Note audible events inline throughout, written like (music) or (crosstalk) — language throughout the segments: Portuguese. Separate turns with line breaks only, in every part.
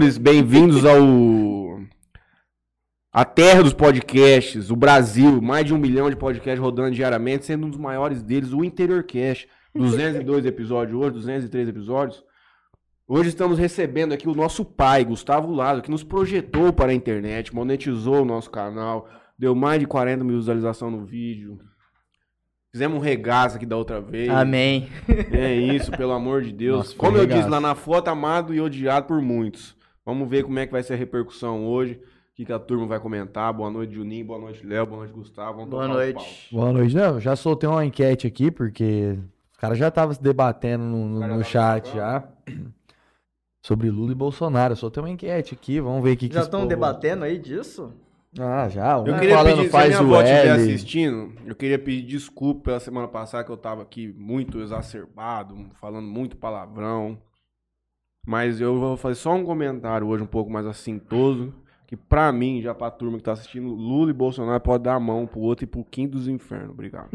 Londres, bem-vindos ao. A terra dos podcasts, o Brasil, mais de um milhão de podcasts rodando diariamente, sendo um dos maiores deles, o Interior Cast. 202 episódios hoje, 203 episódios. Hoje estamos recebendo aqui o nosso pai, Gustavo Lado, que nos projetou para a internet, monetizou o nosso canal, deu mais de 40 mil visualizações no vídeo. Fizemos um regaço aqui da outra vez.
Amém.
É isso, pelo amor de Deus.
Nossa, foi
como eu
regaço.
disse lá na foto, amado e odiado por muitos. Vamos ver como é que vai ser a repercussão hoje. O que, que a turma vai comentar. Boa noite, Juninho. Boa noite, Léo. Boa noite, Gustavo. Vamos
Boa
tocar um o
noite.
Boa noite. Não, já soltei uma enquete aqui, porque os caras já estavam se debatendo no, no-
Os caras
no
já
chat
tavam
já. Sobre Lula e Bolsonaro. Eu soltei uma enquete aqui, vamos ver o que que
Já
esse
estão
povo-
debatendo aí disso?
Ah, já. Um
Eu queria
falando
pedir, se a
faz
minha
o
avó estiver
L.
assistindo, eu queria pedir desculpa pela semana passada que eu tava aqui muito exacerbado, falando muito palavrão. Mas eu vou fazer só um comentário hoje um pouco mais assintoso, que pra mim, já pra turma que tá assistindo, Lula e Bolsonaro podem dar a mão pro outro e pro quinto dos infernos. Obrigado.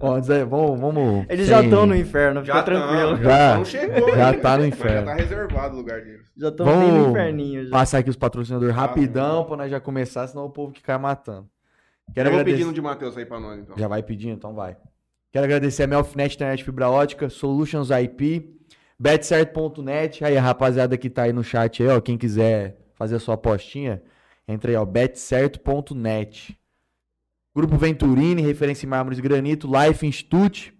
Ó, diz aí,
(laughs)
vamos, vamos.
Eles já
sem-
estão no inferno, fica
tá,
tranquilo.
Já.
não chegou.
Já
né?
tá no
Mas (laughs)
inferno.
Já tá reservado o lugar deles.
Já estão
Vamos-
no inferninho. Já.
Passar aqui os patrocinadores
Ah,
rapidão pra nós já começar, senão o povo que cai matando. Quero
eu vou
agradecer.
pedindo de Matheus aí pra nós, então.
Já vai pedindo, então vai. Quero agradecer a Melfinet Internet Fibra Ótica, Solutions IP, betcerto.net. Aí, a rapaziada que tá aí no chat aí, ó, quem quiser fazer a sua apostinha, entra aí, ó, betcerto.net. Grupo Venturini, referência em mármores e granito, Life Institute,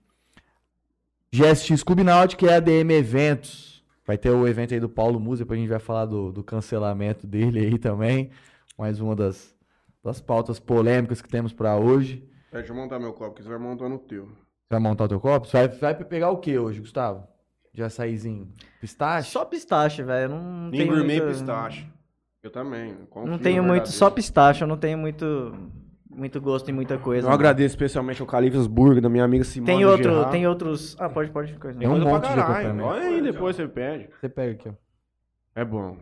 GSX Club Náutica e ADM Eventos. Vai ter o evento aí do Paulo Musa, depois a gente vai falar do, do cancelamento dele aí também. Mais uma das, das pautas polêmicas que temos pra hoje.
Pera, Deixa eu montar meu copo, que você vai montar no teu.
Você vai montar o teu copo? Você vai, vai pegar o que hoje, Gustavo? De açaizinho? Pistache?
Só pistache, velho. Não
Em
tem
gourmet
muita-
pistache. Eu também. confio
Não
no
tenho muito,
verdadeiro.
só pistache, eu não tenho muito, muito gosto em muita coisa.
Eu
não.
agradeço especialmente ao Califas Burger, da minha amiga Simone
Tem outro,
Gerard.
tem outros. Ah, pode, pode coisa.
Tem um
Coisa pra
monte de
caralho.
acompanhamento.
Olha aí, depois você pede.
Você pega aqui, ó.
É bom.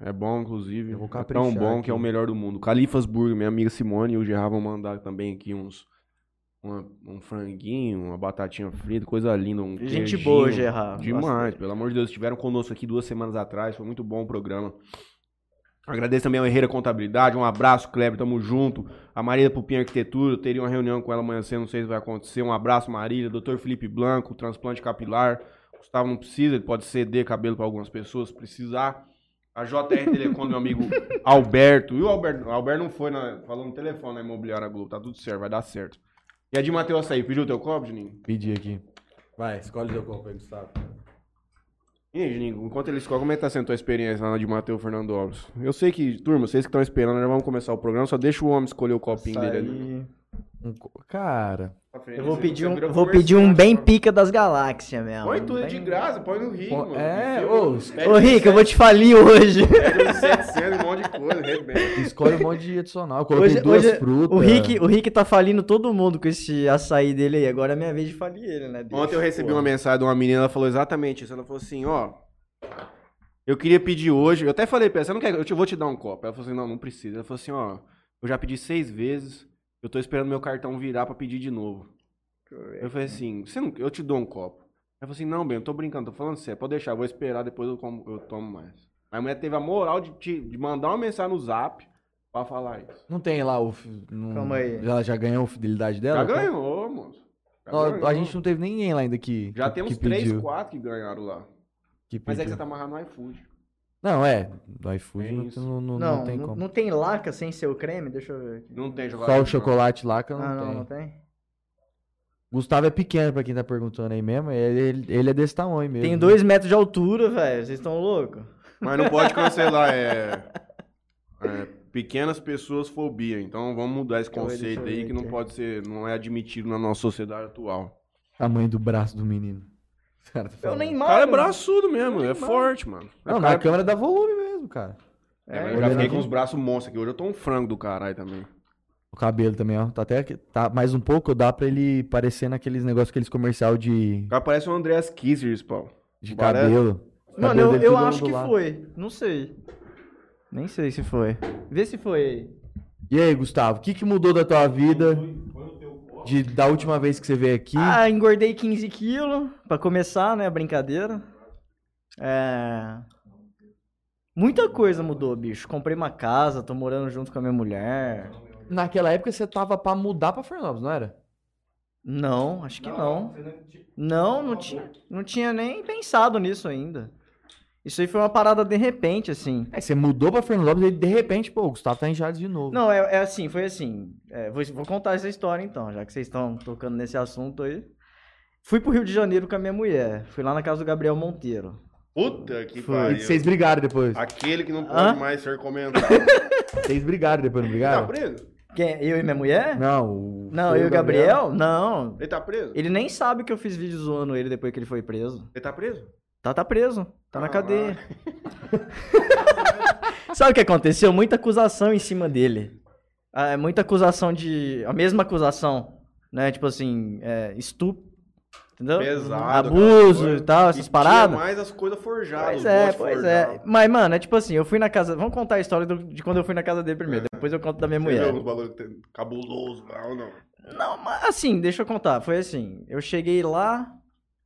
É bom, inclusive.
Eu vou
é tão
caprichar
bom
aqui.
que é o melhor do mundo. Califas Burger, minha amiga Simone e o Gerard vão mandar também aqui uns... uma- um franguinho, uma batatinha frita, coisa linda, um
Gente
queijinho.
boa, Gerard.
Demais,
Gosto.
pelo amor de Deus. Estiveram conosco aqui duas semanas atrás, foi muito bom o programa. Agradeço também ao Herreira Contabilidade, um abraço, Kleber, tamo junto. A Marília Pupim Arquitetura, eu teria uma reunião com ela amanhã cedo, não sei se vai acontecer. Um abraço, Marília. Dr. Felipe Blanco, transplante capilar. Gustavo não precisa, ele pode ceder cabelo pra algumas pessoas, se precisar. A JR Telecom, meu amigo Alberto. E o Alberto, o Alberto não foi, na, falou no telefone na Imobiliária Globo, tá tudo certo, vai dar certo. E a de Matheus Açaí, pediu o teu copo, Juninho?
Pedi aqui. Vai, escolhe o teu copo aí, Gustavo.
E aí, Juninho, enquanto ele escolhe, como é que tá sendo a tua experiência lá na de Matheus Fernando Alves? Eu sei que, turma, vocês que estão esperando, já vamos começar o programa, só deixa o homem escolher o copinho dele ali.
Açaí.
Um co- Cara,
Eu vou pedir um, vou pedir um bem pica das galáxias mesmo.
né? Põe tudo é de
Bem-
graça, põe no rio,
Pô,
mano.
é,
Enfia
ô,
um-
os-
pede
Ô,
um
Rick, eu
set-
vou te falir hoje.
pede um 700, um monte de
(laughs)
coisa, arrebenta.
escolhe um monte de adicional. Eu coloquei
Hoje-
duas
hoje-
frutas.
O Rick, o Rick tá falindo todo mundo com esse açaí dele aí. Agora é minha vez de falir ele, né? bicho?
Ontem eu recebi
Pô.
uma mensagem de uma menina, ela falou exatamente isso. Ela falou assim, ó. Eu queria pedir hoje. Eu até falei pra ela, você não quer. Eu te- vou te dar um copo. Ela falou assim, não, não precisa. Ela falou assim, ó, eu já pedi seis vezes. Eu tô esperando meu cartão virar pra pedir de novo. Eu falei assim, você não, eu te dou um copo. Ela falou assim, não, bem, eu tô brincando, tô falando sério, pode deixar, eu vou esperar, depois eu, como- eu tomo mais. A mulher teve a moral de, te- de mandar uma mensagem no zap pra falar isso.
Não tem lá o. fi- não-
Calma aí.
Ela já ganhou a fidelidade dela?
Já ganhou, moço. Já
tá Ó,
ganhou.
A gente não teve ninguém lá ainda que.
Já
que,
tem uns
que pediu,
3, 4 que ganharam lá.
que
Mas é que
pediu.
você tá amarrado no iFood.
Não, é. Do iFood
É
não,
isso.
não,
Não,
não, não tem
não-
como.
não tem laca sem ser o creme? Deixa eu ver aqui.
Não tem chocolate.
Só o
não.
chocolate lá que eu não
ah,
tenho.
não, não tem?
Gustavo é pequeno, pra quem tá perguntando aí mesmo. Ele, ele- ele é desse tamanho mesmo.
Tem dois metros de altura, velho. Vocês estão loucos?
Mas não pode cancelar, (laughs) é... é, Pequenas pessoas fobia. Então vamos mudar esse
Deixa eu ver, deixa
conceito
eu
aí
ver
que não
aqui.
pode ser, não é admitido na nossa sociedade atual.
Tamanho do braço do menino. O cara tá
Eu
falando.
nem
O
mal.
cara é braçudo mesmo, é forte, mano.
Não,
O
na
cara-
câmera dá volume mesmo, cara.
É, mas eu
É,
já
olhando
fiquei
aqui.
com os braços monstros aqui. Hoje eu tô um frango do caralho também.
O cabelo também, ó. Tá até aqui- tá mais um pouco, dá pra ele parecer naqueles negócios, aqueles comercial de,
O cara parece o Andreas Kissers, pau.
de
Parece.
cabelo. O
Mano,
cabelo
eu,
dele
eu
tudo
acho que
ondulado.
foi. Não sei. Nem sei se foi. Vê se foi aí.
E aí, Gustavo, o que, que mudou da tua vida de, da última vez que você veio aqui?
Ah, engordei 15 quilos. Pra começar, né? a Brincadeira. É. Muita coisa mudou, bicho. Comprei uma casa, tô morando junto com a minha mulher.
Naquela época você tava pra mudar pra Fernandes, não era?
Não, acho que não. Não, não tinha, não tinha nem pensado nisso ainda. Isso aí foi uma parada de repente, assim.
É, você mudou pra Fernando Lopes e de repente, pô, o Gustavo tá em Jales de novo.
Não, é, é assim, foi assim. É, vou, vou contar essa história então, já que vocês estão tocando nesse assunto aí. Fui pro Rio de Janeiro com a minha mulher. Fui lá na casa do Gabriel Monteiro.
Puta que
Foi.
pariu.
Vocês brigaram depois.
Aquele que não pode
Hã?
mais ser comentado.
Vocês brigaram depois, não
tá
brigaram?
preso?
Quem? Eu e minha mulher?
Não, o...
Não,
foi
eu e o Gabriel? Não.
Ele tá preso?
Ele nem sabe que eu fiz vídeo zoando ele depois que ele foi preso.
Ele tá preso?
Tá, tá preso. Tá na
Caralho.
cadeia. (laughs) Sabe o que aconteceu? Muita acusação em cima dele. Ah, é muita acusação de. A mesma acusação, né? Tipo assim, é, estupro. Entendeu?
Pesado,
Abuso
cara.
e tal, essas
E
paradas.
Tinha um mais as coisas forjadas.
Pois
os
é,
botes
pois
forjados.
é. Mas, mano, é tipo assim, eu fui na casa. Vamos contar a história do- de quando eu fui na casa dele primeiro, depois eu conto da minha
É. Você
mulher.
vê uns bagulho que tem cabuloso lá ou não?
Não, mas assim, deixa eu contar. Foi assim, eu cheguei lá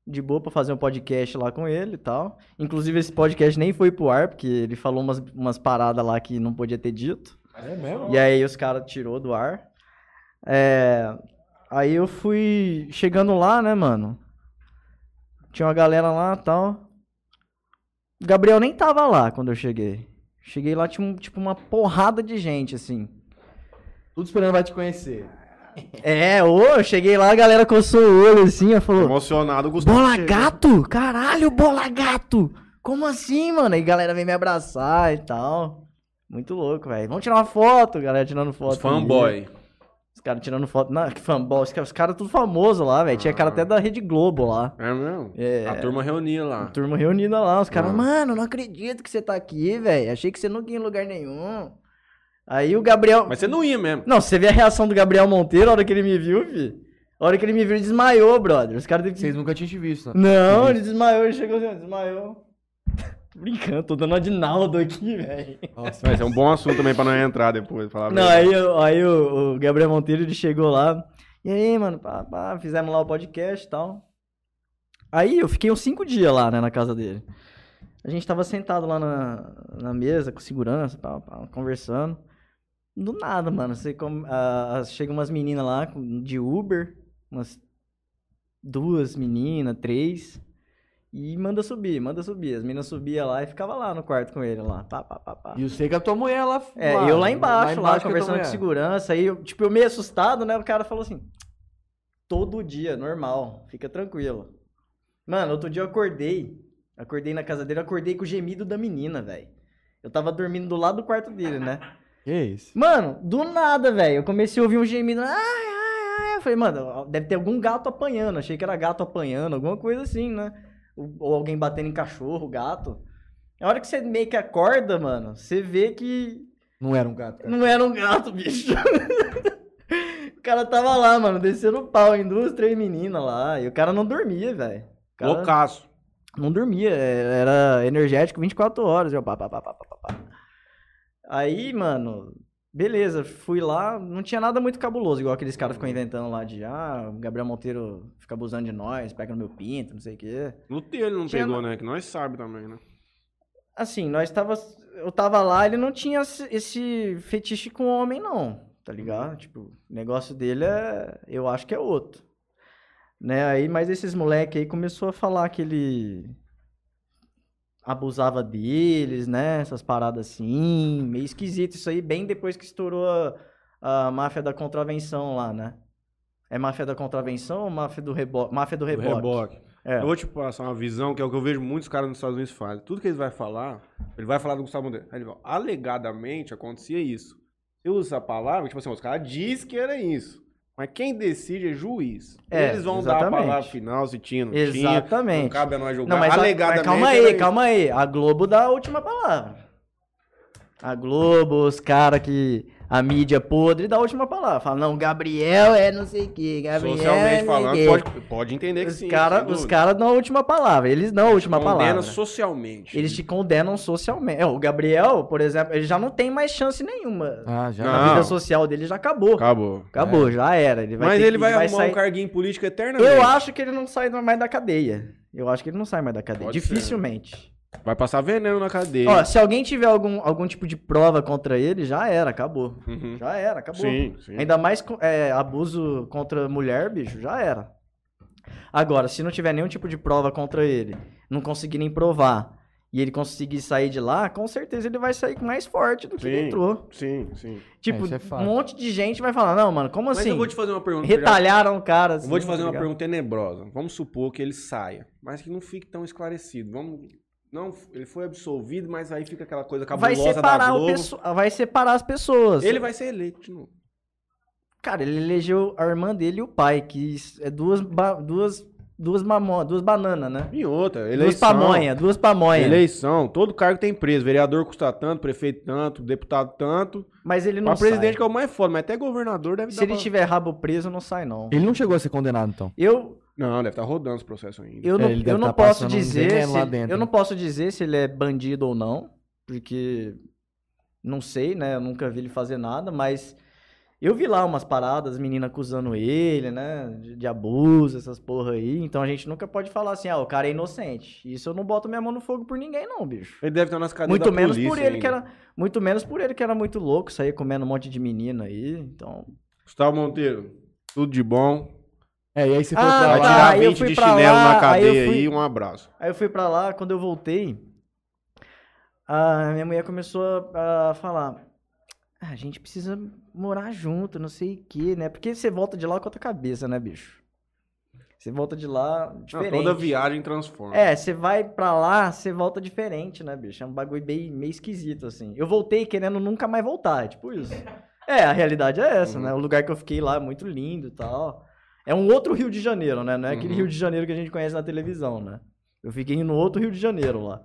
de boa pra fazer um podcast lá com ele e tal. Inclusive, esse podcast nem foi pro ar, porque ele falou umas, umas paradas lá que não podia ter dito.
É mesmo?
E aí os caras tirou do ar. É, Aí eu fui chegando lá, né, mano? Tinha uma galera lá e tal. O Gabriel nem tava lá quando eu cheguei. Cheguei lá, tinha um- tipo uma porrada de gente, assim.
Tudo esperando vai te conhecer.
É, ô, eu cheguei lá, a galera coçou o olho assim, ó, falou.
Emocionado, Gustavo.
Bola
chega.
gato? Caralho, bola gato! Como assim, mano? E galera vem me abraçar e tal. Muito louco, velho. Vamos tirar uma foto, galera tirando foto.
Os é fanboy.
Os caras tirando foto. Não, que fanboy. Os caras cara tudo famoso lá, velho. Tinha
Ah.
cara até da Rede Globo lá.
É Então, mesmo?
É.
A turma reunia lá.
Turma reunida lá, os caras,
Ah.
mano, não acredito que você tá aqui, velho. Achei que você nunca ia em lugar nenhum. Aí o Gabriel.
Mas você não ia mesmo.
Não, você vê a reação do Gabriel Monteiro a hora que ele me viu, fi. A hora que ele me viu, ele desmaiou, brother. Os caras teve que
Vocês nunca tinham te visto, né?
Não, ele desmaiou, ele chegou assim, ó, desmaiou. (laughs) Tô brincando, tô dando uma de Naldo aqui, velho.
Nossa,
Mas é um bom assunto também pra não entrar depois. Falar a
Não,
verdade.
aí, eu- aí o, o Gabriel Monteiro, ele chegou lá. E aí, mano, pá, pá, fizemos lá o podcast e tal. Aí eu fiquei uns cinco dias lá, né, na casa dele. A gente tava sentado lá na, na mesa, com segurança, pá, pá, conversando. Do nada, mano, você come- ah, chega umas meninas lá com- de Uber, umas duas meninas, três, e manda subir, manda subir. As meninas subiam lá e ficava lá no quarto com ele lá, pá, pá, pá, pá.
E eu sei que a tua mulher lá...
É, eu é. lá embaixo, lá,
a tua
conversando com
mulher.
segurança, aí, eu, tipo, eu meio assustado, né? O cara falou assim, todo dia, normal, fica tranquilo. Mano, outro dia eu acordei, acordei na casa dele, eu acordei com o gemido da menina, velho. Eu tava dormindo do lado do quarto dele, né? (laughs)
Que isso?
Mano, do nada, velho, eu comecei a ouvir um gemido, ai, ai, ai, eu falei, mano, deve ter algum gato apanhando, achei que era gato apanhando, alguma coisa assim, né? Ou ou alguém batendo em cachorro, gato. A hora que você meio que acorda, mano, você vê que
Não era um gato, cara.
não era um gato, bicho. (laughs) o cara tava lá, mano, descendo pau em duas, três meninas lá. E o cara não dormia, velho. O cara
Loucaço.
Não dormia, é- era energético 24 horas. Eu, pá, pá, pá, pá, pá, pá, pá. Aí, mano, beleza, fui lá, não tinha nada muito cabuloso, igual aqueles caras ficam inventando lá de, ah, o Gabriel Monteiro fica abusando de nós, pega no meu pinto, não sei o quê.
No teu ele não
Tinha
pegou, né? Que nós sabe também, né?
assim, nós tava. Eu tava lá, ele não tinha esse- esse fetiche com homem, não. Tá ligado? Tipo, o negócio dele é. Eu acho que é outro. Né? Aí, mas esses moleque aí começou a falar que ele abusava deles, né? Essas paradas assim. Meio esquisito isso aí, bem depois que estourou a, a máfia da contravenção lá, né? É máfia da contravenção ou máfia do reboque? Máfia do
Do
reboque. É.
Eu vou te passar uma visão, que é o que eu vejo muitos caras nos Estados Unidos fazem. Tudo que eles vai falar, ele vai falar do Gustavo Monteiro. Aí ele fala, alegadamente acontecia isso. Você usa a palavra, tipo assim, os caras diz que era isso. Mas quem decide é juiz.
É,
eles vão dar a
exatamente.
palavra final se tinha, não tinha. Não
Exatamente.
cabe a nós julgar.
Não, mas, a-
alegadamente.
mas calma
era
aí,
isso.
calma aí. A Globo dá a última palavra. A Globo, os caras que. A mídia podre dá a última palavra. Fala, não, Gabriel é não sei o que. Gabriel é
Socialmente
não sei
falando,
quê.
pode, pode entender que
Os
sim.
cara-
sem
Os
dúvida.
caras dão a última palavra. Eles dão a última
Condena
palavra.
socialmente.
Eles te condenam socialmente. É, o Gabriel, por exemplo, ele já não tem mais chance nenhuma.
Ah, já.
Não.
A vida social dele já acabou.
Acabou. É.
Acabou, já era. Ele vai
Mas
ter
ele
que-
vai, arrumar
sair...
um carguinho político eternamente.
Eu acho que ele não sai mais da cadeia. Eu acho que ele não sai mais da cadeia.
Pode ser.
Dificilmente.
Vai passar veneno na cadeia.
Ó, se alguém tiver algum, algum tipo de prova contra ele, já era, acabou.
Uhum.
Já era, acabou.
Sim, sim.
Ainda mais co- é, abuso contra mulher, bicho, já era. Agora, se não tiver nenhum tipo de prova contra ele, não conseguir nem provar, e ele conseguir sair de lá, com certeza ele vai sair mais forte do que ele
Sim.
entrou.
Sim, sim.
Tipo,
isso é fato.
um monte de gente vai falar, não, mano, como
Mas
assim?
eu vou te fazer uma pergunta. que eu já-
Retalharam o cara.
eu
assim,
vou te fazer
tá
uma
ligado?
pergunta tenebrosa. Vamos supor que ele saia, mas que não fique tão esclarecido. Vamos... Não, ele foi absolvido, mas aí fica aquela coisa
Vai
cabulosa da
separar, o
Globo.
pesso- vai separar as pessoas.
Ele vai ser eleito de novo.
Cara, ele elegeu a irmã dele e o pai, que isso é duas, ba- duas, duas, mamó, duas bananas, né?
E outra,
Duas
eleição.
pamonha, duas pamonha.
Eleição, todo cargo tem preço. Vereador custa tanto, prefeito tanto, deputado tanto.
Mas ele não
Pra
sai.
presidente que é o mais foda, mas até governador deve
Se
dar
ele
pra-
tiver rabo preso, não sai, não.
Ele não chegou a ser condenado, então.
Eu,
Não, deve estar rodando esse processo ainda.
eu
É,
não,
ele deve
eu não
tá
posso
passando um
dizer.
veneno
Se
lá
ele-
dentro,
eu não
né?
posso dizer se ele é bandido ou não, porque não sei, né? Eu nunca vi ele fazer nada, mas eu vi lá umas paradas, menina acusando ele, né? De, de abuso, essas porra aí. Então a gente nunca pode falar assim, ah, o cara é inocente. Isso eu não boto minha mão no fogo por ninguém, não, bicho.
Ele deve estar nas cadeias
Muito
da
menos
polícia
por ele
ainda.
que era. Muito menos por ele que era muito louco, sair comendo um monte de menina aí. Então.
Gustavo Monteiro, tudo de bom.
É, e aí você foi
Ah,
pra
Vai
tá,
lá.
tirar
aí eu
20
fui
de
pra
chinelo
lá,
na
aí eu
cadeia aí,
fui-
um abraço.
Aí eu fui pra lá, quando eu voltei, a minha mulher começou a, a falar: "Ah, a gente precisa morar junto, não sei o quê, né? Porque você volta de lá com outra cabeça, né, bicho? Você volta de lá
Não,
diferente.
toda viagem transforma.
É, você vai pra lá, você volta diferente, né, bicho? É um bagulho bem, meio esquisito, assim. Eu voltei querendo nunca mais voltar, é tipo isso. É, a realidade é essa,
Uhum.
né? O lugar que eu fiquei lá é muito lindo e tal. É um outro Rio de Janeiro, né? Não é aquele
Uhum.
Rio de Janeiro que a gente conhece na televisão, né? Eu fiquei no outro Rio de Janeiro lá.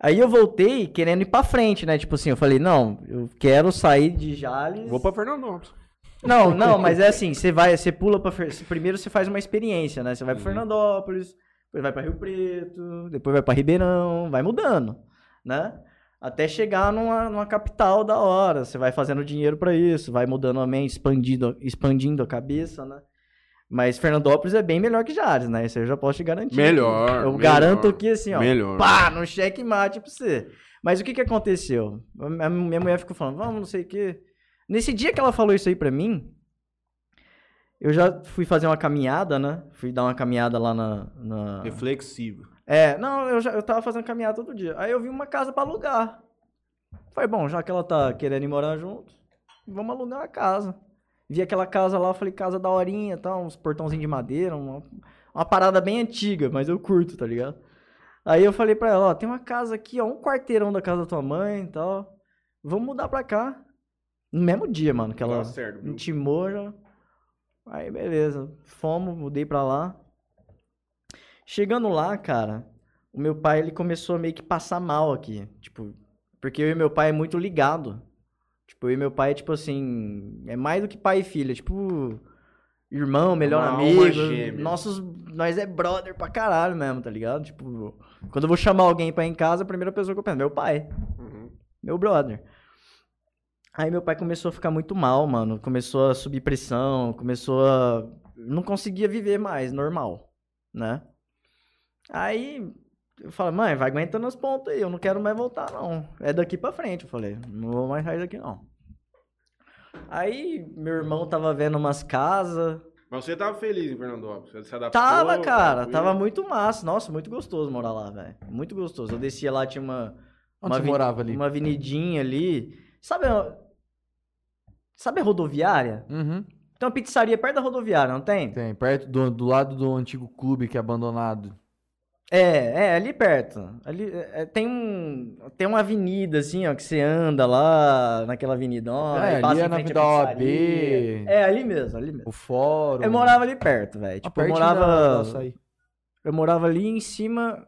Aí eu voltei querendo ir pra frente, né? Tipo assim, eu falei, não, eu quero sair de Jales.
Vou pra Fernandópolis.
Assim,
(laughs)
Não, não, mas é assim, você vai, você pula pra. Fer- Primeiro você faz uma experiência, né? Você vai pra
Uhum.
Fernandópolis, depois vai pra Rio Preto, depois vai pra Ribeirão, vai mudando, né? Até chegar numa, numa capital da hora. Você vai fazendo dinheiro pra isso, vai mudando a mente, expandindo, expandindo a cabeça, né? Mas Fernandópolis é bem melhor que Jales, né? Isso eu já posso te garantir.
Melhor,
Eu
melhor.
garanto que assim, ó
Melhor.
pá, no checkmate pra você. Mas o que que aconteceu? A a minha mulher ficou falando, vamos, não sei o quê. Nesse dia que ela falou isso aí pra mim, eu já fui fazer uma caminhada, né? Fui dar uma caminhada lá na. na-
Reflexivo.
É, não, eu, já, eu tava fazendo caminhada todo dia. Aí eu vi uma casa pra alugar. Falei, bom, já que ela tá querendo ir morar junto, vamos alugar uma casa. Vi aquela casa lá, falei, casa da horinha, tá? Uns portãozinhos de madeira, uma, uma parada bem antiga, mas eu curto, tá ligado? Aí eu falei pra ela, ó, tem uma casa aqui, ó, um quarteirão da casa da tua mãe e tal. Vamos mudar pra cá. No mesmo dia, mano, que ela
Tá certo, viu?
intimou já. Aí, beleza. Fomos, mudei pra lá. Chegando lá, cara, o meu pai, ele começou a meio que passar mal aqui. Tipo, porque eu e meu pai é muito ligado. Tipo, eu e meu pai, tipo assim, é mais do que pai e filha. Tipo, irmão, melhor
Uma alma
amigo.
gêmea.
Nossos, nós é brother pra caralho mesmo, tá ligado? Tipo, quando eu vou chamar alguém pra ir em casa, a primeira pessoa que eu penso, meu pai
Uhum.
meu brother. Aí meu pai começou a ficar muito mal, mano. Começou a subir pressão, começou a. Não conseguia viver mais, normal, né? Aí eu falei, mãe, vai aguentando os pontos aí, eu não quero mais voltar, não. É daqui pra frente, eu falei, não vou mais sair daqui, não. Aí meu irmão tava vendo umas casas.
Mas você tava feliz em Fernandópolis? Você se adaptou?
Tava, cara,
tranquilo?
tava muito massa. Nossa, muito gostoso morar lá, velho. Muito gostoso. Eu descia lá, tinha uma.
Onde você
aveni-
morava ali?
Uma avenidinha ali. Sabe a... Sabe a rodoviária?
Uhum.
Tem uma pizzaria perto da rodoviária, não tem?
Tem, perto do, do lado do antigo clube que é abandonado.
É, é, ali perto. Ali, é, é, tem, um, tem uma avenida, assim, ó, que você anda lá naquela avenidona.
É,
aí passa
ali
em
é na
frente
vida
à
OAB.
pizzaria. É, ali mesmo, ali mesmo.
O fórum.
Eu morava ali perto, velho. Tipo, eu
Ah, pertinho
morava...
da- da açaí.
Eu morava ali em cima.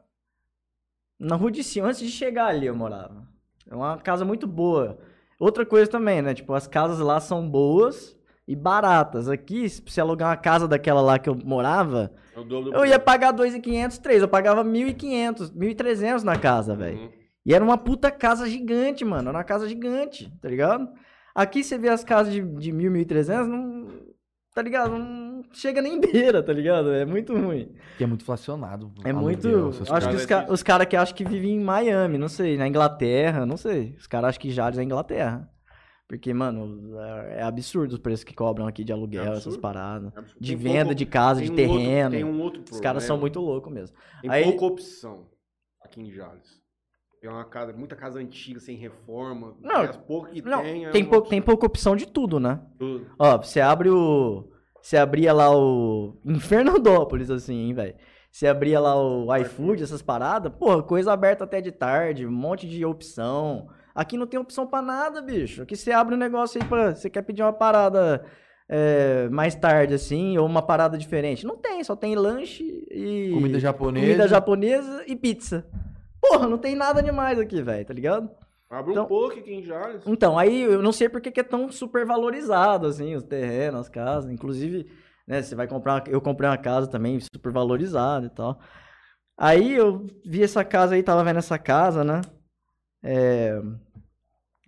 Na rua de cima, antes de chegar ali eu morava. É uma casa muito boa. Outra coisa também, né? Tipo, as casas lá são boas e baratas. Aqui, se você alugar uma casa daquela lá que eu morava,
É o dobro do
eu ia pagar 2.500, 3. Eu pagava 1.500, 1.300 na casa, velho.
Uhum.
E era uma puta casa gigante, mano. Era uma casa gigante, tá ligado? Aqui você vê as casas de, de 1.000, 1.300, não. Tá ligado? Não, não chega nem (laughs) beira, tá ligado? É muito ruim.
Que é muito inflacionado.
É
aluguel,
muito.
essas
acho
coisas.
que
coisas.
os, ca- os caras que acham que vivem em Miami, não sei, na Inglaterra, não sei. Os caras acham que Jales é Inglaterra. Porque, mano, é é absurdo os preços que cobram aqui de aluguel,
É absurdo.
essas paradas. De
Tem
venda
pouco-
de casa,
tem
de
um
terreno.
outro- tem um outro
Os caras são
problema.
muito loucos mesmo.
Tem
Aí-
pouca opção aqui em Jales. Tem uma casa, muita casa antiga, sem reforma.
Não,
e as poucas que
Não,
tem. é
tem,
uma
pou, tem pouca opção de tudo, né?
opção.
Ó, você abre o. Você abria lá o. Em Fernandópolis, assim, hein, velho. Você abria lá o iFood, essas paradas, porra, coisa aberta até de tarde, um monte de opção. Aqui não tem opção pra nada, bicho. Aqui você abre um negócio aí pra. Você quer pedir uma parada é, mais tarde, assim, ou uma parada diferente. Não tem, só tem lanche e.
Comida japonesa.
comida japonesa e pizza. Porra, não tem nada demais aqui, velho, tá ligado?
Abre
Então-
um pouco aqui em Jales.
Então, aí eu não sei porque que é tão super valorizado, assim, os terrenos, as casas. Inclusive, né, você vai comprar. Eu comprei uma casa também super valorizada e tal. Aí eu vi essa casa aí, tava vendo essa casa, né? É,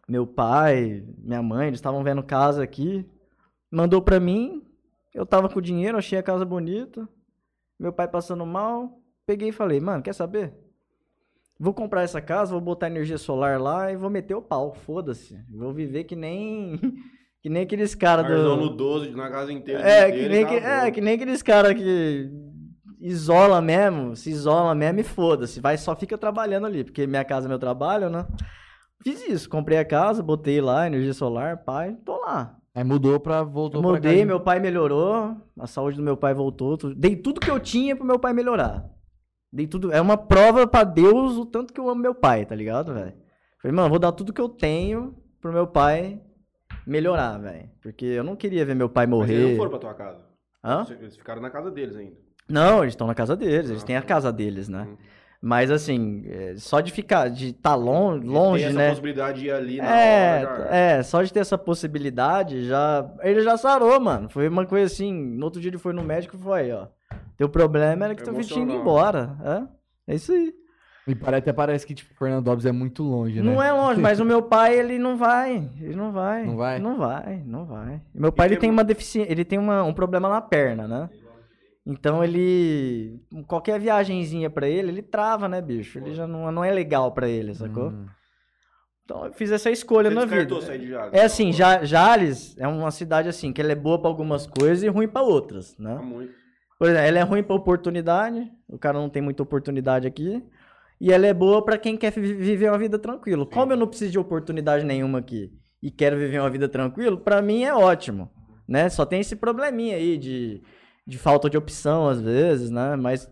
meu pai, minha mãe, eles estavam vendo casa aqui. Mandou pra mim. Eu tava com dinheiro, achei a casa bonita. Meu pai passando mal. Peguei e falei, mano, quer saber? Vou comprar essa casa, vou botar energia solar lá e vou meter o pau, foda-se. Vou viver que nem (laughs) que nem aqueles caras
Arzão
do
no né? 12, na casa inteira.
é que,
inteira,
nem
e
que,
acabou.
é, que nem aqueles caras que isola mesmo, se isola mesmo e foda-se, vai só fica trabalhando ali, porque minha casa é meu trabalho, né? Fiz isso, comprei a casa, botei lá, energia solar, pai, tô lá.
Aí mudou pra. Voltou pra
Mudei,
casa.
meu pai melhorou, a saúde do meu pai voltou, tu- dei tudo que eu tinha pro meu pai melhorar. Dei tudo, é uma prova pra Deus o tanto que eu amo meu pai, tá ligado, velho? Falei, mano, vou dar tudo que eu tenho pro meu pai melhorar, velho, porque eu não queria ver meu pai
Mas eles
morrer.
não foram pra tua casa.
Hã?
Eles ficaram na casa deles ainda.
Não, eles estão na casa deles, eles
Ah,
têm a
tá.
casa deles, né?
Hum.
Mas assim, é, só de ficar, de estar longe,
tem essa
né?
possibilidade de ir ali na
É,
hora. já era.
é, só de ter essa possibilidade, já. Ele já sarou, mano. Foi uma coisa assim. No outro dia ele foi no médico e foi, ó. Teu problema era que teu filho tinha ido
Emocional.
embora. É, é isso aí.
E pare- até parece que, tipo, Fernandópolis é muito longe, né?
Não é longe,
(laughs)
mas o meu pai, ele não vai. Ele não vai.
Não vai?
Não vai, não vai. E Meu pai, ele
tem
tem
um-
uma deficiência, ele tem uma- um problema na perna, né? Então ele. Qualquer viagenzinha pra ele, ele trava, né, bicho? Ele já não, não é legal pra ele, sacou?
Hum.
Então eu fiz essa escolha
Você
na
descartou
vida.
sair de Jales,
É
então,
assim,
agora?
Ja- Jales é uma cidade assim, que ela é boa pra algumas coisas e ruim pra outras, né?
Tá muito.
Por exemplo, ela é ruim pra oportunidade, o cara não tem muita oportunidade aqui. E ela é boa pra quem quer vi- viver uma vida tranquila. Como eu não preciso de oportunidade nenhuma aqui e quero viver uma vida tranquila, pra mim é ótimo, né? Só tem esse probleminha aí de, de falta de opção às vezes, né? Mas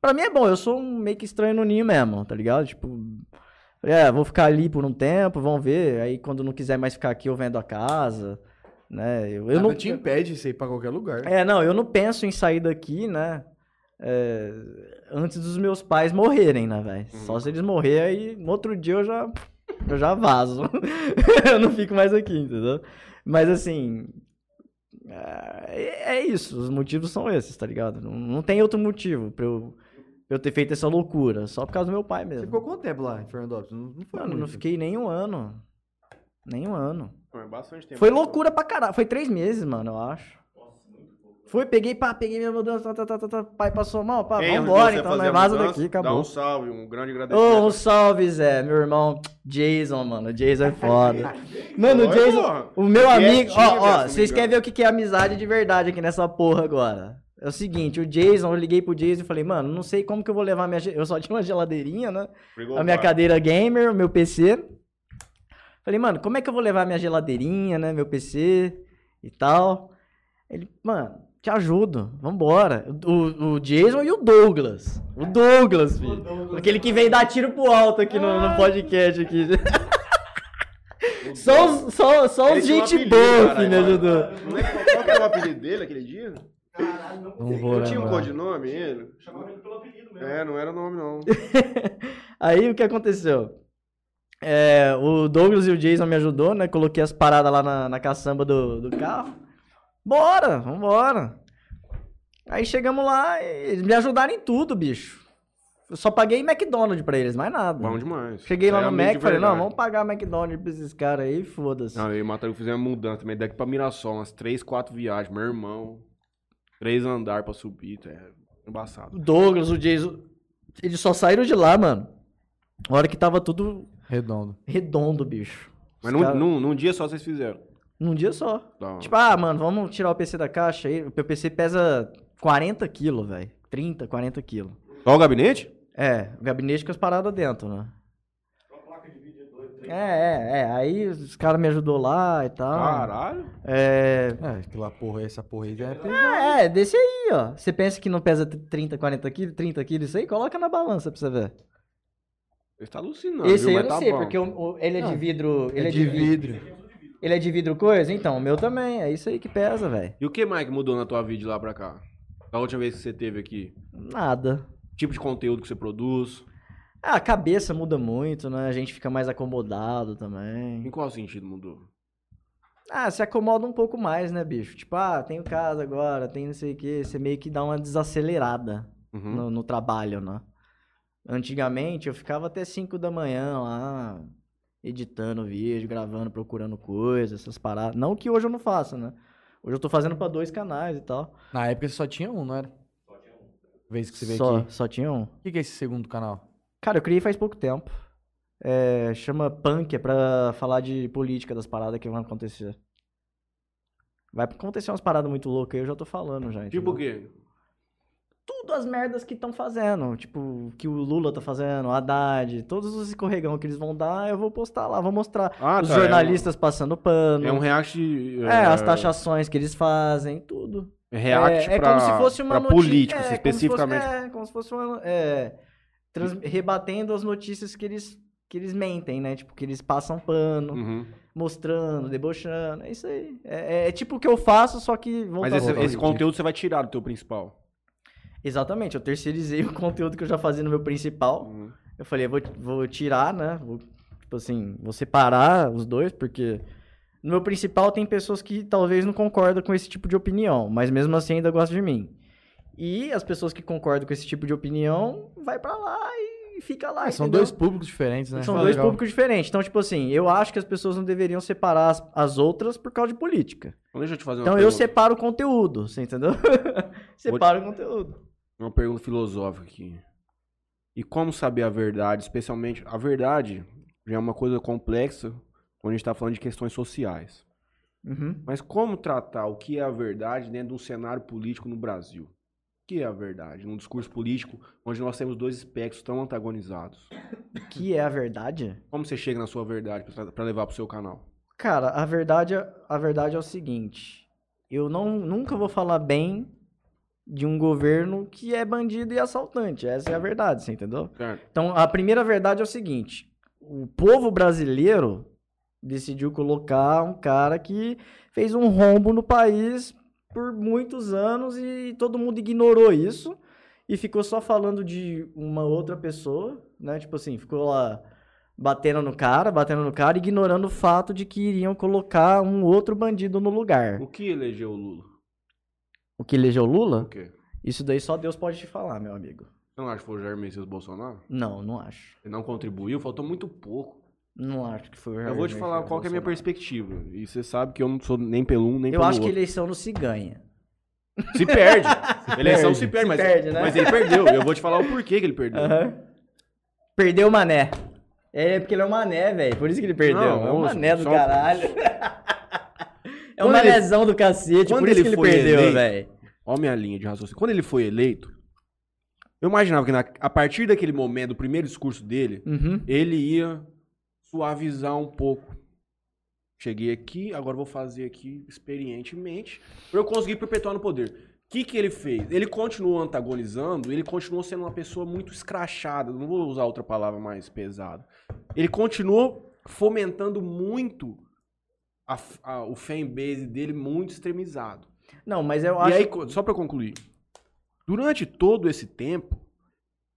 pra mim é bom, eu sou um meio que estranho no ninho mesmo, tá ligado? Tipo, é, vou ficar ali por um tempo, vamos ver. Aí quando não quiser mais ficar aqui, eu vendo a casa, né? Eu, eu
Nada
não
Ah, te impede de você ir pra qualquer lugar.
é, não, eu não penso em sair daqui, né? é, antes dos meus pais morrerem, né, velho?
Hum.
Uhum.
Só se eles morrerem, aí no outro dia eu já, eu já vazo. (laughs) eu não fico mais aqui, entendeu? Mas assim. É, é isso, os motivos são esses, tá ligado? Não, não tem outro motivo pra eu, pra eu ter feito essa loucura, só por causa do meu pai
Você
mesmo.
ficou quanto tempo lá em Fernandópolis? Não, não foi
Mano,
muito.
não fiquei nem um ano. Nem um ano.
Não, é bastante tempo.
Foi loucura pra caralho. Foi três meses, mano, eu acho. Foi, peguei, pá, peguei minha mudança, tá, tá, tá, tá, pai passou mal, pá,
Ei, antes de
vambora,
você
então,
fazer
nós
a
vaza
mudança,
daqui,
Dá
acabou.
um salve, um grande
Ô,
agradecimento.
um salve, Zé, meu irmão, Jason, mano, o Jason é
(laughs)
foda. mano, o
Oi, é
Jason,
porra.
o meu
Quietinho,
amigo,
velho,
ó,
se
ó,
não me
vocês querem
engano.
ver o que que é amizade de verdade aqui nessa porra agora. É o seguinte, o Jason, eu liguei pro Jason e falei, mano, não sei como que eu vou levar minha, ge- eu só tinha uma geladeirinha, né?
Obrigado,
a minha
cara.
cadeira gamer, o meu PC. Falei, mano, como é que eu vou levar minha geladeirinha, né? Meu PC e tal. Ele, mano, te ajudo, vambora. O, o Jason e o Douglas. O Douglas, filho. Aquele
né?
que vem dar tiro pro alto aqui no, no podcast
(laughs)
aqui. Só os, só, só
Ele
os
tinha um
gente
apelido,
boa né, que
caralho.
me ajudou.
Não lembro qual que era o apelido dele aquele dia?
Não vou
Ele tinha um
lembrar.
codinome, ele? Chamava ele pelo apelido mesmo. É, não era nome,
(laughs)
não.
Aí o que aconteceu? É, o Douglas e o Jason me ajudou, né? Coloquei as paradas lá na, na caçamba do, do carro. Bora, vambora. Aí chegamos lá e eles me ajudaram em tudo, bicho. Eu só paguei McDonald's pra eles, mais nada.
Bom demais.
Cheguei lá
Era é
no
um amigo
Mac
de
e falei, não,
verdade.
vamos pagar McDonald's pra esses caras aí, foda-se.
Não, eu e o Matheus fizemos mudança também daqui pra Mirassol, umas 3, 4 viagens, meu irmão. Três andares pra subir, tá? é embaçado.
O Douglas, o Jason. Eles só saíram de lá, mano. A hora que tava tudo
Redondo.
redondo, bicho.
Mas
Os
num,
cara-
num, num dia só vocês fizeram.
Num dia só.
Tá.
Tipo, ah, mano, vamos tirar o PC da caixa aí. O meu PC pesa 40 quilos, velho. 30, 40 quilos.
Só o gabinete?
É, o gabinete com as paradas dentro, né? É, é, é. Aí os caras me ajudou lá e
Ah.
tal.
Caralho.
É,
É, aquela porra, essa porra aí já é pesada.
é, é, desse aí, ó. Você pensa que não pesa 30, 40 quilos, 30 quilos isso aí? Coloca na balança pra você ver.
Você tá alucinando.
Esse
viu?
aí eu
Mas
não
tá
sei,
bom.
porque o- o- ele é de
Ah,
vidro. Ele é, de, vidro.
vidro.
Ele é de vidro coisa? Então, o meu também. É isso aí que pesa, velho.
E o que mais que mudou na tua vida de lá pra cá? Da última vez que você teve aqui?
Nada.
Tipo de conteúdo que você produz?
Ah, a cabeça muda muito, né? A gente fica mais acomodado também.
Em qual sentido mudou?
Ah, se acomoda um pouco mais, né, bicho? Tipo, ah, tenho casa agora, tenho não sei o quê. Você meio que dá uma desacelerada
Uhum.
no, no trabalho, né? Antigamente eu ficava até 5 da manhã lá, editando vídeo, gravando, procurando coisas, essas paradas. Não que hoje eu não faça, né? Hoje eu tô fazendo pra dois canais e tal.
Na época você só tinha um, não era? Só tinha um. Vez que você veio
Só,
aqui.
só tinha um.
O que que é esse segundo canal?
Cara, eu criei faz pouco tempo. É, chama Punk, é pra falar de política das paradas que vão acontecer. Vai acontecer umas paradas muito loucas aí, eu já tô falando já.
Tipo
entendeu?
o quê?
Tudo as merdas que estão fazendo. Tipo, o que o Lula tá fazendo, o Haddad, todos os escorregão que eles vão dar, eu vou postar lá, vou mostrar.
Ah,
os
tá, é um-
jornalistas passando pano.
É um react.
é, as taxações que eles fazem, tudo.
React
é, é
pra,
como se fosse
pra
uma notícia.
políticos,
é,
especificamente.
Como se fosse, é, como se fosse uma. é, trans- rebatendo as notícias que eles, que eles mentem, né? Tipo, que eles passam pano,
Uhum.
mostrando, debochando. É isso aí. É, é- é tipo o que eu faço, só que.
Mas
voltado
esse,
ao-
esse conteúdo você vai tirar do teu principal.
Exatamente, eu terceirizei (laughs) o conteúdo que eu já fazia no meu principal.
Uhum.
Eu falei, eu vou, vou tirar, né? Vou, tipo assim, vou separar os dois, porque no meu principal tem pessoas que talvez não concordam com esse tipo de opinião, mas mesmo assim ainda gostam de mim. E as pessoas que concordam com esse tipo de opinião, vai pra lá e fica lá.
Ah, são
entendeu?
dois públicos diferentes, né?
São
Ah,
dois
legal.
públicos diferentes. Então, tipo assim, eu acho que as pessoas não deveriam separar as, as outras por causa de política.
Então deixa eu te fazer uma
Então eu
pergunta.
separo o conteúdo, você entendeu? (laughs) separo o conteúdo.
Uma pergunta filosófica aqui. E como saber a verdade, especialmente a verdade já é uma coisa complexa quando a gente está falando de questões sociais.
Uhum.
Mas como tratar o que é a verdade dentro de um cenário político no Brasil? O que é a verdade? Num discurso político onde nós temos dois espectros tão antagonizados.
Que é a verdade?
Como você chega na sua verdade para levar pro seu canal?
Cara, a verdade, é- a verdade é o seguinte. Eu não, nunca vou falar bem de um governo que é bandido e assaltante. Essa é a verdade, você entendeu?
Certo?
Então, a primeira verdade é o seguinte: o povo brasileiro decidiu colocar um cara que fez um rombo no país por muitos anos e todo mundo ignorou isso e ficou só falando de uma outra pessoa, né? Tipo assim, ficou lá batendo no cara, batendo no cara, ignorando o fato de que iriam colocar um outro bandido no lugar.
O que elegeu o Lula?
O que elegeu
O
Lula?
quê?
Isso daí só Deus pode te falar, meu amigo.
Você não acha que foi o Jair Messias Bolsonaro?
Não, não acho.
Ele não contribuiu? Faltou muito pouco.
Não acho que foi o
Eu vou te
Jair
falar
Messias
qual que é a minha
Bolsonaro.
perspectiva. E você sabe que eu não sou nem pelo um, nem
Eu
pelo
acho que
outro.
eleição não se ganha.
Se
(laughs)
perde. Eleição se perde,
Se
mas,
perde, né?
mas ele perdeu. Eu vou te falar o porquê que ele perdeu.
Perdeu o mané. É porque ele é um mané, velho. Por isso que ele perdeu.
Não,
é um
nossa,
mané do
só-
caralho. (laughs) é um
Quando ele-
manézão do cacete.
Quando
Por isso
ele
que ele
foi
perdeu,
eleito-
velho.
Olha a minha linha de raciocínio. Quando ele foi eleito, eu imaginava que na- a partir daquele momento, do primeiro discurso dele,
Uhum.
ele ia suavizar um pouco. Cheguei aqui, agora vou fazer aqui experientemente, pra eu conseguir perpetuar no poder. O que, que ele fez? Ele continuou antagonizando, ele continuou sendo uma pessoa muito escrachada, não vou usar outra palavra mais pesada. Ele continuou fomentando muito a f- a- o fanbase dele muito extremizado.
Não, mas eu
E
acho.
aí, co- só pra eu concluir. Durante todo esse tempo,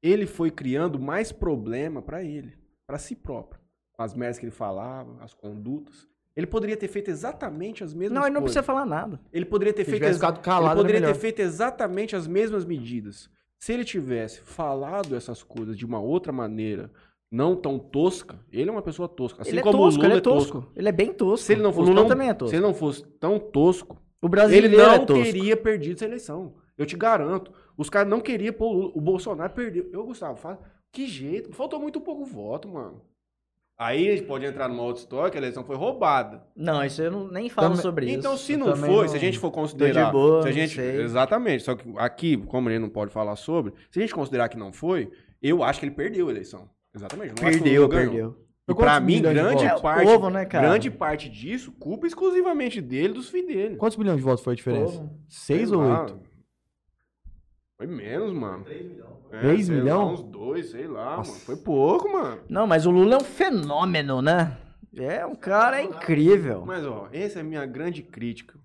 ele foi criando mais problema pra ele, pra si próprio. Com as merdas que ele falava, as condutas. Ele poderia ter feito exatamente as mesmas
Não, ele não
coisas.
precisa falar nada.
Ele poderia ter
Se
feito
tivesse
exa-
ficado calado,
ele
era
poderia ter
melhor.
feito exatamente as mesmas medidas. Se ele tivesse falado essas coisas de uma outra maneira, não tão tosca, ele é uma pessoa tosca. Assim
ele é
como
tosco,
o Lula
ele é tosco. Ele é bem tosco.
Se ele não
o
fosse
Lula
tão,
também é tosco.
Se ele não fosse tão tosco,
O
Ele
brasileiro é
não
tosco.
teria perdido essa eleição. Eu te garanto. Os caras não queriam pôr o Lula. O Bolsonaro perdeu. Eu, Gustavo, fala, que jeito. Faltou muito pouco voto, mano. Aí a gente pode entrar numa outra história que a eleição foi roubada.
Não, isso eu não, nem falo
Também-
sobre
Então,
isso.
se
eu
não
também
foi,
não-
se a gente for
Tô
considerar.
de boa,
se a
não
gente,
sei.
Exatamente. Só que aqui, como ele não pode falar sobre, se a gente considerar que não foi, eu acho que ele perdeu a eleição. Exatamente. Não acho que o Lula ganhou. E
Quantos
pra mim,
milhões de
grande
votos?
É, o
parte,
povo, né, cara?
grande parte disso, culpa exclusivamente dele e dos filhos dele.
Quantos milhões de votos foi a diferença?
Povo.
Seis
Sei
ou
lá.
oito?
Foi menos, mano. 3 milhões.
Três milhão?
Uns dois, sei lá,
Nossa.
mano. Foi pouco, mano.
Não, mas o Lula é um fenômeno, né? É um cara incrível.
Mas, ó, essa é a minha grande crítica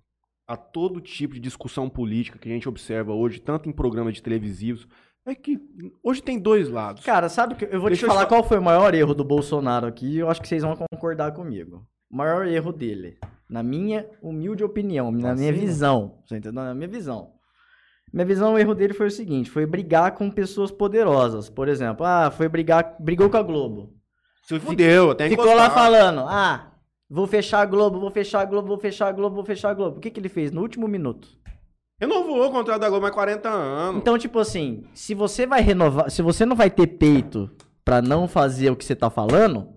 a todo tipo de discussão política que a gente observa hoje, tanto em programas de televisivos, é que hoje tem dois lados.
Cara, sabe que eu vou
Deixa
te
eu te
falar
fa-
qual foi o maior erro do Bolsonaro aqui, eu acho que vocês vão concordar comigo. O maior erro dele, na minha humilde opinião, na
Ah,
Vacina.
minha
né?
visão, você entendeu? Na minha visão. Minha visão, o erro dele foi o seguinte, foi brigar com pessoas poderosas, por exemplo. Ah, foi brigar, brigou com a Globo.
Se fudeu, até
Ficou lá falando, ah, vou fechar a Globo, vou fechar a Globo, vou fechar a Globo, vou fechar a Globo. O que que ele fez no último minuto?
Renovou o contrato da Globo mais 40 anos.
Então, tipo assim, se você vai renovar, se você não vai ter peito pra não fazer o que você tá falando,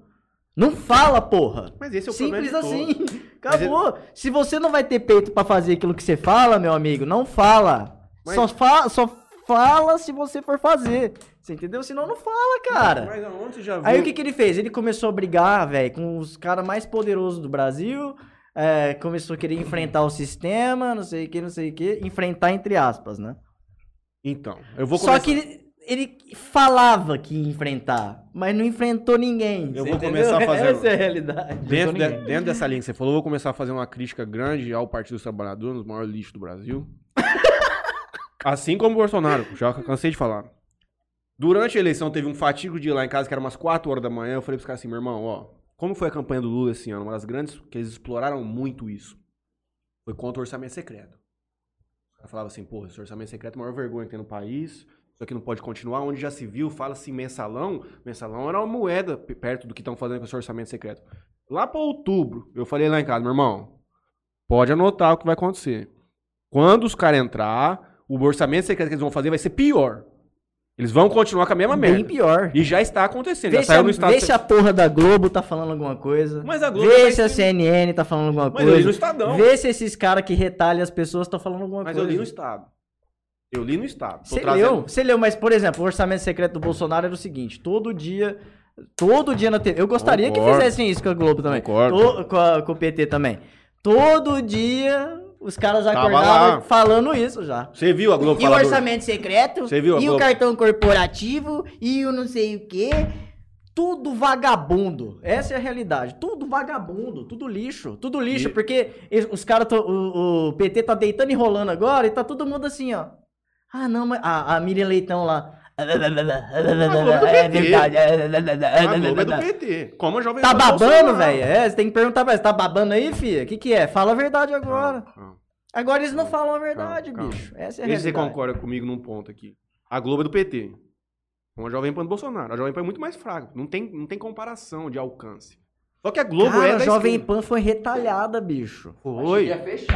não fala, porra.
Mas esse é o
Simples
problema de todos.
assim. (laughs) Acabou. Se você não vai ter peito pra fazer aquilo que você fala, meu amigo, não fala.
Mas-
Só, fa só fala se você for fazer. Você entendeu? Senão não fala, cara.
Mas aonde você já viu?
Aí o que, que ele fez? Ele começou a brigar, velho, com os caras mais poderosos do Brasil. é, começou a querer enfrentar o sistema, não sei o que, não sei o que. Enfrentar entre aspas, né?
Então, eu vou
Só
começar.
que ele, ele falava que ia enfrentar, mas não enfrentou ninguém.
Eu
você
vou começar a fazer-
(laughs) Essa é a realidade.
Dentro,
Não tô
de-
ninguém.
dentro dessa linha que você falou, eu vou começar a fazer uma crítica grande ao Partido dos Trabalhadores, um dos maiores lixos do Brasil.
(laughs)
assim como o Bolsonaro, já cansei de falar. Durante a eleição teve um fatigo de ir lá em casa, que era umas 4 horas da manhã, eu falei pros caras assim, meu irmão, ó, como foi a campanha do Lula esse ano? Uma das grandes, que eles exploraram muito isso, foi contra o orçamento secreto. Eu falava assim, porra, esse orçamento secreto é a maior vergonha que tem no país, isso aqui não pode continuar, onde já se viu, fala-se em mensalão, mensalão era uma moeda pe- perto do que estão fazendo com esse orçamento secreto. Lá pra outubro, eu falei lá em casa, meu irmão, pode anotar o que vai acontecer. Quando os caras entrar, o orçamento secreto que eles vão fazer vai ser pior. Eles vão continuar com a mesma
Bem
É merda.
pior.
E já está acontecendo,
Vê,
já
se a,
saiu no estado...
vê se a porra da Globo tá falando alguma coisa.
Mas a Globo
Vê
tá
se a
em cima.
CNN tá falando alguma
Mas eu li no
coisa.
Estadão.
Vê se esses caras que retalham as pessoas estão falando alguma
Mas eu
coisa.
li no Estado. Eu li no Estado. Tô
Você
trazendo-
leu? Você leu, mas, por exemplo, o orçamento secreto do Bolsonaro era o seguinte: todo dia. Todo dia na TV. Eu gostaria
Concordo.
que fizessem isso com a Globo também.
Concordo.
To- com, a- com o PT também. Todo dia os caras
Tava lá.
acordavam falando isso já.
Você viu a Globo
E o
falar do-
orçamento secreto,
Você viu a
e o
Globo?
cartão corporativo, e o não sei o quê. Tudo vagabundo. Essa é a realidade. Tudo vagabundo, tudo lixo, tudo lixo,
E-
porque es- os caras. tão- O, o PT tá deitando e rolando agora e tá todo mundo assim, ó. Ah, não, mas. A, a Miriam Leitão lá.
do PT. A
É verdade.
Globo é do PT. Como a Jovem
Tá
Pan do
babando,
Bolsonaro.
velho? É, você tem que perguntar pra ela, você tá babando aí, filha? O que que é? Fala a verdade agora.
Calma, calma.
Agora eles não falam a verdade,
Calma,
bicho. Essa é a
Veja Ah, se você
realidade.
concorda comigo num ponto aqui. A Globo é do PT. Uma Jovem Pan do Bolsonaro. A Jovem Pan é muito mais fraca. Não tem, não tem comparação de alcance. Só que a Globo
Cara,
é
a
da
Jovem
esquerda.
Pan foi retalhada, bicho.
Oi.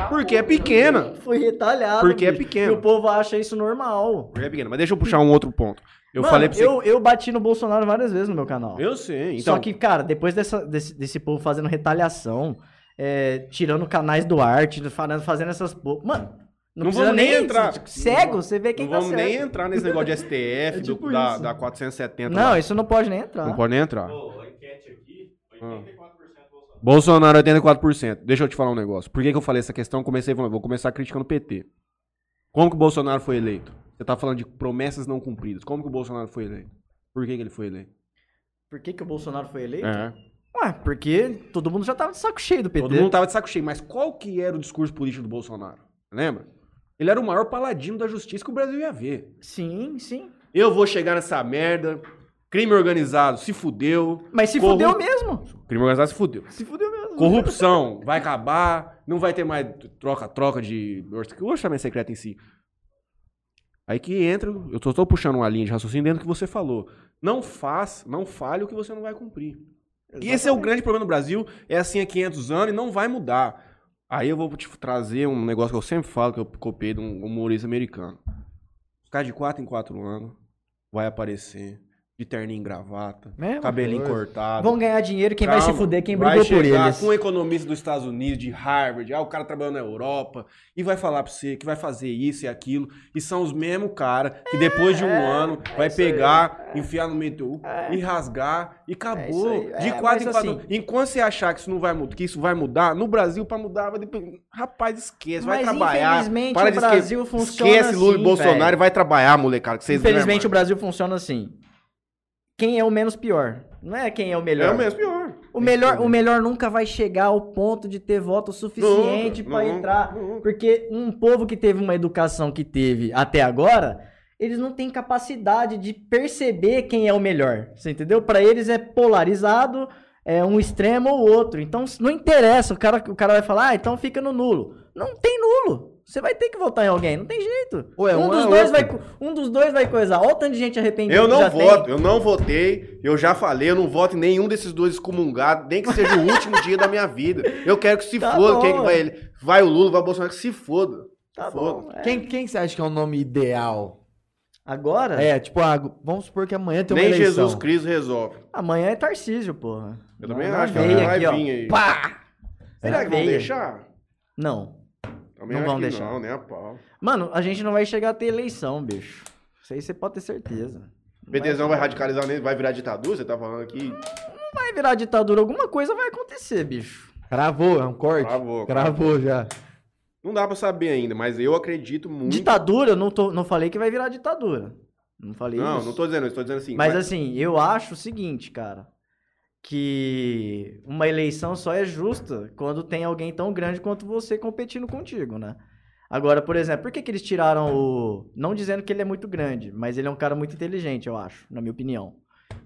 Porque é pequena.
Foi retalhada.
Porque é
bicho.
pequeno.
E o povo acha isso normal.
Porque é pequena. Mas deixa eu puxar um outro ponto. Eu
Mano,
falei pra você.
eu, eu bati no Bolsonaro várias vezes no meu canal.
Eu sei. Então,
Só que, cara, depois dessa- desse, desse povo fazendo retaliação, é, tirando canais do arte, falando, fazendo essas. po- Mano,
Não
não, precisa
vamos
nem tipo,
nem entrar.
Cego,
Não
você vê quem
não
tá
vamos
certo.
nem entrar nesse negócio de STF,
É
do-
tipo
da,
isso.
da 470.
Não,
lá.
isso não pode nem entrar.
não pode nem entrar.
Pô, a enquete aqui, 84% Bolsonaro.
Bolsonaro 84%. Deixa eu te falar um negócio. Por que, que eu falei essa questão? Comecei falando, vou começar criticando o PT. Como que o Bolsonaro foi eleito? Você tá falando de promessas não cumpridas. Como que o Bolsonaro foi eleito? Por que, que ele foi eleito?
Por que, que o Bolsonaro foi eleito?
É.
Ué, porque todo mundo já tava de saco cheio do PT.
Todo mundo tava de saco cheio, mas qual que era o discurso político do Bolsonaro? Lembra? Ele era o maior paladino da justiça que o Brasil ia ver.
Sim, sim.
Eu vou chegar nessa merda. Crime organizado se fudeu.
Mas se
Corru-
fudeu mesmo.
Crime organizado se fudeu.
Se fudeu mesmo.
Corrupção vai acabar, não vai ter mais troca-troca de orça- o orçamento secreto em si. Aí que entra, eu tô, tô puxando uma linha de raciocínio dentro do que você falou. Não faz, não falhe o que é você não vai cumprir. E esse é o grande problema no Brasil, é assim há 500 anos e não vai mudar. Aí eu vou te trazer um negócio que eu sempre falo, que eu copiei de um humorista americano. Os caras de 4 em 4 anos vai aparecer de terninho em gravata,
É
Mesma
cabelinho
coisa.
cortado.
Vão ganhar dinheiro, quem vai
Calma,
se fuder, quem
vai
brigou por
chegar
eles.
com um economista dos Estados Unidos, de Harvard, ah, o cara trabalhando na Europa, e vai falar pra você que vai fazer isso e aquilo, e são os mesmos caras que depois de um ano vai
É, isso aí,
pegar, enfiar no meio do teu cu, e rasgar, e acabou.
É isso aí,
de
é,
quatro em
mas
quatro.
assim-
Enquanto você achar que isso não vai mudar, que isso vai mudar, no Brasil pra mudar, vai depender. Rapaz, esquece, vai trabalhar.
infelizmente,
Para
o
de esque-
Brasil funciona
Esquece Lula
assim,
e Bolsonaro e
velho.
vai trabalhar, molecada. Que vocês né,
Infelizmente, o Brasil funciona assim. Quem é o menos pior? Não é quem é o melhor.
é o mesmo pior.
O melhor, o melhor nunca vai chegar ao ponto de ter voto suficiente
Nunca,
pra
nunca,
entrar.
nunca.
Porque um povo que teve uma educação que teve até agora, eles não têm capacidade de perceber quem é o melhor. Você entendeu? Pra eles é polarizado, é um extremo ou outro. Então não interessa, o cara, o cara vai falar, ah, então fica no nulo. Não tem nulo. Você vai ter que votar em alguém, não tem jeito.
Ou é
um,
um
dos
ou é
dois
outro.
vai, co- um dos dois vai coisar. Olha o tanto de gente arrependida.
Eu
que
não
já tem.
voto, eu não votei, eu já falei, eu não voto em nenhum desses dois excomungados, nem que seja o
(laughs)
último dia da minha vida. Eu quero que se
Tá
foda, quem é
bom.
que vai ele? Vai o Lula, vai o Bolsonaro, que se foda.
Tá bom. é.
Quem, quem você acha que é o nome ideal?
Agora?
É, tipo, ah, vamos supor que amanhã
Então,
tem uma
nem
eleição.
Jesus Cristo resolve.
Amanhã é Tarcísio, porra.
Eu também
Na
acho que ela
veia
vai
aqui, ó.
vir aí.
Pá!
Será que vão
veia.
deixar?
Não.
Também
Não
acho
vão
que
deixar.
não, né, a pau.
Mano, a gente não vai chegar a ter eleição, bicho. Isso aí você pode ter certeza.
O PTzão vai radicalizar nele, vai virar ditadura, você tá falando aqui?
Vai virar ditadura, alguma coisa vai acontecer, bicho.
Cravou, é um corte?
Cravou,
Cravou já.
Não dá pra saber ainda, mas eu acredito muito.
Ditadura, eu não, tô, não falei que vai virar ditadura. Não falei
Não,
isso.
não tô dizendo isso, tô dizendo assim.
Mas assim, eu acho o seguinte, cara. Que uma eleição só é justa quando tem alguém tão grande quanto você competindo contigo, né? Agora, por exemplo, por que, que eles tiraram o. Não dizendo que ele é muito grande, mas ele é um cara muito inteligente, eu acho, na minha opinião.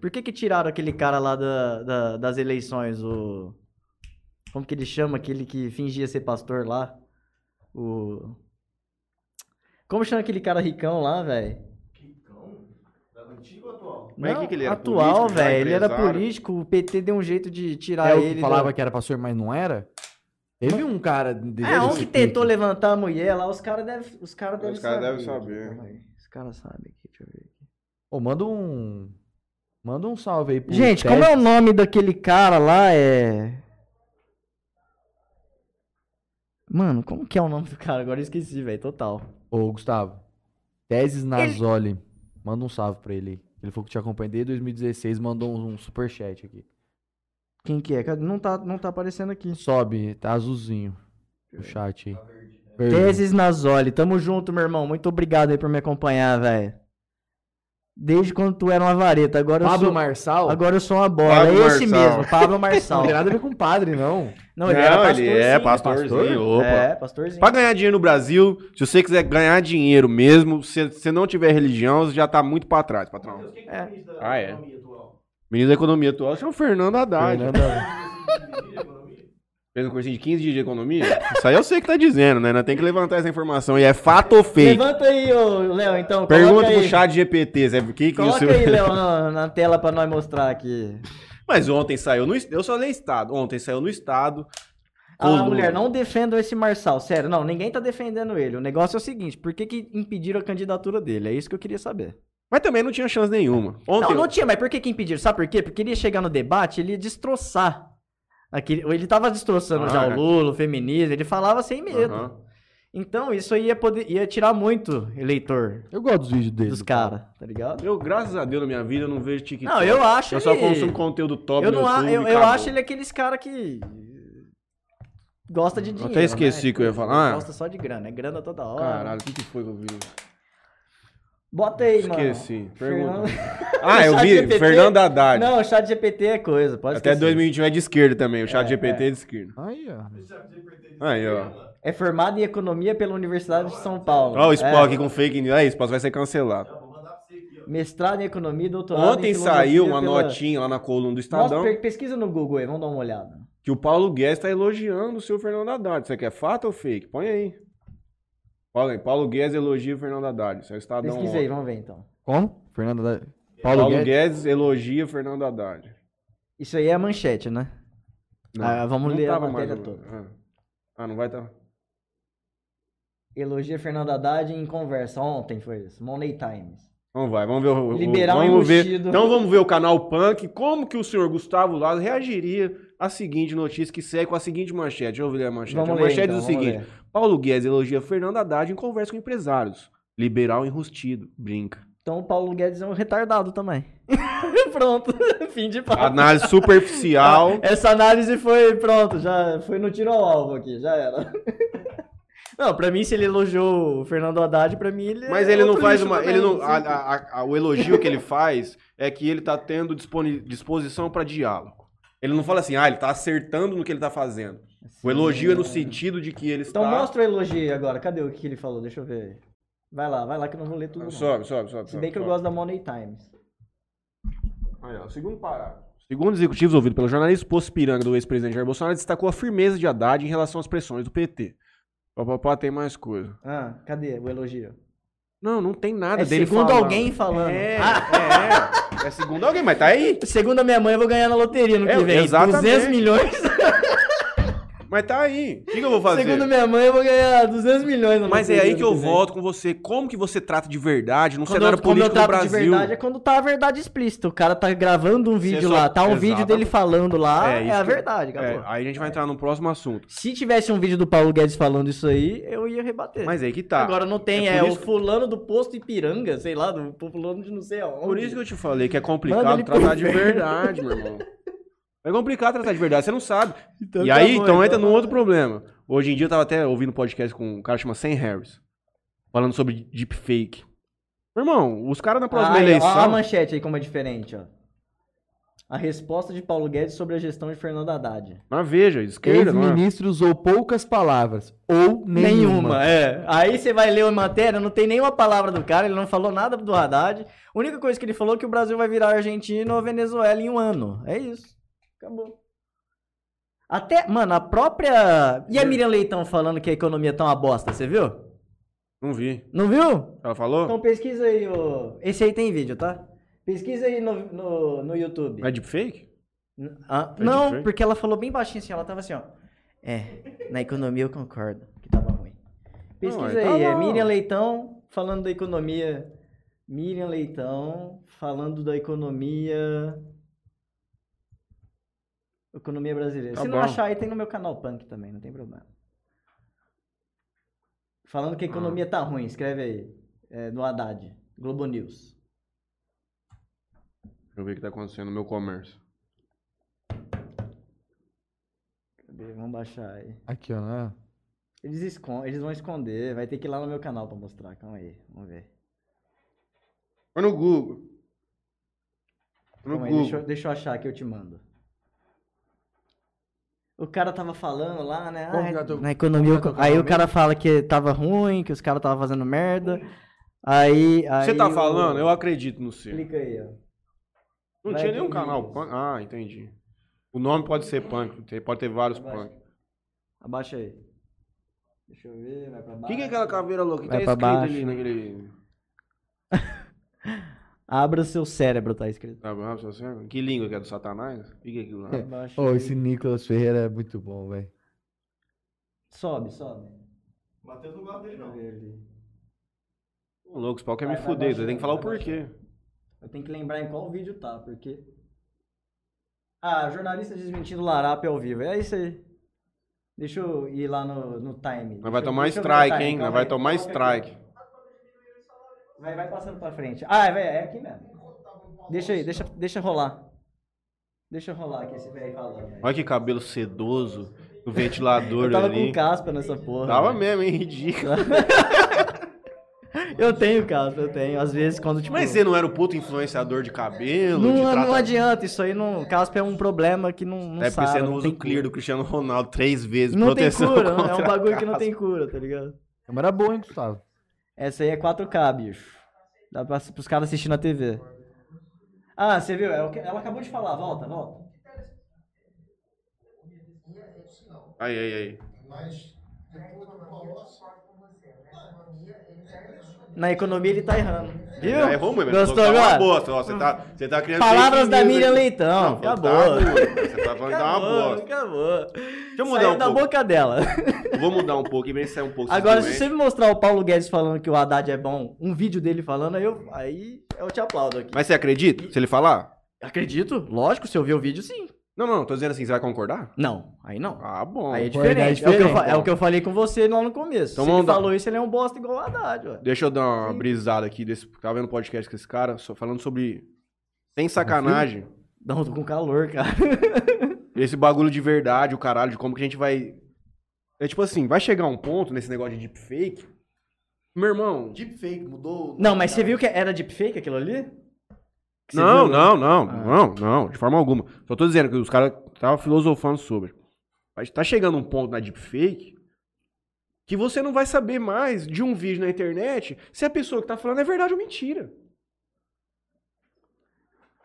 Por que, que tiraram aquele cara lá da- da- das eleições, o. Como que ele chama? Aquele que fingia ser pastor lá? O. Como chama aquele cara ricão lá, velho?
Quicão? Da antiga ou atual?
Mas
Não,
que que ele era?
Atual,
Político já,
velho. Ele era
empresário?
político, o PT deu um jeito de tirar
É o
ele.
que falava
da-
que era pastor, mas não era? Teve um cara desse.
É, um que
tipo.
tentou levantar a mulher lá, os caras devem os cara deve
Os cara
saber.
deve saber.
Calma aí. Os caras sabem aqui, deixa eu ver.
Ô, manda um. Manda um salve aí pro.
Gente,
Ted.
como é o nome daquele cara lá? É. Mano, como que é o nome do cara? Agora eu esqueci, velho. Total.
Ô, Gustavo. Teses Nazoli. Manda um salve pra ele aí. Ele falou que te acompanha desde 2016, mandou um, um superchat aqui.
Quem que é? Cadê? Não tá, não tá aparecendo aqui.
Sobe, tá azulzinho o chat
Tá
aí.
né?
Verde.
Teses Nazoli, tamo junto, meu irmão. Muito obrigado aí por me acompanhar, velho. Desde quando tu era uma vareta, agora eu
Pablo
sou.
Marçal?
Agora eu sou uma bola.
Pablo
é esse
Marçal.
mesmo, Pablo (laughs)
Não
Marçal.
tem nada a ver com padre, não.
Não, ele era pastor.
é
sim.
pastorzinho,
pastor?
opa.
É, pastorzinho.
Pra ganhar dinheiro no Brasil, se você quiser ganhar dinheiro mesmo, se você não tiver religião, você já tá muito pra trás, patrão.
Matheus, quem que
É.
é
Ah, é.
o ministro da economia atual?
Ministro da Economia atual chama Fernando Haddad.
Fernanda-
Fez um cursinho de 15 dias de economia? Isso aí eu sei que tá dizendo, né? Nós tem que levantar essa informação. E é fato ou fake?
Levanta aí, ô Léo, então.
Pergunta
coloca aí.
pro chat GPT, Zé. Que que
Coloca
você...
aí, Léo, na, na tela pra nós mostrar aqui.
Mas ontem saiu no... Eu só leio Estado. Ontem saiu no Estado.
Ah,
Coluna.
mulher, não defendam esse Marçal. Sério, não, ninguém tá defendendo ele. O negócio é o seguinte, por que que impediram a candidatura dele? É isso que eu queria saber.
Mas também não tinha chance nenhuma. Ontem...
Não, não tinha, mas por que que impediram? Sabe por quê? Porque ele ia chegar no debate, ele ia destroçar. Aquele, ele tava destroçando
Ah,
já
é.
o Lula, o feminismo, ele falava sem medo.
Aham.
Então, isso aí ia, poder, ia tirar muito eleitor
Eu gosto dos vídeos dele.
dos
do Pablo.
caras, tá ligado?
Eu, graças a Deus, na minha vida, eu não vejo TikTok.
Não, eu acho
Eu só
ele-
consumo conteúdo top
Eu,
no
não a-
YouTube.
eu,
e
eu
acabou.
acho ele aqueles cara que gosta de dinheiro.
até esqueci
né?
que eu ia falar. Ah.
Gosta só de grana, é grana toda hora.
Caralho, o que, que foi que eu vi?
Bota aí,
Esqueci.
mano.
Pergunta.
(laughs) Fernando-
Ah, eu
Chat
vi.
GPT.
Fernando Haddad.
Não, o chat GPT é coisa, pode
Até
esquecer.
2021 é de esquerda também. O chat
É,
GPT é.
é.
de esquerda.
Aí, ó.
Aí, ó.
É formado em economia pela Universidade de São Paulo. É,
Ó, o
Spock.
Spock com fake news. Aí, Spock vai ser cancelado.
Vou mandar pra você aqui, ó.
Mestrado em economia e doutorado em
Ontem saiu
filosofia
uma
pela-
notinha tá lá na coluna do Estadão
Nossa, pe- pesquisa no Google aí, vamos dar uma olhada.
que o Paulo Guedes tá elogiando o seu Fernando Haddad. Isso aqui é fato ou fake? Põe aí. Olha aí, Paulo Guedes elogia o Fernando Haddad. Isso é o Estadão.
Pesquisa
ontem.
aí, vamos ver então.
Como? Fernanda. da-
Paulo,
Paulo, Guedes.
Guedes elogia o Fernando Haddad.
Isso aí é a manchete, né? Ah, vamos ler a
tava
matéria
mais ou menos. Ah. Ah, não vai tá.
Elogia Fernando Haddad em conversa. Ontem foi isso. Money Times.
Vamos vai, vamos ver o. o-
Liberar um
vamos ver.
enrustido.
Então vamos ver o canal Punk. Como que o senhor Gustavo Lázaro reagiria à seguinte notícia que segue com a seguinte manchete? Deixa eu ver a manchete.
Vamos
a
ler,
manchete
então,
diz o
vamos
seguinte:
ler.
Paulo Guedes elogia Fernando Haddad em conversa com empresários. Liberal enrustido. Brinca.
Então o Paulo Guedes é um retardado também. (laughs) pronto. (laughs) Fim
Ah,
de papo. (laughs)
Análise superficial.
Essa análise foi, pronto, já foi no tiro ao alvo aqui, já era. (laughs) Não, pra mim, se ele elogiou o Fernando Haddad, pra mim ele. é
Mas ele não
outro
faz
lixo
uma.
também,
Ele não,
assim.
a- a- a- o elogio que ele faz é que ele tá tendo disponi- disposição para diálogo. Ele não fala assim, ah, ele tá acertando no que ele tá fazendo. O elogio é no sentido tá? de que ele está.
Então mostra o elogio agora, cadê o que ele falou? Deixa eu ver. Vai lá, vai lá que eu não vou ler tudo. não.
Sobe, sobe, sobe.
Se bem que eu gosto da Money Times.
Aí, ó, segundo parágrafo. Segundo executivos ouvidos pelo jornalista Poço Piranga do ex-presidente Jair Bolsonaro, destacou a firmeza de Haddad em relação às pressões do PT. Papapá, tem mais coisa.
Ah, cadê o elogio?
Não, não tem nada
É
dele
segundo
falar.
alguém falando. (laughs)
É,
Ah,
é, é. É segundo alguém, mas tá aí.
segundo a minha mãe, eu vou ganhar na loteria no que
É,
vem.
exatamente.
200 milhões.
Mas tá aí. O que, que eu vou fazer?
Segundo minha mãe, eu vou ganhar 200 milhões na
Mas é aí
loteria no
que eu
vem.
volto com você. Como que você trata de verdade no
Quando
cenário
eu, quando eu
político do
trato de
Brasil?
verdade é quando tá a verdade explícita. O cara tá gravando um vídeo
só-
lá, tá um vídeo
Exatamente.
dele falando lá,
É,
é,
isso
a
que-
verdade,
É,
acabou.
aí a gente vai entrar no próximo assunto.
Se tivesse um vídeo do Paulo Guedes falando isso aí, eu ia rebater.
Mas aí que tá.
Agora não tem,
É
é,
por
o
isso-
fulano do posto Ipiranga, sei lá, do fulano de não sei aonde.
Por isso que eu te falei que é
Manda ele
complicado
pro
tratar de
inferno.
verdade, meu irmão. É complicado tratar de verdade, você não sabe.
Então
e
tá
aí,
bom,
então entra num outro problema. Hoje em dia eu tava até ouvindo um podcast com um cara que chama Sam Harris, falando sobre deepfake. Meu irmão, os caras na próxima
Ah, aí,
eleição.
ó, a manchete aí como é diferente, ó. A resposta de Paulo Guedes sobre a gestão de Fernando Haddad.
Mas veja, esquerda, não é?
Ex-ministro usou poucas palavras, ou nenhuma.
é. Aí você vai ler a matéria, não tem nenhuma palavra do cara, ele não falou nada do Haddad. A única coisa que ele falou é que o Brasil vai virar Argentina ou Venezuela em um ano. É isso. Acabou. Até, mano, a própria. E a Miriam Leitão falando que a economia tá uma bosta, você viu?
Não vi.
Não viu?
Ela falou?
Então pesquisa aí, ô. Esse aí tem vídeo, tá? Pesquisa aí no, no, no YouTube.
É deepfake?
N- ah,
É
não,
diferente?
porque ela falou bem baixinho assim, ela tava assim, ó. É, na economia eu concordo que tava ruim. Pesquisa
Não,
aí,
tá
é
bom.
Miriam Leitão falando da economia. Miriam Leitão falando da economia. Economia brasileira.
Tá
Se
bom.
não achar aí, tem no meu canal Punk também, não tem problema. Falando que a economia
Ah.
tá ruim, escreve aí. É, no Haddad, Globo News.
Deixa eu ver o que tá acontecendo no meu comércio.
Cadê? Vamos baixar aí.
Aqui, ó. né?
Eles, escon- eles vão esconder, vai ter que ir lá no meu canal pra mostrar. Calma aí, vamos ver.
Foi no Google. Foi no
Calma aí,
Google.
deixa, eu- deixa eu achar que eu te mando. O cara tava falando lá, né?
Como
ah,
que
é
já tô-
na economia.
como já tô
eu- Aí o
economia?
cara fala que tava ruim, que os caras tava fazendo merda. Aí.
Você
aí
tá
o-
falando? Eu acredito no seu.
Clica aí, ó.
Não
Vai
tinha
ter
nenhum
vídeos.
canal punk. Ah, entendi. O nome pode ser punk, tem- pode ter vários
Abaixa.
punk.
Abaixa aí. Deixa eu ver, vai pra baixo.
O que, que é aquela caveira louca? O que
Vai
tá
pra
escrito
baixo.
ali naquele.
Abra seu cérebro, tá
(laughs)
escrito.
Tá bom, só serve? Que língua que é do Satanás? O que que é
(laughs)
aquilo lá?
Abaixa
Ô,
aí.
esse Nicolas Ferreira é muito bom, velho.
Sobe, sobe.
O Matheus não gosta dele,
Deixa eu
não.
ver ali.
Ô, louco, esse pau quer
Vai,
me
vai
fuder, você
baixando,
tem que falar o
vai
porquê.
Eu tenho que lembrar em qual vídeo tá, porque. Ah, jornalista desmentindo Larápio ao vivo. É isso aí. Deixa eu ir lá no, no time.
Nós vai
Deixa eu-
tomar
deixa eu ver Tá, então o
strike,
time,
hein? Nós
calma
vai
aí.
tomar
Coloca aqui.
strike.
Vai, vai passando pra frente. Ah, é, vai- é aqui mesmo. Deixa aí, deixa, deixa rolar. Deixa rolar aqui esse velho falando. velho.
Olha que cabelo sedoso, o ventilador
(laughs) Eu tava
ali.
com né? caspa nessa porra.
Tava
velho.
mesmo, hein? Ridículo.
(laughs) Eu tenho caspa, eu tenho. Às vezes quando tipo.
Mas você não era o puto influenciador de cabelo?
não,
de
não
tratamento?
adianta, isso aí não. Caspa é um problema que não, não
É porque
sabe.
você não
não
usa o
tem
clear
cura.
do Cristiano Ronaldo três vezes.
Não tem
proteção
cura, não,
(laughs)
é
contra
um bagulho que não
caspa.
tem cura, tá ligado?
Câmera boa, hein, Gustavo?
Essa aí é 4K, bicho. Dá pra, pros caras assistindo na TV. Ah, você viu? É o que- Ela acabou de falar. Volta, volta.
Aí, aí, aí.
Mas depois do Palocci. Mano,
Na economia ele tá errando. Viu?
Já errou muito,
Gostou
Tá uma
agora?
bosta, ó, você, tá, você tá criando
Palavras
fake
da
news
Miriam
aqui.
Leitão.
Não,
acabou.
tá doido, Você tá falando que dá uma
acabou,
bosta.
acabou. Deixa
eu mudar um
da
pouco.
boca dela.
Vou mudar um pouco e vem sair um pouco. vocês
Agora, se
doentes.
você me mostrar o Paulo Guedes falando que o Haddad é bom, um vídeo dele falando, aí eu, aí eu te aplaudo aqui.
Mas você acredita? Se ele falar?
Acredito, lógico, se eu ver o vídeo, sim.
Não, não, tô dizendo assim, você vai concordar?
Não, aí não.
Ah, bom.
Aí é
Pô, ele é
diferente. É o, que eu, fa- é
diferente,
o que eu falei com você lá no começo.
Então
se ele
vamos dar-
falou isso, ele é um bosta igual o Haddad, ué.
Deixa eu dar uma
Sim.
brisada aqui desse. Tava vendo um podcast com esse cara, só falando sobre.
Tá
Sem sacanagem.
Não, tô com calor, cara.
Esse bagulho de verdade, o caralho, de como que a gente vai. É tipo assim, vai chegar um ponto nesse negócio de deepfake. Meu irmão.
Deepfake, mudou.
Não, mas você viu que era deepfake aquilo ali? Que você
Não,
viu, né?
não, não,
Ah.
não, não, de forma alguma. Só tô dizendo que os caras estavam filosofando sobre. Mas tá chegando um ponto na deepfake que você não vai saber mais de um vídeo na internet se a pessoa que tá falando é verdade ou mentira.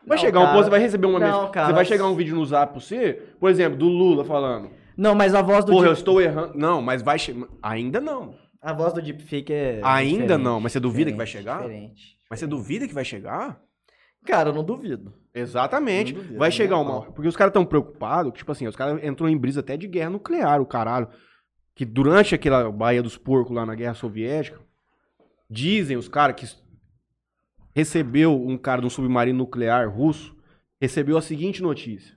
Vai
Não,
chegar um
cara.
ponto, você vai receber uma
Não,
mensagem.
cara.
Você vai chegar um vídeo no zap pra você, por exemplo, do Lula falando.
Não, mas a voz do
Porra, eu
deep-
estou errando. Não, mas vai chegar. Ainda não.
a voz do deepfake é
Ainda
diferente,
não, mas você duvida que vai
diferente,
chegar?
Diferente.
Mas você duvida que vai chegar?
Cara, eu não duvido.
Exatamente.
Não duvido,
Vai
nem
chegar
a
uma.
pau.
Porque os caras tão preocupados, que, tipo assim, os caras entrou em brisa até de guerra nuclear, o caralho. Que durante aquela Baía dos Porcos lá na Guerra Soviética, dizem os caras que recebeu um cara de um submarino nuclear russo, recebeu a seguinte notícia.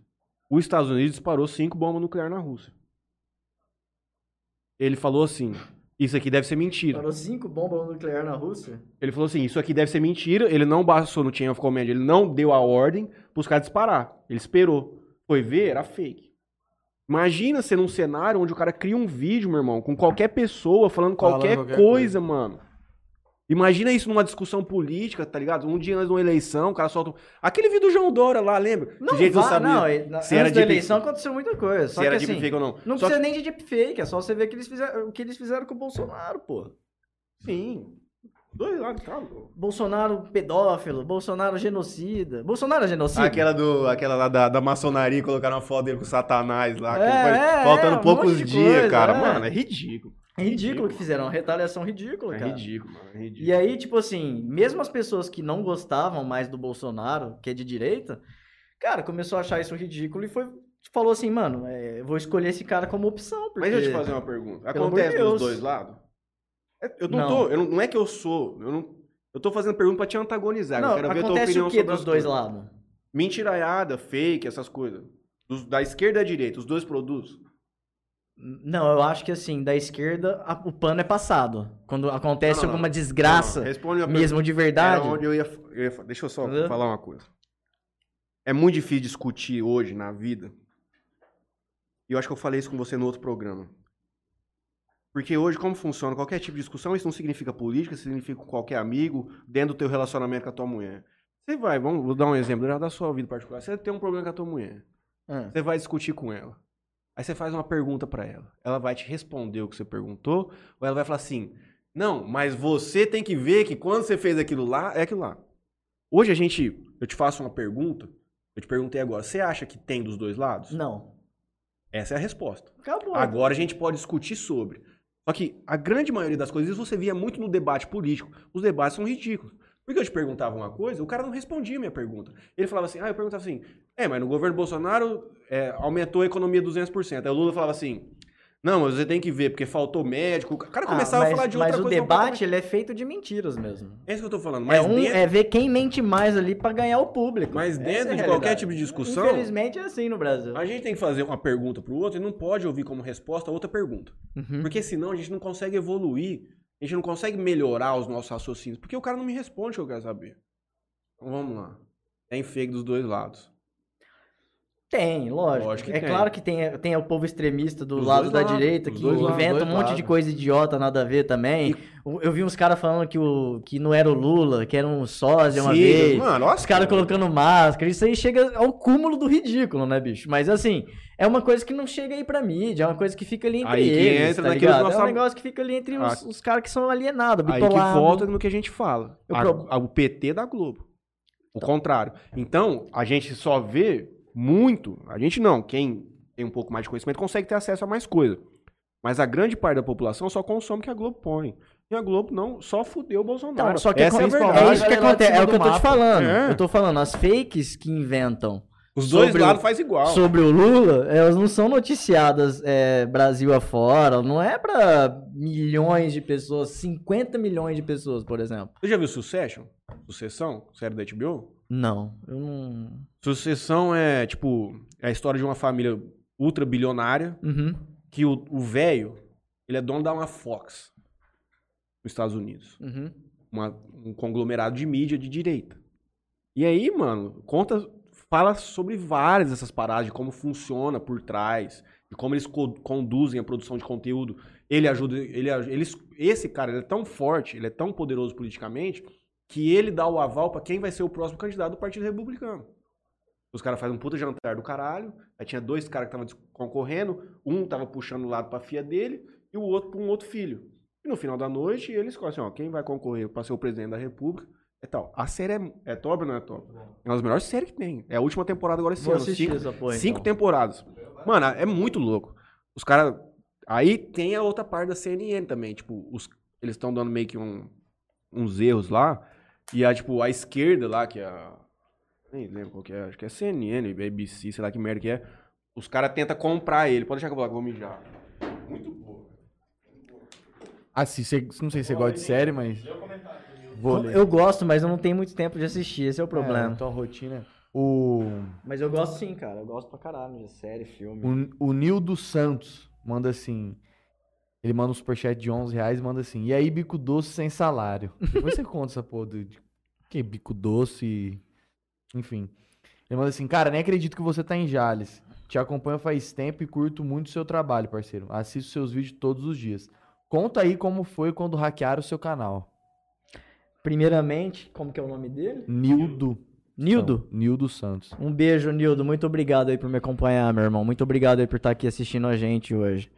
Os Estados Unidos disparou cinco bombas nucleares na Rússia. Ele falou assim: isso aqui deve ser mentira.
Parou cinco bombas nucleares na Rússia?
Ele falou assim: isso aqui deve ser mentira. Ele não baixou no Chain of Command, ele não deu a ordem pros caras disparar. Ele esperou. Foi ver, era fake. Imagina ser num cenário onde o cara cria um vídeo, meu irmão, com qualquer pessoa falando
Falando
qualquer,
qualquer
coisa, mano. Imagina isso numa discussão política, tá ligado? Um dia antes de uma eleição, o cara solta. um- Aquele vídeo do João Dora lá, lembra?
Não,
Do jeito que eu
vá,
sabia
não. ele- Na,
se
antes
era
da
deep-
eleição aconteceu muita coisa. Só
se era
que,
de
assim,
fake ou não.
Não
Só
precisa nem de deepfake, é só você ver que eles fizeram, o que eles fizeram com o Bolsonaro, pô.
que, sim. Dois lados, tá louco.
Bolsonaro pedófilo, Bolsonaro genocida. Bolsonaro é genocida?
Aquela, do, aquela lá da, da maçonaria, colocaram uma foto dele com o Satanás lá.
É,
que foi-
é,
faltando
é, um
poucos
monte de
dias,
coisa,
cara.
é.
Mano, é ridículo.
É ridículo que fizeram, uma retaliação ridícula,
É
cara.
ridículo, mano. É ridículo.
E aí, tipo assim, mesmo as pessoas que não gostavam mais do Bolsonaro, que é de direita, cara, começou a achar isso ridículo e foi falou assim, mano, é, eu vou escolher esse cara como opção, porque...
Mas deixa eu te fazer uma pergunta.
Pelo amor
Acontece
de
dos
Deus.
dois lados? É, Eu não,
Não.
tô. Eu não, não é que eu sou. Eu não. Eu tô fazendo pergunta pra te antagonizar.
Não,
eu quero ver a tua
acontece
opinião
o que
sobre
dos
as
dois
coisas.
lados?
Mentiraiada, fake, essas coisas. Dos- da esquerda à direita, os dois produtos.
Não, eu acho que assim, da esquerda, a- o pano é passado. Quando
Não,
acontece
não, não.
alguma desgraça,
Não, responde a
mesmo de
Era
verdade,
onde eu ia, eu ia fa- Deixa eu só
Entendeu?
falar uma coisa. É muito difícil discutir hoje na vida. E eu acho que eu falei isso com você no outro programa. Porque hoje, como funciona qualquer tipo de discussão, isso não significa política, significa com qualquer amigo, dentro do teu relacionamento com a tua mulher. Você vai, vamos vou dar um exemplo já da sua vida particular. Você tem um problema com a tua mulher.
Ah,
Você vai discutir com ela. Aí você faz uma pergunta pra ela. Ela vai te responder o que você perguntou, ou ela vai falar assim: "Não, mas você tem que ver que quando você fez aquilo lá, é aquilo lá". Hoje a gente, eu te faço uma pergunta, eu te perguntei agora, você acha que tem dos dois lados?
não. Ah,
Essa é a resposta.
Acabou.
Agora a gente pode discutir sobre. Só que a grande maioria das coisas isso você via muito no debate político. Os debates são ridículos. Porque eu te perguntava uma coisa, o cara não respondia a minha pergunta. Ele falava assim, ah, eu perguntava assim, é, mas no governo Bolsonaro é, aumentou a economia 200%. Aí o Lula falava assim, não, mas você tem que ver, porque faltou médico. O cara
Ah,
começava
mas,
a falar de outra
Mas
coisa. um
o
completamente-
debate, ele é feito de mentiras mesmo.
É isso que eu tô falando. Mas
é, um,
dentro,
é ver quem mente mais ali pra ganhar o público.
mas
Essa
dentro
é a
de
realidade.
qualquer tipo de discussão,
Infelizmente é assim no Brasil.
a gente tem que fazer uma pergunta pro outro e não pode ouvir como resposta outra pergunta.
Uhum.
Porque senão a gente não consegue evoluir, a gente não consegue melhorar os nossos raciocínios, porque o cara não me responde o que eu quero saber. Então vamos lá. Tem fake dos dois lados.
Tem, lógico.
Lógico que
é
tem.
claro que tem, tem o povo extremista do
Dos
lado
dois
da
lados,
direita
dos
que
dois lados,
inventa
dois
um monte de
lados.
coisa idiota, nada a ver também. Eu- Eu vi uns caras falando que, o, que não era o Lula, que era um sósia uma
Sim,
vez.
Mano,
Os
olha
caras colocando máscara, isso aí chega ao cúmulo do ridículo, né, bicho? Mas assim, é uma coisa que não chega aí pra mídia, é uma coisa que fica ali entre
Aí que
eles,
entra
tá
naquilo que
ligado?
nós
É um
tam-
negócio que fica ali entre os,
Ah.
os caras que são alienados,
Aí que
bitolados.
volta no que a gente fala.
Eu
A-
pro-
a- o PT da Globo. O contrário. Então, a gente só vê muito. A gente não. Quem tem um pouco mais de conhecimento consegue ter acesso a mais coisa. Mas a grande parte da população só consome o que a Globo põe. E a Globo não só fudeu o Bolsonaro.
Então, só que
Essa é a
acon-
verdade.
é isso que
Galera lá de
acontece,
cima
é o que
do
eu tô te
mapa.
falando.
É.
Eu tô falando, as fakes que inventam
Os dois
sobre
lados
o-
faz igual.
sobre o Lula, elas não são noticiadas é, Brasil afora, não é pra milhões de pessoas, 50 milhões de pessoas, por exemplo.
Você já viu Succession? Sucessão? Série da HBO?
Não, eu não...
Sucessão é, tipo, é a história de uma família ultra bilionária
Uhum.
que o o velho, ele é dono da uma Fox nos Estados Unidos.
Uhum.
uma- um conglomerado de mídia de direita. E aí, mano, conta, fala sobre várias dessas paradas, de como funciona por trás, de como eles co- conduzem a produção de conteúdo. Ele ajuda, ele, aj- eles, esse cara, ele é tão forte, ele é tão poderoso politicamente, que ele dá o aval pra quem vai ser o próximo candidato do Partido Republicano. Os caras fazem um puta jantar do caralho, aí tinha dois caras que estavam concorrendo, um tava puxando o lado pra filha dele e o outro pra um outro filho. E no final da noite, ele escolhe assim, ó, quem vai concorrer para ser o presidente da república e tal. A série é, é top ou não é top? É uma das melhores séries que tem. É a última temporada agora esse
Vou
ano.
assistir
Cinco,
essa porra,
cinco
então.
temporadas. Mano, é muito louco. Os caras... Aí tem a outra parte da CNN também. Tipo, os, eles estão dando meio que um, uns erros lá. E a, tipo, a esquerda lá, que é... a- Nem lembro qual que é. Acho que é CNN, BBC, sei lá que merda que é. Os caras tentam comprar ele. Pode deixar que eu vou lá, que eu vou mijar. Muito boa.
Assim, cê- não sei se você gosta de série, mas. Vou ler.
Eu gosto, mas eu não tenho muito tempo de assistir, esse é o
É,
problema.
então, a rotina. O,
Mas eu gosto sim, cara, eu gosto pra caralho de série, filme.
o, o Nildo Santos manda assim. Ele manda um superchat de 11 reais e manda assim. E aí, bico doce sem salário? Depois você (laughs) conta essa porra do. de- Que bico doce. Enfim. Ele manda assim, cara, nem acredito que você tá em Jales. Te acompanho faz tempo e curto muito o seu trabalho, parceiro. Assisto seus vídeos todos os dias. Conta aí como foi quando hackearam o seu canal.
Primeiramente, como que é o nome dele?
Nildo.
Nildo.
Não, Nildo Santos.
Um beijo, Nildo. Muito obrigado aí por me acompanhar, meu irmão. Muito obrigado aí por estar aqui assistindo a gente hoje.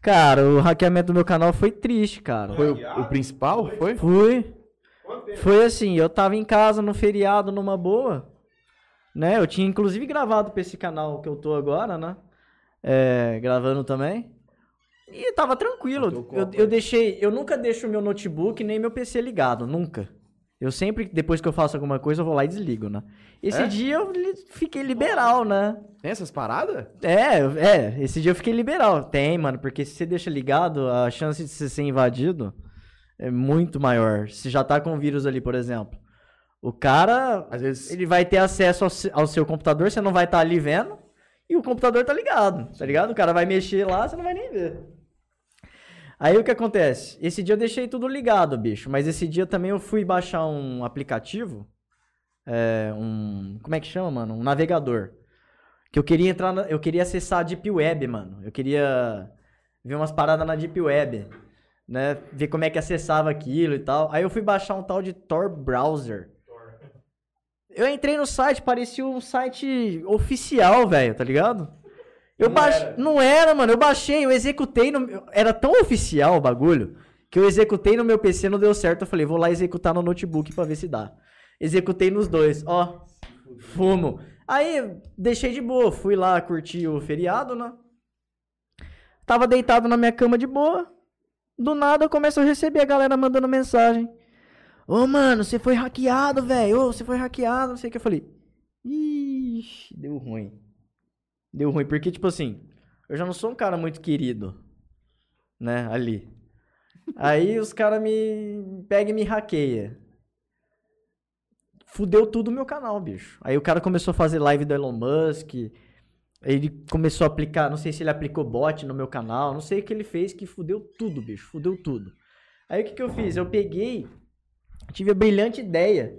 Cara, o hackeamento do meu canal foi triste, cara.
Foi o, o principal? Foi?
Fui. Foi assim, eu tava em casa no feriado numa boa, né? Eu tinha inclusive gravado pra esse canal que eu tô agora, né? É, gravando também. E tava
Teu
tranquilo.
copo
Eu,
aí.
eu deixei, eu nunca deixo meu notebook nem meu PC ligado, nunca. Eu sempre, depois que eu faço alguma coisa, eu vou lá e desligo, né? Esse
É?
dia eu li- fiquei liberal, né?
Tem essas paradas?
É, é, esse dia eu fiquei liberal. Tem, mano, porque se você deixa ligado, a chance de você ser invadido é muito maior. Se já tá com vírus ali, por exemplo. O cara,
Às vezes.
ele vai ter acesso ao, se- ao seu computador, você não vai estar ali vendo, e o computador tá ligado, tá ligado? O cara vai mexer lá, você não vai nem ver. Aí o que acontece? Esse dia eu deixei tudo ligado, bicho, mas esse dia também eu fui baixar um aplicativo, é, um, como é que chama, mano? Um navegador. Que eu queria entrar, na- eu queria acessar a Deep Web, mano. Eu queria ver umas paradas na Deep Web, né? Ver como é que acessava aquilo e tal. Aí eu fui baixar um tal de Tor Browser. Eu entrei no site, parecia um site oficial, velho, tá ligado? Eu
Não
baixei.
era.
Não era, mano. Eu baixei, eu executei. No... Era tão oficial o bagulho que eu executei no meu PC, não deu certo. Eu falei, vou lá executar no notebook pra ver se dá. Executei nos dois, ó. Fumo. Aí, deixei de boa. Fui lá curtir o feriado, né? Tava deitado na minha cama de boa. Do nada eu começo a receber a galera mandando mensagem. Ô, mano, você foi hackeado, velho. Ô, você foi hackeado, não sei o que. Eu falei, ixi, deu ruim. Deu ruim, porque, tipo assim, eu já não sou um cara muito querido, né, ali. Aí os caras me pegam e me hackeia. Fudeu tudo o meu canal, bicho. Aí o cara começou a fazer live do Elon Musk. Ele começou a aplicar, não sei se ele aplicou bot no meu canal, não sei o que ele fez que fudeu tudo, bicho, fudeu tudo. Aí o que, que eu fiz? Eu peguei, tive a brilhante ideia,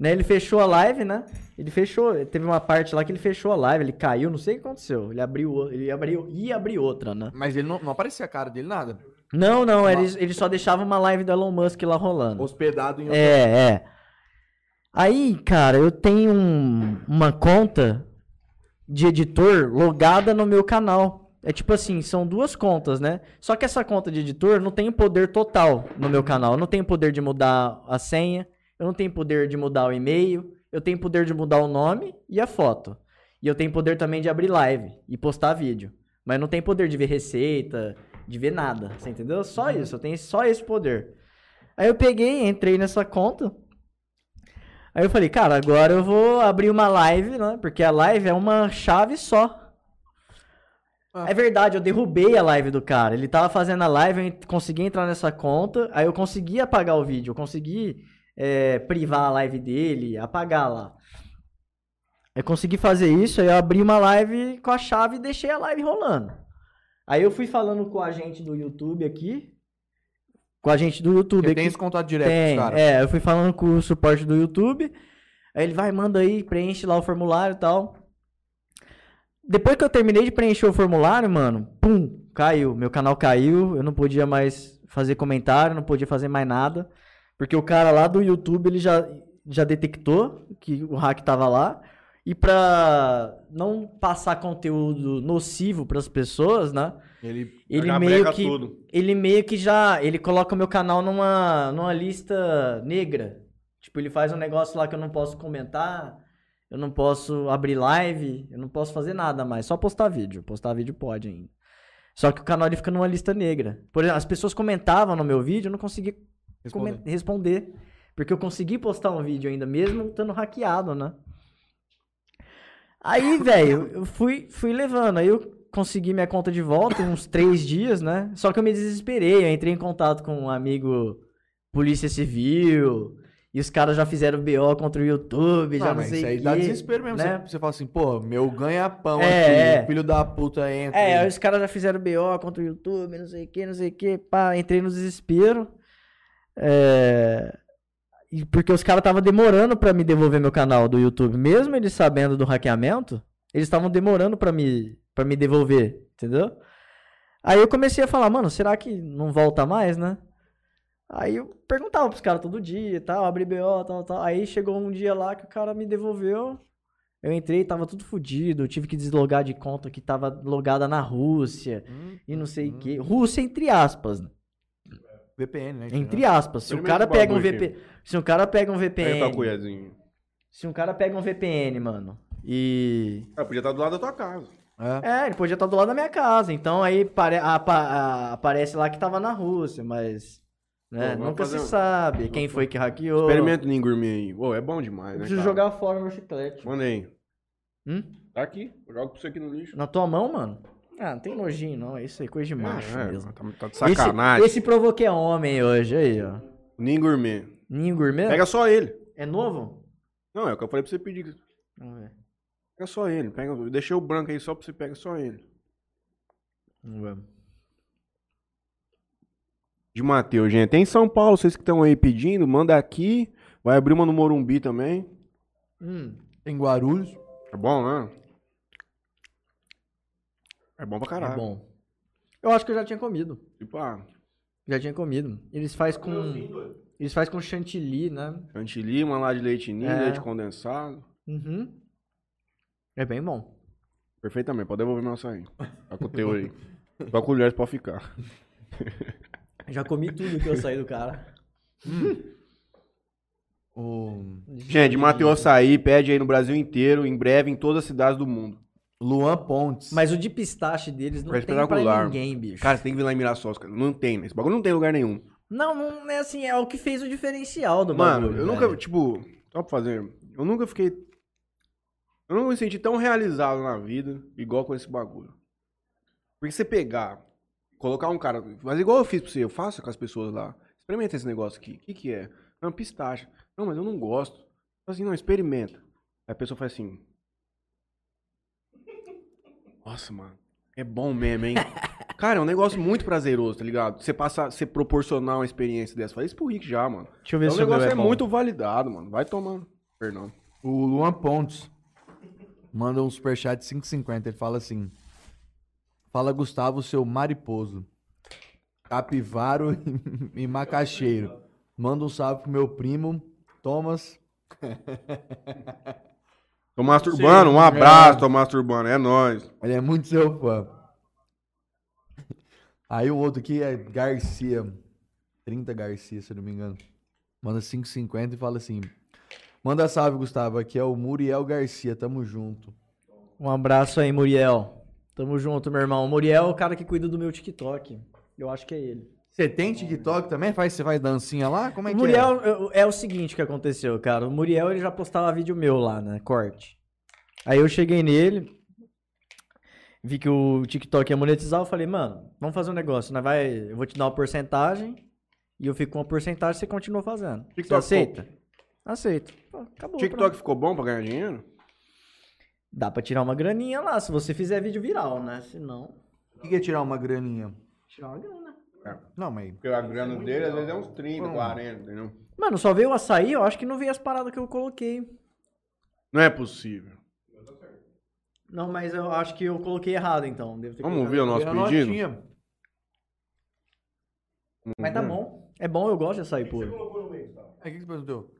né? Ele fechou a live, né? Ele fechou, teve uma parte lá que ele fechou a live, ele caiu, não sei o que aconteceu. Ele abriu, o- ele abriu, ia abrir outra, né?
Mas ele não, não aparecia a cara dele nada.
Não, não, ele,
Mas-
ele só deixava uma live do Elon Musk lá rolando.
Hospedado em.
É, é. Aí, cara, eu tenho um- uma conta de editor logada no meu canal. É tipo assim, são duas contas, né? Só que essa conta de editor não tem poder total no meu canal. Eu não tenho poder de mudar a senha, eu não tenho poder de mudar o e-mail, eu tenho poder de mudar o nome e a foto. E eu tenho poder também de abrir live e postar vídeo. Mas não tem poder de ver receita, de ver nada, você entendeu? Só isso, eu tenho só esse poder. Aí eu peguei, entrei nessa conta. Aí eu falei, cara, agora eu vou abrir uma live, né? Porque a live é uma chave só.
Ah.
É verdade, eu derrubei a live do cara. Ele tava fazendo a live, eu en- consegui entrar nessa conta, aí eu consegui apagar o vídeo, eu consegui é, privar a live dele, apagar lá. Eu consegui fazer isso, aí eu abri uma live com a chave e deixei a live rolando. Aí eu fui falando com a gente do YouTube aqui. Com a gente do YouTube
Porque
aqui.
tem esse contato direto
Tem,
dos caras.
É, eu fui falando com o suporte do YouTube. Aí ele vai, manda aí, preenche lá o formulário e tal. Depois que eu terminei de preencher o formulário, mano, pum, caiu. Meu canal caiu, eu não podia mais fazer comentário, não podia fazer mais nada. Porque o cara lá do YouTube, ele já, já detectou que o hack tava lá. E pra não passar conteúdo nocivo pras pessoas, né?
Ele...
Ele
Já
meio
breca
que
tudo.
ele meio que já. Ele coloca o meu canal numa, numa lista negra. Tipo, ele faz um negócio lá que eu não posso comentar, eu não posso abrir live, eu não posso fazer nada mais, só postar vídeo. Postar vídeo pode ainda. Só que o canal ele fica numa lista negra. Por exemplo, as pessoas comentavam no meu vídeo, eu não conseguia
Responder.
comen- responder. Porque eu consegui postar um vídeo ainda, mesmo estando hackeado, né?
(laughs)
Aí, velho, eu fui, fui levando. Aí eu consegui minha conta de volta em uns três dias, né? Só que eu me desesperei. Eu entrei em contato com um amigo Polícia Civil. E os caras já fizeram BO contra o YouTube, já
Não,
não
Ah, mas
sei
isso
o
aí dá
quê,
desespero mesmo.
né?
Você, você fala assim, pô, meu ganha-pão
É,
aqui,
é.
filho da puta entra.
É, aí os caras já fizeram BO contra o YouTube, não sei o que, não sei o que, pá, entrei no desespero. É... e Porque os caras estavam demorando pra me devolver meu canal do YouTube. Mesmo eles sabendo do hackeamento, eles estavam demorando pra me, pra me devolver, entendeu? Aí eu comecei a falar, mano, será que não volta mais, né? Aí eu perguntava pros caras todo dia e tal, abri BO, tal, tal. Aí chegou um dia lá que o cara me devolveu. Eu entrei, tava tudo fodido, eu tive que deslogar de conta que tava logada na Rússia
Hum,
e não sei o
hum.
quê.
Uhum.
Rússia entre aspas, né?
VPN, né?
entre aspas. Se o
Primeiro
cara pega um
bagulho,
VPN, se um cara pega um
Pega tua
VPN,
colherzinha.
se um cara pega um VPN, mano, e
Ah, podia estar do lado da tua casa.
É.
É, ele podia estar do lado da minha casa. Então aí pare- a- pa- a- aparece lá que tava na Rússia, mas. né,
Pô, vamos
nunca se
fazer um-
sabe quem foi que hackeou.
Experimenta o Ninho Gourmet aí. Ô, é bom demais,
Eu
né?
preciso
cara?
jogar fora meu chiclete.
Manda aí.
Hum?
Tá aqui. Joga pra você aqui no lixo.
Na tua mão, mano? Ah, não tem nojinho, não. É isso aí, coisa de macho
É, é,
mesmo.
Tá, tá de sacanagem.
Esse, esse provoquei homem hoje, aí, ó.
Ninho Gourmet.
Ninho gourmet?
Pega só ele.
É novo?
Não, é o que eu falei pra você pedir.
Vamos ver.
Pega só ele. Pega, eu deixei o branco aí só pra você pegar só ele.
Vamos ver.
De Matheus, gente. Tem em São Paulo, vocês que estão aí pedindo, manda aqui. Vai abrir uma no Morumbi também.
Hum,
Em Guarulhos.
É bom, né? É bom pra caralho.
é bom. Eu acho que eu já tinha comido.
Tipo, ah,
Já tinha comido. Eles faz com. Eles faz com chantilly, né?
chantilly, uma lá de leite ninho,
É.
leite condensado.
Uhum. É bem bom.
Perfeitamente, pode devolver meu açaí. Tá com o teu aí. Tá Só colheres pode ficar.
Já comi tudo que eu saí do cara.
O
(laughs) Gente, Matheus Açaí pede aí no Brasil inteiro, em breve em todas as cidades do mundo.
Luan Pontes.
Mas o de pistache deles não
É
tem pra
espetacular.
ninguém, bicho.
Cara, você tem que vir lá em Mirassol, cara. Não tem, né? Esse bagulho não tem em lugar nenhum.
Não, não é assim, é o que fez o diferencial do
Mano,
bagulho,
eu
velho.
nunca, tipo, só pra fazer, eu nunca fiquei. Eu nunca me senti tão realizado na vida igual com esse bagulho. Porque você pegar, colocar um cara. Mas igual eu fiz pra você, eu faço com as pessoas lá. Experimenta esse negócio aqui. O que, que é? Não, pistache. Não, mas eu não gosto. Fala assim, não, experimenta. Aí a pessoa faz assim. Nossa, mano. É bom mesmo,
(laughs)
hein? Cara, é um negócio muito prazeroso, tá ligado? Você passar, você proporcionar uma experiência dessa. Fala isso pro Rick já, mano.
Deixa
Então,
eu ver
o
se o meu
negócio é,
bom.
muito validado, mano. Vai tomando. Perdão.
O Luan Pontes manda um superchat de 5,50. Ele fala assim: Fala Gustavo, seu mariposo, capivaro (laughs) e macaxeiro. Manda um salve pro meu primo, Thomas.
Tomás Turbano, um abraço, Tomás Turbano. É nóis.
Ele é muito seu fã. Aí o outro aqui é Garcia. 30 Garcia, se eu não me engano. Manda 5,50 e fala assim: Manda salve, Gustavo. Aqui é o Muriel Garcia, tamo junto.
Um abraço aí, Muriel. Tamo junto, meu irmão. O Muriel é o cara que cuida do meu TikTok. Eu acho que é ele.
Você tem TikTok também? Faz, você faz dancinha lá? Como é
o
que é?
Muriel eu- é o seguinte que aconteceu, cara. O Muriel ele já postava vídeo meu lá, né? Corte. Aí eu cheguei nele, vi que o TikTok ia monetizar, eu falei, mano, vamos fazer um negócio, nós vai, eu vou te dar uma porcentagem e eu fico com uma porcentagem, você continua fazendo. você
TikTok
aceita? Aceito. Pô, Acabou.
TikTok ficou bom pra ganhar dinheiro?
Dá pra tirar uma graninha lá, se você fizer vídeo viral, né? Se não,
O que que é tirar uma graninha?
tirar uma grana.
Não, mas.
Porque a grana dele às vezes é uns 30, 40, entendeu?
Mano, só veio o açaí, eu acho que não veio as paradas que eu coloquei.
Não é possível.
Não, mas eu acho que eu coloquei errado, então. Devo ter
Vamos
colocado
ouvir o nosso
Era
pedido?
é notinha.
Mas
Hum.
tá bom. É bom, eu gosto de açaí
Você
puro.
colocou no meio, tá?
Aí, É, o que que você perguntou?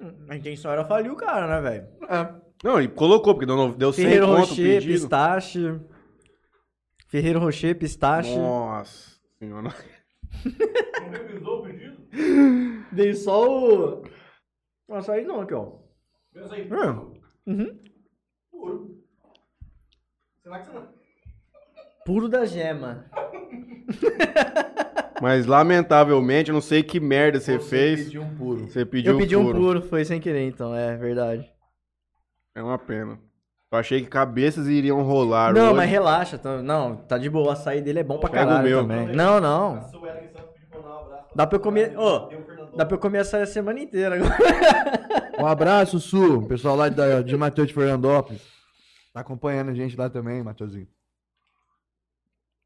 Hum, A intenção era falir o cara, né, velho?
É.
Não, ele colocou, porque deu, no- deu 100
Ferreiro
conto o
Rocher,
pedido.
pistache. Ferreiro Rocher, pistache.
Nossa senhora.
Não revisou o pedido?
Dei só o. O açaí não aqui, ó.
Pensa aí.
É,
Uhum.
Puro. Será que você não...
Puro da gema.
Mas lamentavelmente, eu não sei que merda você, fez.
pediu um puro.
Você pediu
eu pedi um
puro.
puro, foi sem querer, então, é verdade.
É uma pena. Eu achei que cabeças iriam rolar
não,
hoje.
mas relaxa. tá- Não, tá de boa. O açaí dele é bom pra
né? Pega o
caralho
meu.
também. Não, não.
A Suelen Santos pediu pra mandar um abraço.
Dá pra eu comer- Ô,
Tem um Fernandão.
Dá pra eu comer açaí a semana inteira agora.
Um abraço, Su. Pessoal lá de, de Matheus de Fernandópolis. Tá acompanhando a gente lá também, Matheusinho.
O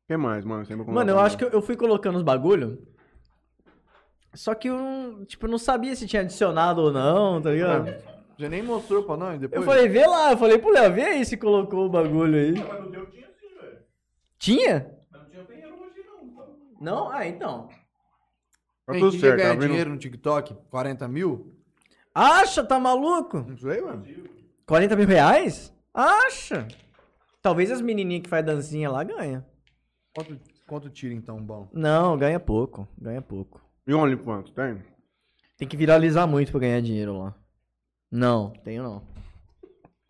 que mais, mano? Você lembra como
Mano, eu
tava?
acho que eu- eu fui colocando os bagulho. Só que eu não, tipo, não sabia se tinha adicionado ou não, tá ligado?
Você nem mostrou pra nós
Eu
depois?
falei, vê lá, eu falei pro Léo, vê aí se colocou o bagulho aí.
Mas no teu tinha sim, velho.
Tinha?
Mas não tinha Ferreiro hoje, não. Tá?
Não? Ah, então.
Tá
Ei,
tudo
quem
certo,
ganha
tá abrindo-
dinheiro no TikTok? 40 mil?
Acha, tá maluco?
Não sei, mano.
40 mil reais? Acha. Talvez as menininhas que faz dancinha lá ganha.
Quanto, quanto tira então, bom?
Não, ganha pouco, ganha pouco.
E o OnlyFans, tem?
Tem que viralizar muito pra ganhar dinheiro lá. Não, tenho não.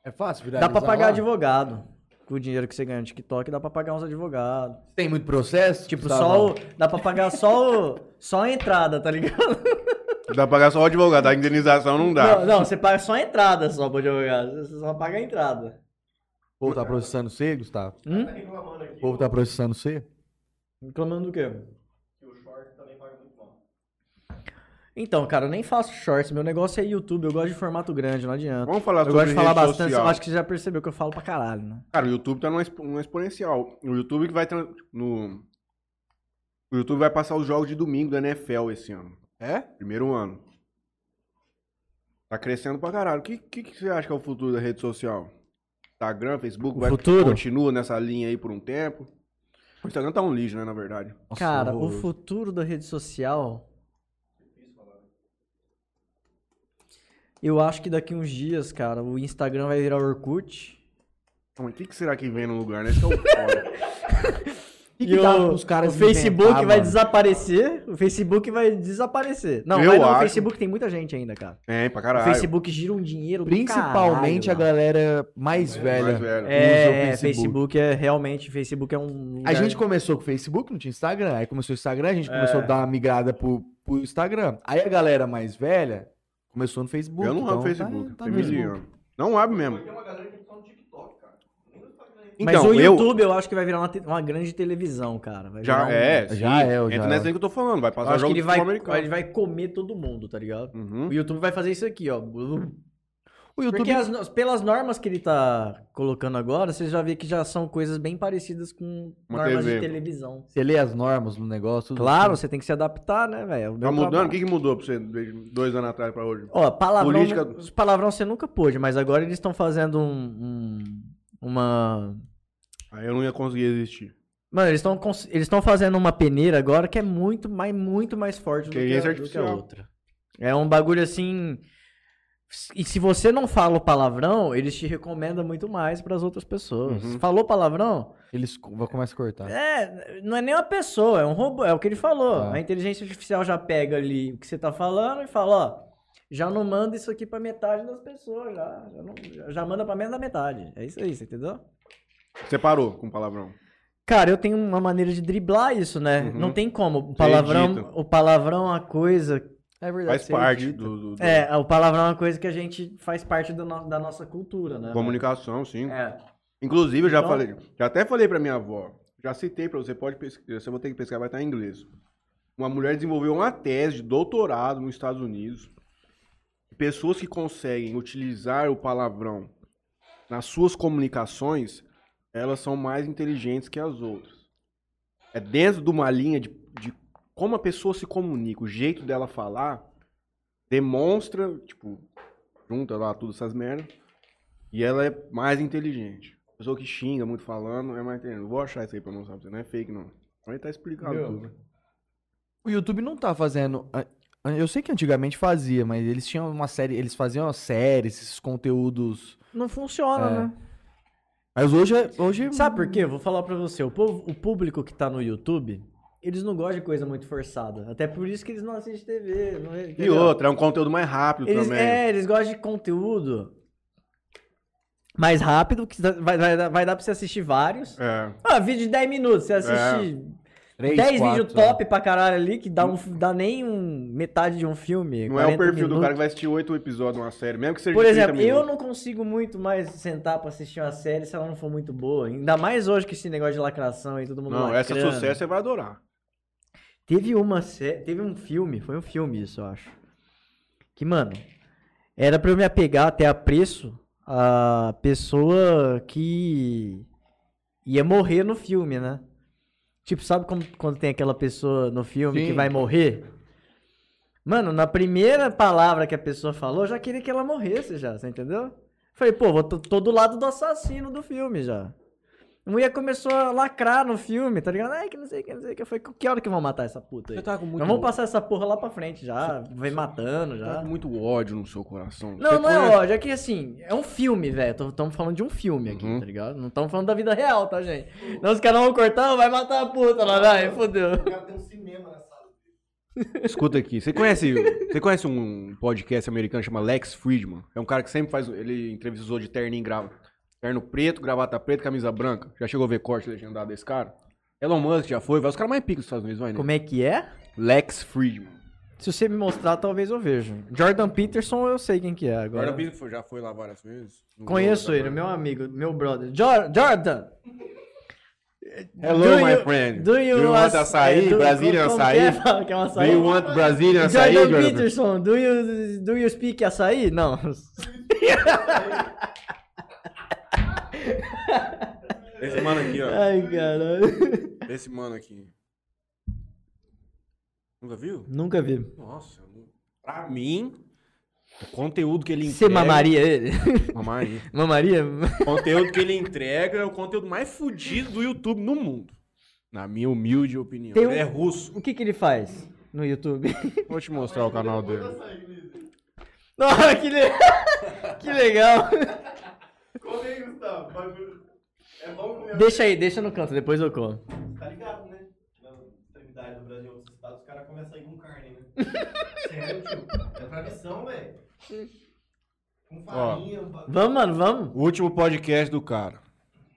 É
Dá
fácil viralizar
pra pagar
lá?
advogado. Com o dinheiro que você ganha no TikTok, dá pra pagar uns advogados.
Tem muito processo? Tá
Tipo,
Gustavo?
só o, dá pra pagar só o, só a entrada, tá ligado?
Dá pra pagar só o advogado, a indenização não dá.
Não, não, você paga só a entrada só pro advogado. Você só paga a entrada.
O povo tá processando você, Gustavo?
Hum?
tá reclamando aqui
O povo tá processando você?
Reclamando do quê?
que o short também paga muito mal.
Então, cara, eu nem faço shorts. Meu negócio é YouTube. Eu gosto de formato grande, não adianta.
Vamos falar
Eu
sobre
gosto de falar
rede
bastante.
social.
Eu acho que você já percebeu que eu falo pra caralho, né?
Cara, o YouTube tá numa, expo- numa exponencial. O YouTube que vai tra- no O YouTube vai passar os jogos de domingo da NFL esse ano.
É?
Primeiro ano. Tá crescendo pra caralho. O que, que, que você acha que é o futuro da rede social? Instagram, Facebook,
O
vai
futuro?
continua nessa linha aí por um tempo. O Instagram tá um lixo, né, na verdade.
cara, o
horroroso.
futuro da rede social.
né?
Eu acho que daqui uns dias, cara, o Instagram vai virar Orkut.
Ah, Mas o que, que será que vem no lugar, né? Esse que é o
(laughs)
foda.
que
E
que
tá
dá pros caras
o Facebook
inventar,
vai
mano?
desaparecer. O Facebook vai desaparecer. Não,
Eu
vai não, o
acho.
Facebook tem muita gente ainda, cara.
É, pra
O
caralho.
Facebook gira um dinheiro do
Principalmente a
caralho,
galera mais velha.
Mais velho.
mano. É,
usa o
Facebook. é realmente, Facebook é um
A
lugar-
gente começou com o Facebook, não tinha Instagram. Aí começou o Instagram, a
É.
gente começou a dar uma migrada pro, pro Instagram. Aí a galera mais velha começou no Facebook.
Eu não abro
então
Facebook.
Tá, tá
tem
mesmo.
milhão. Não abre mesmo.
Mas tem uma galera que tá no TikTok, cara. Nem no Instagram.
Então,
Mas o
eu
YouTube eu acho que vai virar uma, te- uma grande televisão, cara. Vai virar
já
um-
é,
Já
sim.
é, eu já
Entra
é.
nessa aí que eu tô falando, vai
Eu
passar
acho que
jogo
ele
de
vai,
futebol americano.
ele vai comer todo mundo, tá ligado?
Uhum.
O YouTube vai fazer isso aqui, ó.
O YouTube
Porque as no- pelas normas que ele tá colocando agora, você já vê que já são coisas bem parecidas com
Uma
normas
TV.
de televisão.
Você lê as normas no negócio. tudo
Claro,
assim.
você tem que se adaptar, né, velho? É o meu
Tá mudando?
trabalho.
O que, que mudou pra você de dois anos atrás pra hoje?
Ó, palavrão,
Política-
os palavrão você nunca pôde, mas agora eles estão fazendo um, um- uma...
Aí eu não ia conseguir existir.
Mano, eles estão cons- eles estão fazendo uma peneira agora que é muito mais muito mais forte do que, a,
Inteligência
do que a
artificial.
outra. É um bagulho assim. E se você não fala o palavrão, eles te recomendam muito mais pras outras pessoas.
Uhum.
Falou palavrão?
assim, Eles co- vão começar a cortar.
É, não é nem uma pessoa, é um robô, é o que ele falou.
Ah.
A inteligência artificial já pega ali o que você tá falando e fala, ó, já não manda isso aqui pra metade das pessoas, já, já, não- já manda pra menos da metade. É isso aí, você entendeu?
Você parou com palavrão.
Cara, eu tenho uma maneira de driblar isso, né?
Uhum.
Não tem como. O
edita.
palavrão, o palavrão é uma coisa. É verdade.
Faz
você
parte
edita.
do, do- do-
É, o palavrão é uma coisa que a gente faz parte do no- da nossa cultura, né?
comunicação, sim.
É.
Inclusive, eu já
Então-
falei, já até falei pra minha avó, já citei pra você, pode pesquisar, você vai ter que pesquisar, vai estar em inglês. Uma mulher desenvolveu uma tese de doutorado nos Estados Unidos. Pessoas que conseguem utilizar o palavrão nas suas comunicações, elas são mais inteligentes que as outras. É dentro de uma linha de, de como a pessoa se comunica, o jeito dela falar, demonstra, tipo, junta lá todas essas merdas, e ela é mais inteligente. Pessoa que xinga muito falando é mais inteligente. Não vou achar isso aí pra mostrar pra você, não é fake não. Mas tá explicado
Meu.
tudo. né?
O YouTube não tá fazendo. a- a- Eu sei que antigamente fazia, mas eles tinham uma série. Eles faziam as séries, esses conteúdos.
Não funciona, né?
Mas hoje. é- hoje
Sabe por quê? Eu Vou falar pra você. O, povo- o público que tá no YouTube, eles não gostam de coisa muito forçada. Até por isso que eles não assistem TV. Não,
E
entendeu?
outra, é um conteúdo mais rápido
Eles,
também.
é, eles gostam de conteúdo mais rápido, que dá- vai, vai, dar- vai dar pra você assistir vários.
É.
Ah, vídeo de 10 minutos, você assiste
Três,
10 vídeos
quatro,
top
né?
pra caralho ali, que dá, um, dá nem um, metade de um filme.
Não é o
40
perfil do
minutos.
cara que vai assistir oito episódios de uma série, mesmo que seja
Por
de 30
exemplo, eu
minutos.
não consigo muito mais sentar pra assistir uma série se ela não for muito boa. Ainda mais hoje que esse negócio de lacração e todo mundo
Não, essa
lacrando.
sucesso você vai adorar.
Teve uma série, teve um filme, foi um filme isso, eu acho. Que, mano, era pra eu me apegar até a preço a pessoa que ia morrer no filme, né? Tipo, sabe como- quando tem aquela pessoa no filme que
Sim.
vai morrer? Mano, na primeira palavra que a pessoa falou, eu já queria que ela morresse já, você entendeu? Falei, pô, vou tô, tô do lado do assassino do filme já. A mulher começou a lacrar no filme, tá ligado? Ai, que não sei, que não sei, que foi que hora que vão matar essa puta aí?
né?
Você tá com muito,
Nós vamos passar essa porra lá pra frente já, vem matando já.
tá com muito ódio no seu coração.
Não,
Você
não é
conhece-
ódio, é que assim, é um filme, velho. Estamos falando de um filme aqui,
Uhum.
tá ligado? Não estamos falando da vida real, tá, gente? Não, os caras vão cortar, vai matar a puta lá, vai,
(laughs)
fodeu.
O cara tem um cinema na sala.
Escuta aqui, você conhece, você conhece um podcast americano chamado Lex Friedman? É um cara que sempre faz, ele entrevistou de terninho, grava, terno preto, gravata preta, camisa branca. Já chegou a ver corte legendado desse cara? Elon Musk já foi, vai, os caras mais picos dos Estados Unidos, vai, né?
Como é que é?
Lex Friedman.
Se você me mostrar, talvez eu veja. Jordan Peterson, eu sei quem que é agora.
Agora Pico já foi lá várias vezes. Não
Conheço
vou
ele,
lembrar.
meu amigo, meu brother. Jor- Jordan!
Hello,
Do
my
you-
friend.
Do you,
want
aç-
açaí,
do-
Brazilian
como
açaí?
Que é? (laughs) Quer um
Do
açaí?
you want Brazilian açaí,
Jordan
Jordan?
Peterson, do you, do you speak açaí? Não.
Esse mano aqui, ó.
Ai, caralho.
Esse mano aqui. Nunca viu?
(laughs) Nunca vi.
Nossa, eu- pra mim, o conteúdo que ele
Você
entrega...
mamaria ele? (laughs)
Mamaria.
Mamaria?
O conteúdo que ele entrega é o conteúdo mais fudido do YouTube no mundo. Na minha humilde opinião.
Tem um-
Ele é russo.
O que que ele faz no YouTube? (laughs)
Vou te mostrar o canal dele.
Nossa, que, le- (laughs) que legal.
Come aí, Gustavo. Bagulho. É bom comer.
Deixa aí, deixa no canto, depois eu como.
Tá ligado, né? Na extremidade do Brasil, outros estados, os caras começam a ir com carne, né? Sério, tio. É tradição, velho. Com farinha, um bagulho.
Vamos, mano, vamos.
O último podcast do cara.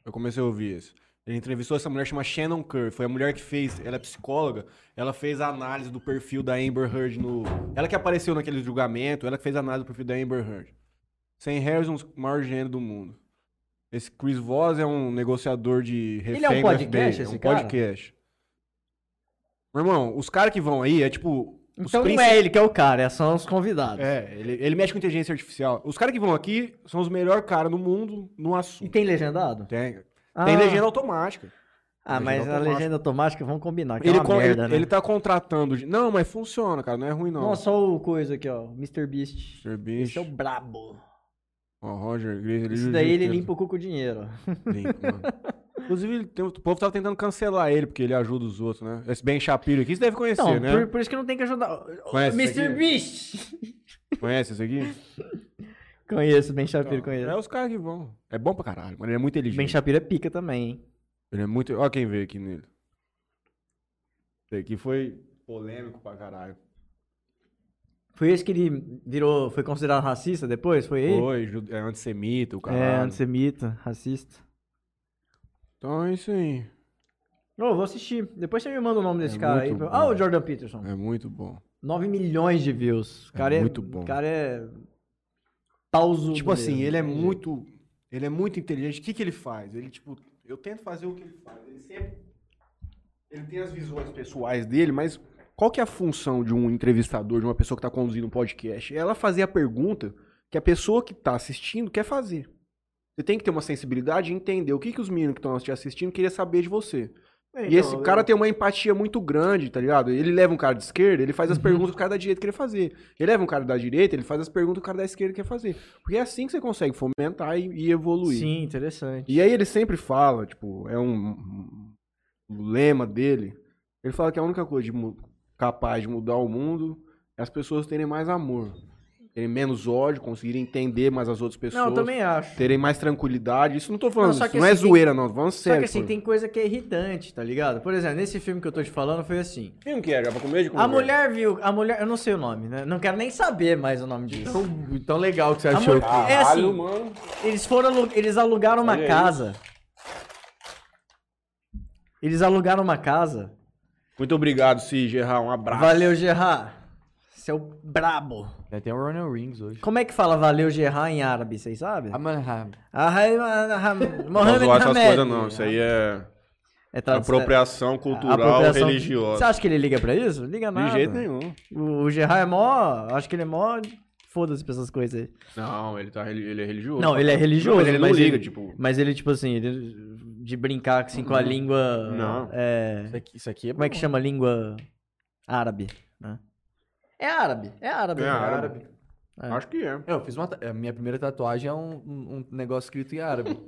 Eu comecei a ouvir esse. Ele entrevistou essa mulher chamada Shannon Kerr. Foi a mulher que fez. Ela é psicóloga. Ela fez a análise do perfil da Amber Heard no. Ela que apareceu naquele julgamento. Ela que fez a análise do perfil da Amber Heard. Sam um Harrison, o maior gênio do mundo. Esse Chris Voss é um negociador de refém
Ele é um
do
podcast,
FBI, é um
esse cara?
podcast. Meu irmão, os caras que vão aí é tipo. os
Então não
principais-
é ele que é o cara, são os convidados.
É, ele, ele mexe com inteligência artificial. Os caras que vão aqui são os melhores caras no mundo no assunto.
E tem legendado?
Tem.
Ah.
Tem legenda automática.
Ah,
Legenda
mas a
automática.
legenda automática, vamos combinar, que
Ele,
é uma
con-
merda,
ele,
né?
ele tá contratando. de- Não, mas funciona, cara. Não é ruim, não.
Nossa, olha o coisa aqui, ó. Mr. Beast.
Mr. Beast,
Esse é o brabo.
ó, Roger Grace. ele
Isso daí ele
jiu-jitsu.
limpa o cu com dinheiro. (laughs)
Limpa, mano. Inclusive, ele tem- um, o povo tava tentando cancelar ele, porque ele ajuda os outros, né? Esse Ben Shapiro aqui, você deve conhecer,
Então,
né?
por, por isso que não tem que ajudar. Ô,
Conhece isso
Mr.
aqui?
Beast! (laughs)
Conhece esse aqui?
Conheço, Ben (laughs) Shapiro, conheço.
É os caras que vão. É bom pra caralho, mano. Ele é muito inteligente.
Ben Shapiro é pica também, hein?
Ele é muito. Olha quem veio aqui nele. Esse aqui foi polêmico pra caralho.
Foi esse que ele virou, foi considerado racista depois? Foi ele?
Foi, ju- é antissemita, o
É,
caralho.
antissemita, racista.
Então é isso aí.
Ô, vou assistir. Depois você me manda o nome desse
É
cara aí.
muito
Ah,
bom.
o Jordan Peterson.
É muito bom.
9 milhões de views. O cara é,
muito bom.
O cara é. Pauso.
Tipo assim, ele é muito. Ele é muito inteligente. O que, que ele faz? Ele, tipo, eu tento fazer o que ele faz. Ele sempre. Ele tem as visões pessoais dele, mas qual que é a função de um entrevistador, de uma pessoa que está conduzindo um podcast? Ela fazer a pergunta que a pessoa que está assistindo quer fazer. Você tem que ter uma sensibilidade e entender o que, que os meninos que estão te assistindo queriam saber de você. e esse cara tem uma empatia muito grande, tá ligado? Ele leva um cara de esquerda, ele faz as perguntas que o cara da direita queria fazer. Ele leva um cara da direita, ele faz as perguntas que o cara da esquerda quer fazer. Porque é assim que você consegue fomentar e, e evoluir.
Sim, interessante.
E aí ele sempre fala, tipo, é um, um lema dele. Ele fala que a única coisa de mu- capaz de mudar o mundo é as pessoas terem mais amor, terem menos ódio, conseguirem entender mais as outras pessoas,
Não, eu também acho.
terem mais tranquilidade. Isso não tô falando,
Não, só
isso
que
não é
assim, tem-
zoeira, não. Vamos
Só
sério.
que assim, tem coisa que é irritante, tá ligado? Por exemplo, nesse filme que eu tô te falando foi assim.
Quem que é? Já pra comer de
A mulher viu. A mulher. Eu não sei o nome, né? Não quero nem saber mais o nome disso.
Então-
Tão, tão legal que você
A
achou.
mulher- é assim.
mano.
Eles foram. alu- Eles alugaram uma
Olha aí.
casa. Eles alugaram uma casa.
Muito obrigado, Cid, Gerard. Um abraço.
Valeu, Gerard. Seu brabo.
É, Tem o Ronald Rings hoje. Ah,
Como é que fala valeu, Gerard em árabe? Vocês sabem?
Amanhã.
Ahai, ah, ah,
(laughs) Não
Mohamed
zoar essas
Hamed.
coisas, não. Isso aí é
É tradu-
apropriação cultural
apropriação- Você
religiosa.
acha que ele liga pra isso? Liga nada.
De jeito nenhum.
O, o Gerard é mó. Acho que ele é mó. Foda-se pra essas coisas aí.
Não, ele, tá, reli- ele é religioso.
Não, ele é religioso.
mas ele não liga,
ele-
tipo. Uhum.
Mas ele, tipo assim, ele- de brincar assim com a língua.
Não.
É,
Isso aqui, isso aqui é
como é que chama a língua árabe? né? É árabe, é árabe.
É
né?
árabe.
É.
Acho que é.
Eu fiz uma. ta- A minha primeira tatuagem é um, um- um negócio escrito
(laughs)
em árabe.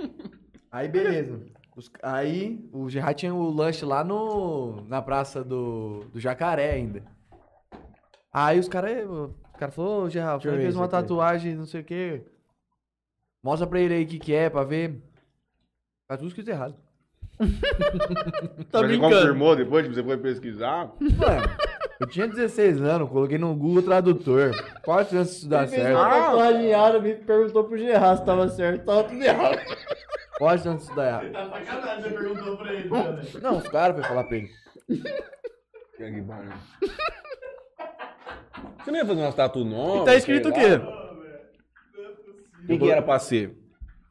aí, beleza. Os- aí, o Gerard tinha o lanche lá no, na praça do, do Jacaré ainda. Aí os caras. O cara falou, ô Gerard,
Deixa eu
ele
ver
fez
isso
uma
aqui.
tatuagem, não sei o quê. Mostra pra ele aí o que, que é, pra ver. Tá tudo escrito errado.
Tá
Mas ele confirmou depois, tipo, você foi pesquisar.
Mano, eu tinha 16 anos, coloquei no Google Tradutor. Qual a chance disso
tá
dar certo?
tatuagem em árabe e perguntou pro Gerard se tava certo. Tava tudo errado.
Qual a chance disso dar errado?
Tá sacanagem, você perguntou pra ele, né, velho?
Não, os caras foram falar pra ele.
(laughs)
Você não ia fazer umas tatu nova?
E tá escrito o quê?
O que, que era pra ser?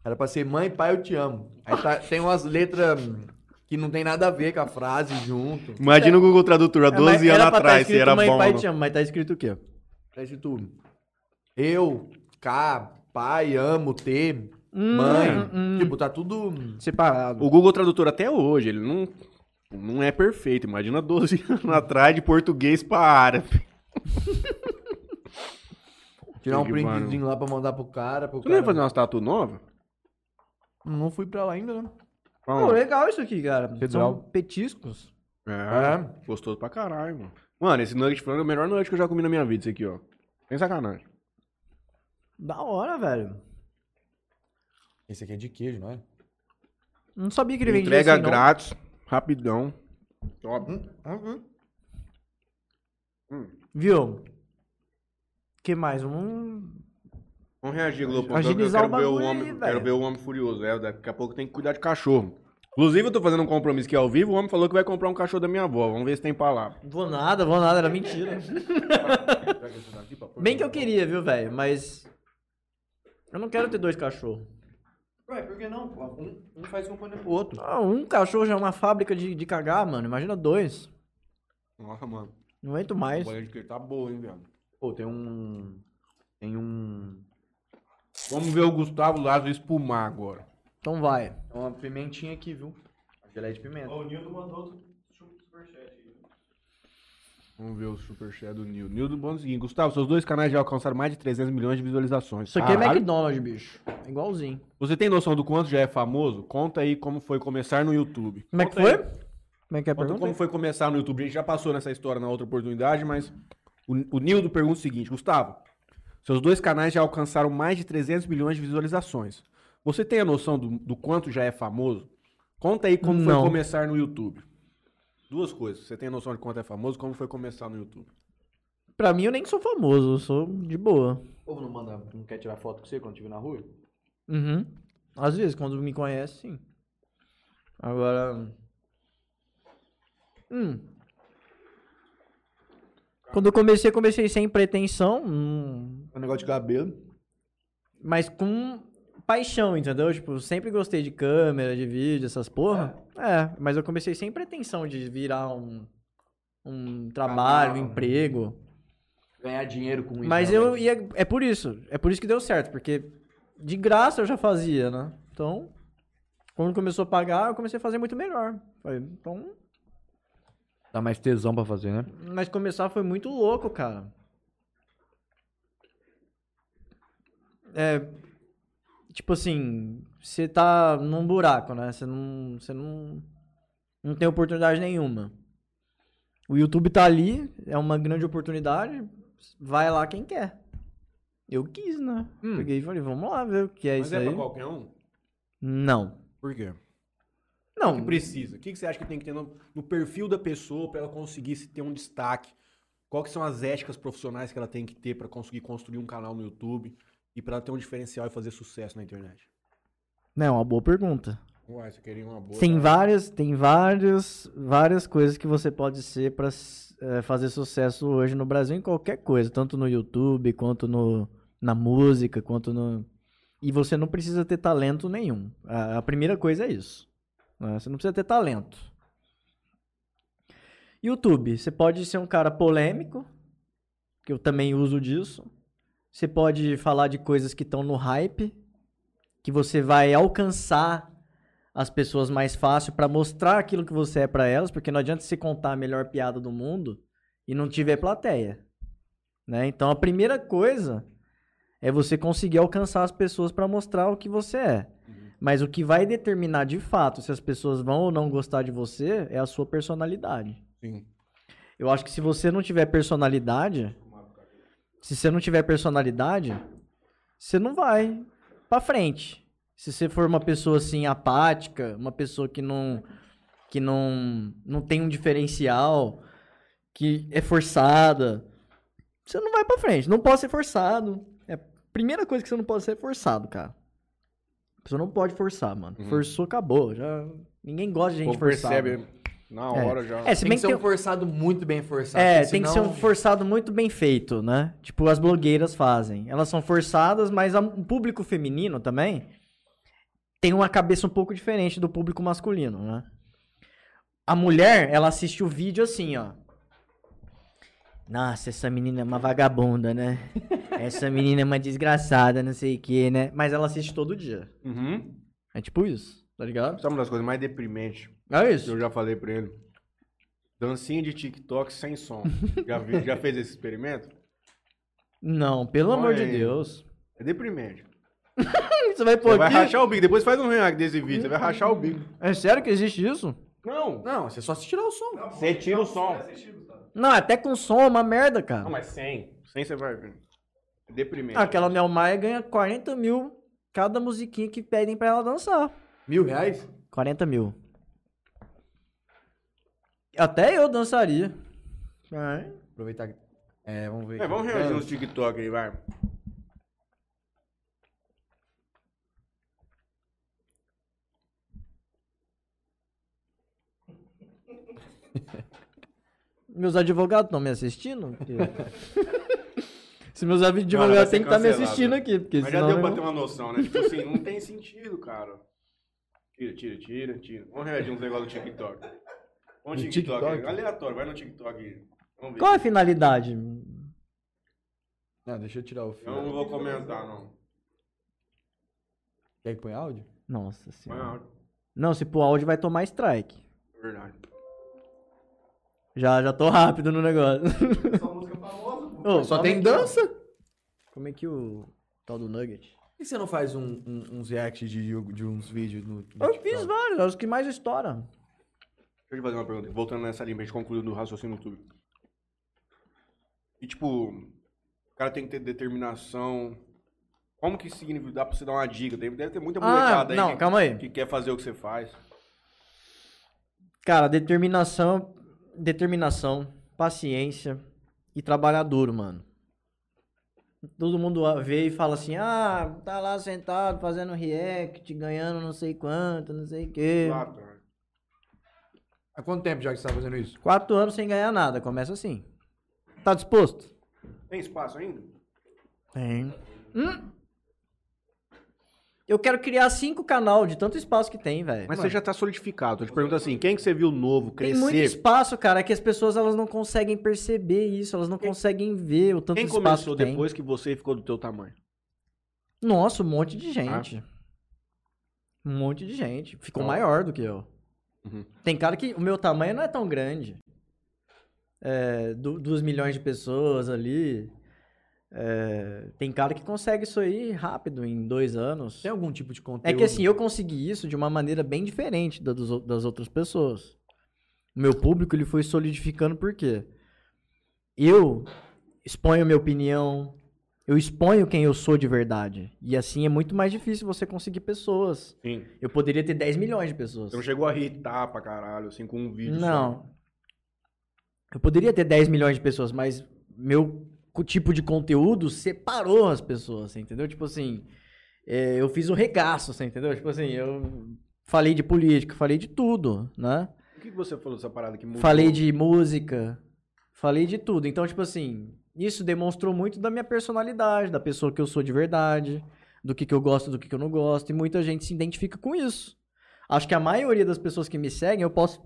Era pra ser mãe, pai, eu te amo. Aí tá- tem umas letras hum, que não tem nada a ver com a frase junto.
Imagina o Google Tradutor há
É, mas pra tá escrito mãe, pai, te amo, mas tá escrito o quê?
Tá escrito eu, cá, pai, amo, te,
Hum,
mãe.
hum,
Tipo, tá tudo. hum,
Separado.
O Google Tradutor até hoje, ele não, não é perfeito. Imagina 12 (laughs) anos atrás de português pra árabe.
Tirar um
Que que, mano.
printzinho lá pra mandar pro cara. Pro
Você não ia
cara.
fazer umas tatu nova?
Não fui pra lá ainda, né?
Pô, legal isso aqui, cara.
Federal.
São petiscos.
É, gostoso pra caralho, mano. Mano, esse nugget de frango é o melhor nugget que eu já comi na minha vida, esse aqui, ó. Sem sacanagem.
Da hora, velho.
Esse aqui é de queijo, não é?
Não sabia que ele vendia
Entrega
assim, não.
grátis, rapidão. Top.
Hum, hum, hum.
Viu? que mais? Um...
Vamos reagir, Globo. Eu
Agilizar
quero
o
ver o
bagulho aí,
homem,
velho.
quero ver o homem furioso. É, daqui a pouco tem que cuidar de cachorro. Inclusive, eu tô fazendo um compromisso aqui ao vivo. O homem falou que vai comprar um cachorro da minha avó. Vamos ver se tem palavra.
Vou nada, vou nada, era mentira. (laughs) Bem que eu queria, viu, velho? Mas. Eu não quero ter dois cachorros.
Ué, por que não? pô? Um, um faz companhia pro outro.
Ah, um cachorro já é uma fábrica de, de cagar, mano. Imagina dois.
Nossa, mano.
Não aguento mais.
bolinha de queijo tá boa, hein, velho.
Pô, tem um. Tem um.
Vamos ver o Gustavo Lázaro espumar agora.
Então vai.
tem É Uma pimentinha aqui, viu? Geleia de pimenta.
Ó, o Nildo mandou (laughs) outro superchat aí.
Vamos ver o superchat do Nildo. Nildo, bom é o seguinte. Gustavo, seus dois canais já alcançaram mais de 300 milhões de visualizações.
Isso aqui é
Caralho.
McDonald's, bicho. É Igualzinho.
Você tem noção do quanto já é famoso? Conta aí como foi começar no YouTube.
Como é que
Conta
foi?
aí.
Como é que é a
Conta
pergunta?
como foi começar no YouTube. A gente já passou nessa história na outra oportunidade, mas o, o Nildo pergunta o seguinte: Gustavo, seus dois canais já alcançaram mais de 300 milhões de visualizações. Você tem a noção do, do quanto já é famoso? Conta aí como
Não.
foi começar no YouTube. Duas coisas. Você tem a noção de quanto é famoso, como foi começar no YouTube.
Pra mim, eu nem sou famoso, eu sou de boa.
O povo não manda, não quer tirar foto com você quando estiver na rua?
Uhum. Às vezes, quando me conhece, sim. Agora. Hum. Quando eu comecei, comecei sem pretensão, hum,
Um negócio de cabelo.
mas com paixão, entendeu? Tipo, eu sempre gostei de câmera, de vídeo, essas porra. É, mas eu comecei sem pretensão de virar um, um trabalho, um
Canal.
emprego.
Ganhar dinheiro com isso.
Mas
né,
eu
velho?
ia. É por isso. É por isso que deu certo, porque de graça eu já fazia, né? Então, quando começou a pagar, eu comecei a fazer muito melhor. Falei, Então,
Dá mais tesão pra fazer, né?
mas começar foi muito louco, cara. É. Tipo assim, você tá num buraco, né? Você não. Você não. Não tem oportunidade nenhuma. O YouTube tá ali, é uma grande oportunidade. Vai lá quem quer. Eu quis, né?
Hum.
Peguei e falei, vamos lá ver o que é
Mas
isso
é
aí.
pra qualquer um?
Não.
Por quê?
Não,
que precisa? O que, que você acha que tem que ter no, no perfil da pessoa para ela conseguir se ter um destaque? Qual que são as éticas profissionais que ela tem que ter para conseguir construir um canal no YouTube e para ela ter um diferencial e fazer sucesso na internet?
não, é uma boa pergunta.
Uai, você queria uma boa.
Tem
tá?
várias, tem várias, várias coisas que você pode ser pra s- eh, fazer sucesso hoje no Brasil em qualquer coisa, tanto no YouTube quanto no, na música, quanto no e você não precisa ter talento nenhum. A, a primeira coisa é isso. né? Você não precisa ter talento. YouTube, você pode ser um cara polêmico, que eu também uso disso. Você pode falar de coisas que estão no hype, que você vai alcançar as pessoas mais fácil pra mostrar aquilo que você é pra elas, porque não adianta você contar a melhor piada do mundo e não tiver plateia, né? Então a primeira coisa é você conseguir alcançar as pessoas pra mostrar o que você é. Mas o que vai determinar de fato se as pessoas vão ou não gostar de você é a sua personalidade.
Sim.
Eu acho que se você não tiver personalidade, se você não tiver personalidade, você não vai pra frente. Se você for uma pessoa assim apática, uma pessoa que não que não não tem um diferencial, que é forçada, você não vai pra frente. Não pode ser forçado. É a primeira coisa que você não pode ser é forçado, cara. Você não pode forçar, mano.
Uhum.
Forçou, acabou. Já ninguém gosta de
O
gente
povo
forçada.
percebe na
É.
hora já.
É, se
né? Tem
bem
que
que
ser
tem-
um forçado muito bem forçado.
é,
porque
tem que ser um
senão-
forçado muito bem feito, né? Tipo, as blogueiras fazem. Elas são forçadas, mas a- o público feminino também tem uma cabeça um pouco diferente do público masculino, né? A mulher, ela assiste o vídeo assim, ó. Nossa, essa menina é uma
(laughs)
vagabunda, né? Essa menina é uma desgraçada, não sei o que, né? Mas ela assiste todo dia.
Uhum.
É tipo isso, tá ligado?
Sabe uma das coisas mais deprimentes
É
que eu
isso.
já falei pra ele? Dancinha de TikTok sem som. já, vi- já fez esse experimento?
Não, pelo amor de
Olha aí.
Deus.
É deprimente.
Você
Você
vai pôr
vai
aqui?
rachar o bico. Depois faz um react desse vídeo. Você vai rachar o bico.
É sério que existe isso?
Não.
Não, você só se tirar o som.
Você tira o som.
Não, até com som é uma merda, cara.
Não, mas sem. Sem você vai ver. É deprimente.
Ah, Aquela Mel Maia ganha 40 mil cada musiquinha que pedem pra ela dançar.
Mil reais?
40 mil. Até eu dançaria.
Aproveitar. que- É, vamos ver.
É, vamos
aqui.
reagir nos TikTok aí, vai.
Meus advogados estão me assistindo? Porque- Se meus
Não, ela vai
advogados
ser
têm que estar me
cancelada.
assistindo aqui. Porque
Mas já
senão
deu
eu
pra
não-
ter uma noção, né? Tipo assim, não tem sentido, cara. Tira, tira, tira, tira. Vamos reagir uns negócios do TikTok. Vamos
No
no TikTok.
TikTok?
aí. Aleatório, vai no TikTok. aí. Vamos ver.
Qual é a finalidade?
Não, deixa eu tirar o fio.
Eu não vou comentar, não.
Quer que põe áudio?
Nossa
Mas
senhora.
não,
Não, se pôr áudio vai tomar strike.
verdade.
Já, já tô rápido no negócio.
Só música
é
famosa, pô.
Ô,
Só
como
tem
é que-
dança?
Como é que o tal do Nugget?
Por que você não faz um- um- uns reacts de, de uns vídeos no. no
Eu
TikTok?
fiz vários, os que mais estoura.
Deixa eu te fazer uma pergunta. Voltando nessa linha, pra gente concluir do raciocínio do YouTube. E tipo, o cara tem que ter determinação. Como que isso significa? Dá pra você dar uma dica? Deve deve ter muita
Ah,
molecada um aí
não,
que,
calma aí.
que quer fazer o que você faz.
Cara, determinação, determinação, paciência e trabalhar duro, mano. Todo mundo a- vê e fala assim: "Ah, tá lá sentado fazendo react, ganhando não sei quanto, não sei o quê".
É. Claro, né? cara.
Há quanto tempo já que você tá fazendo isso?
Quatro anos sem ganhar nada, começa assim. Tá disposto?
Tem espaço ainda?
Tem. Hum? Eu quero criar cinco canal de tanto espaço que tem, velho.
Mas você já tá solidificado. Eu te pergunto assim, quem que você viu novo
Tem muito
crescer?
espaço, cara, é que as pessoas elas não conseguem perceber isso, elas não conseguem ver o tanto
Quem
de espaço
começou
que tem.
depois que você ficou do teu tamanho?
Nossa, um monte
Ah.
de gente. Um monte de gente. Ficou
Então-
maior do que eu.
Uhum.
Tem cara que o meu tamanho não é tão grande. É, du- duas milhões de pessoas ali. É, tem cara que consegue isso aí rápido, em dois anos.
Tem algum tipo de conteúdo?
É que assim, eu consegui isso de uma maneira bem diferente da dos ou- das outras pessoas. O meu público ele foi solidificando por quê? Eu exponho a minha opinião, eu exponho quem eu sou de verdade. E assim é muito mais difícil você conseguir pessoas.
Sim.
Eu poderia ter 10 milhões de pessoas.
Você não chegou a irritar pra caralho, assim, com um vídeo só.
Não. Eu poderia ter 10 milhões de pessoas, mas meu co- tipo de conteúdo separou as pessoas, você entendeu? Tipo assim, é, eu fiz o regaço, você entendeu? Tipo assim, eu falei de política, falei de tudo, né?
O que que você falou dessa parada que mudou?
Falei de música, falei de tudo. Então, tipo assim, isso demonstrou muito da minha personalidade, da pessoa que eu sou de verdade, do que, que eu gosto, do que, que eu não gosto, e muita gente se identifica com isso. Acho que a maioria das pessoas que me seguem, eu posso,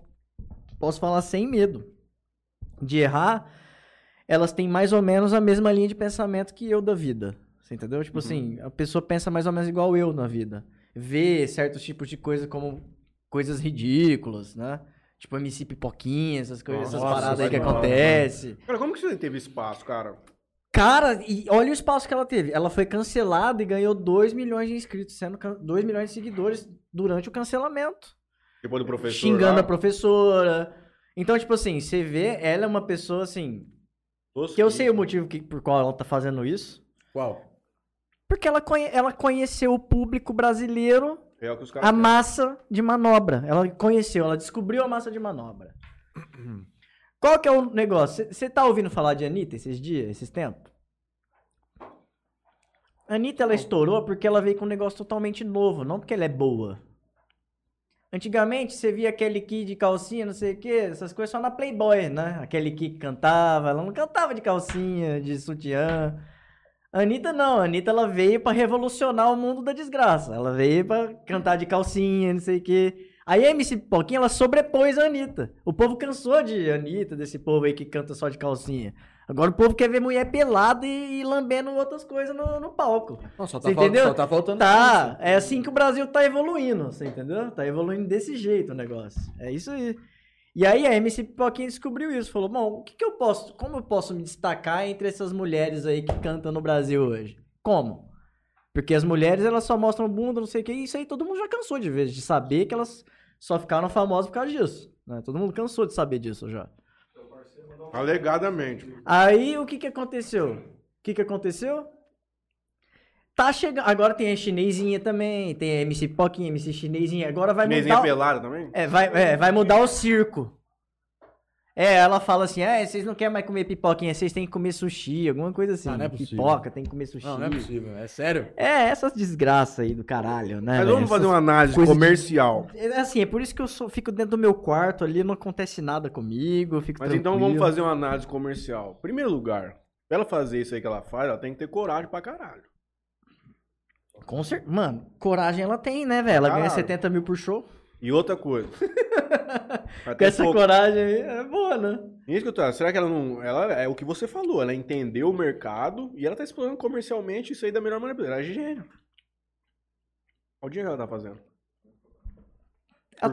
posso falar sem medo de errar, elas têm mais ou menos a mesma linha de pensamento que eu da vida. Você entendeu? Tipo
Uhum.
assim, a pessoa pensa mais ou menos igual eu na vida. Vê certos tipos de coisa como coisas ridículas, né? Tipo MC Pipoquinha, essas coisas, essas
Nossa,
paradas aí
é
que
vai mal,
acontecem.
Cara, como que você teve espaço, cara?
Cara, e olha o espaço que ela teve. Ela foi cancelada e ganhou 2 milhões de inscritos, sendo 2 milhões de seguidores durante o cancelamento.
Depois do professor
xingando
lá?
a professora. Então, tipo assim, você vê, ela é uma pessoa assim.
Tosquinha.
Que eu sei o motivo que, por qual ela tá fazendo isso.
Qual?
Porque ela, conhe- ela conheceu o público brasileiro,
É o que os caras
a massa de manobra. Ela conheceu, ela descobriu a massa de manobra. Qual que é o negócio? Você tá ouvindo falar de Anitta esses dias, esses tempos? A Anitta, ela estourou porque ela veio com um negócio totalmente novo, não porque ela é boa. Antigamente, você via aquele Kid de calcinha, não sei o quê, essas coisas só na Playboy, né? Aquele Kid que cantava, ela não cantava de calcinha, de sutiã. A Anitta não, a Anitta ela veio pra revolucionar o mundo da desgraça. Ela veio pra cantar de calcinha, não sei o quê. Aí a MC Pipoquinha, ela sobrepôs a Anitta. O povo cansou de Anitta, desse povo aí que canta só de calcinha. Agora o povo quer ver mulher pelada e, e lambendo outras coisas no, no palco.
Não, só
Você
fal-
entendeu?
tá faltando.
Tá, é assim que o Brasil tá evoluindo, você entendeu? Tá evoluindo desse jeito o negócio. É isso aí. E aí a MC Pipoquinha descobriu isso, falou: "Bom, o que que eu posso, como eu posso me destacar entre essas mulheres aí que cantam no Brasil hoje? Como? Porque as mulheres elas só mostram bunda, não sei o que, e isso aí todo mundo já cansou de ver, de saber que elas só ficaram famosas por causa disso, né? Todo mundo cansou de saber disso já.
Alegadamente.
Aí o que que aconteceu? O que que aconteceu? Tá chegando. Agora tem a chinesinha também, tem a MC Poquinha, MC chinesinha. Agora vai
Chinesinha
mudar. o-
pelada também?
É, vai, é, vai mudar o circo. É, ela fala assim: é, vocês não querem mais comer pipoquinha, vocês têm que comer sushi, alguma coisa assim.
Ah, não é possível.
Pipoca, tem que comer sushi.
Não, não é possível. É sério?
É, essas desgraças aí do caralho, né?
Mas
velho?
vamos fazer uma análise
coisas de-
comercial.
Essas- É assim, é por isso que eu sou- fico dentro do meu quarto ali, não acontece nada comigo, eu fico
Mas então vamos
tranquilo.
fazer uma análise comercial. Primeiro lugar, pra ela fazer isso aí que ela faz, ela tem que ter coragem pra caralho.
Com cer- Mano, coragem ela tem, né, velho? Ela ganha
Caralho.
70 mil por show.
E outra
(laughs)
coisa. Ela
Com
tem
essa
fo-
coragem aí, é boa, né?
Isso que eu tô- Será que ela não. Ela é o que você falou, ela entendeu o mercado e ela tá explorando comercialmente isso aí da melhor maneira possível. Ela é gênio. Olha o dinheiro que ela tá fazendo.
Ela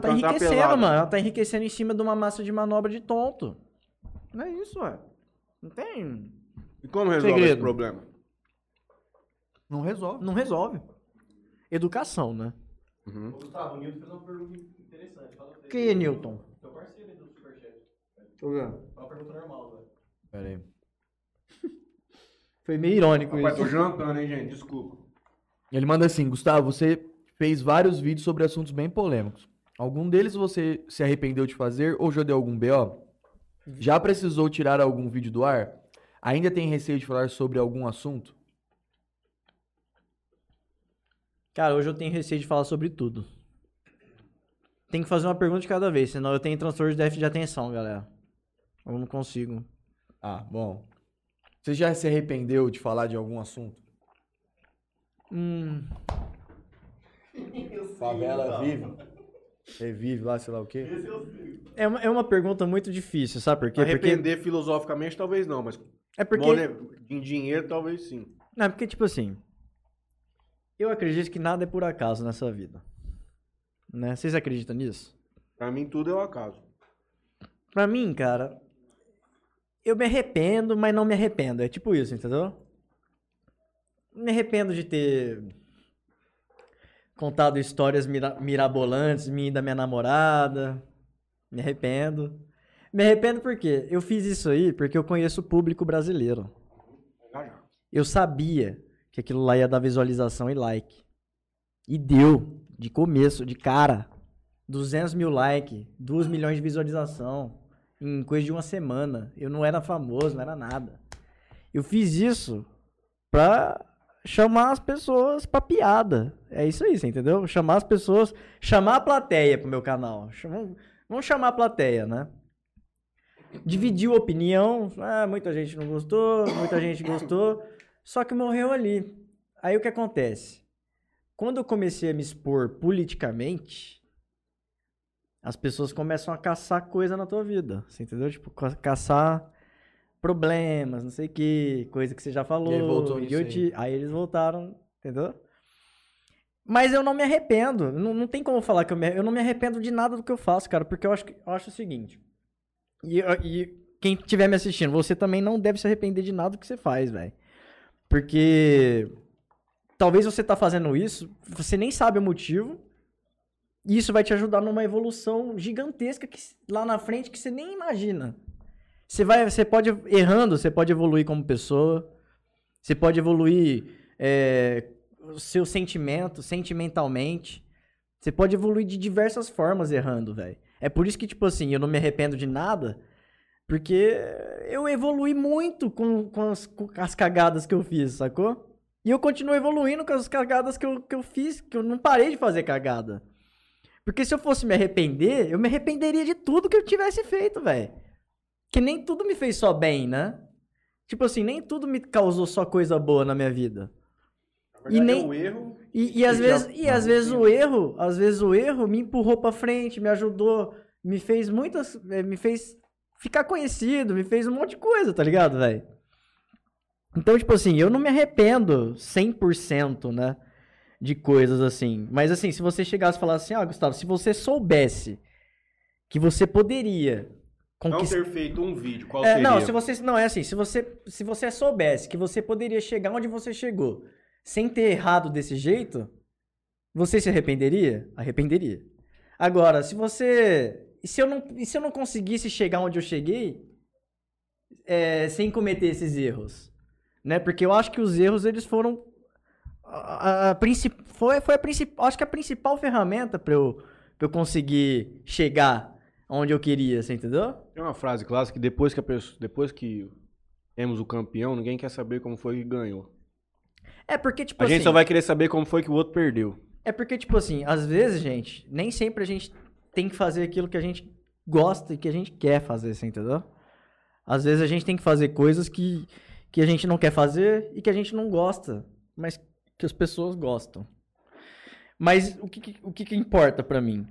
Por
tá
cantar
enriquecendo,
pelada.
mano. Ela tá enriquecendo em cima de uma massa de manobra de tonto. Não é isso, ué. Não tem.
E como resolve
Segredo.
esse problema?
Não resolve.
Não resolve. Educação, né?
Uhum.
O Gustavo, o Nilton fez uma pergunta interessante. Fala pra ele.
Quem é Newton?
Teu parceiro aí do Superchat.
Foi
É uma pergunta normal, velho.
Pera aí.
meio irônico
Rapaz, tô
isso.
jantando, hein, gente? Desculpa.
Ele manda assim, Gustavo, você fez vários vídeos sobre assuntos bem polêmicos. Algum deles você se arrependeu de fazer ou já deu algum BO? Já precisou tirar algum vídeo do ar? Ainda tem receio de falar sobre algum assunto?
Cara, hoje eu tenho receio de falar sobre tudo. Tem que fazer uma pergunta de cada vez, senão eu tenho transtorno de déficit de atenção, galera. Eu não consigo.
Ah, bom. Você já se arrependeu de falar de algum assunto?
Hum,
Eu sei,
Favela
então.
vive. Revive lá, sei lá o quê.
Esse eu sei.
é, uma, é uma pergunta muito difícil, sabe por quê? Porque,
Arrepender filosoficamente, talvez não, mas
é porque.
mone- em dinheiro, talvez sim.
Não, é porque, tipo assim. Eu acredito que nada é por acaso nessa vida. Né? Vocês acreditam nisso?
Pra mim, tudo é o acaso.
Pra mim, cara. Eu me arrependo, mas não me arrependo. É tipo isso, entendeu? Me arrependo de ter contado histórias mira- mirabolantes, minha e da minha namorada. Me arrependo. Me arrependo por quê? Eu fiz isso aí porque eu conheço o público brasileiro.
Já, já.
Eu sabia que aquilo lá ia dar visualização e like. E deu, de começo, de cara. 200 mil likes, 2 milhões de visualização em coisa de uma semana. Eu não era famoso, não era nada. Eu fiz isso pra chamar as pessoas pra piada. É isso aí, você entendeu? Chamar as pessoas, chamar a plateia pro meu canal. Chama- Vamos chamar a plateia, né? Dividiu opinião, ah, muita gente não gostou, muita gente gostou. Só que morreu ali. Aí o que acontece? Quando eu comecei a me expor politicamente, as pessoas começam a caçar coisa na tua vida. Você entendeu? Tipo, ca- caçar problemas, não sei o que, coisa que você já falou.
voltou nisso aí.
idioti- aí eles voltaram, entendeu? Mas eu não me arrependo. Não, não tem como falar que eu, me, eu não me arrependo de nada do que eu faço, cara, porque eu acho, que- eu acho o seguinte. E, e quem estiver me assistindo, você também não deve se arrepender de nada do que você faz, velho. Porque talvez você tá fazendo isso, você nem sabe o motivo, e isso vai te ajudar numa evolução gigantesca que, s- lá na frente que você nem imagina. Você vai, você pode errando, você pode evoluir como pessoa, você pode evoluir é, o seu sentimento, sentimentalmente. Você pode evoluir de diversas formas errando, velho. É por isso que, tipo assim, eu não me arrependo de nada, porque eu evolui muito com, com, as, com as cagadas que eu fiz, sacou? E eu continuo evoluindo com as cagadas que eu, que eu fiz, que eu não parei de fazer cagada. Porque se eu fosse me arrepender, eu me arrependeria de tudo que eu tivesse feito, velho. Que nem tudo me fez só bem, né? Tipo assim, nem tudo me causou só coisa boa na minha vida.
Na
E
verdade,
nem-
é o erro.
E, e às
Eu já- assim, né?
vezes, e às
não,
vezes
sim.
o erro, às vezes o erro me empurrou pra frente, me ajudou, me fez muitas, eh, me fez ficar conhecido, me fez um monte de coisa, tá ligado, velho? Então, tipo assim, eu não me arrependo 100%, né, de coisas assim. Mas assim, se você chegasse e falasse assim, ah, Gustavo, se você soubesse que você poderia
Não
conquistar
ter feito um vídeo, qual
é,
seria?
não, se você não é assim, se você se você soubesse que você poderia chegar onde você chegou sem ter errado desse jeito, você se arrependeria? Arrependeria. Agora, se você e se eu não e se eu não conseguisse chegar onde eu cheguei é, sem cometer esses erros, né? Porque eu acho que os erros eles foram a, a- a princi- foi foi a principal, acho que a principal ferramenta para eu pra eu conseguir chegar onde eu queria, você entendeu?
Tem uma frase clássica que depois que a pessoa, depois que temos o campeão, ninguém quer saber como foi que ganhou.
É porque tipo
A gente
assim,
só vai querer saber como foi que o outro perdeu.
É porque, tipo assim, às vezes, gente, nem sempre a gente tem que fazer aquilo que a gente gosta e que a gente quer fazer, você entendeu? Às vezes a gente tem que fazer coisas que, que a gente não quer fazer e que a gente não gosta, mas que as pessoas gostam. Mas o que, que- o que, que importa pra mim?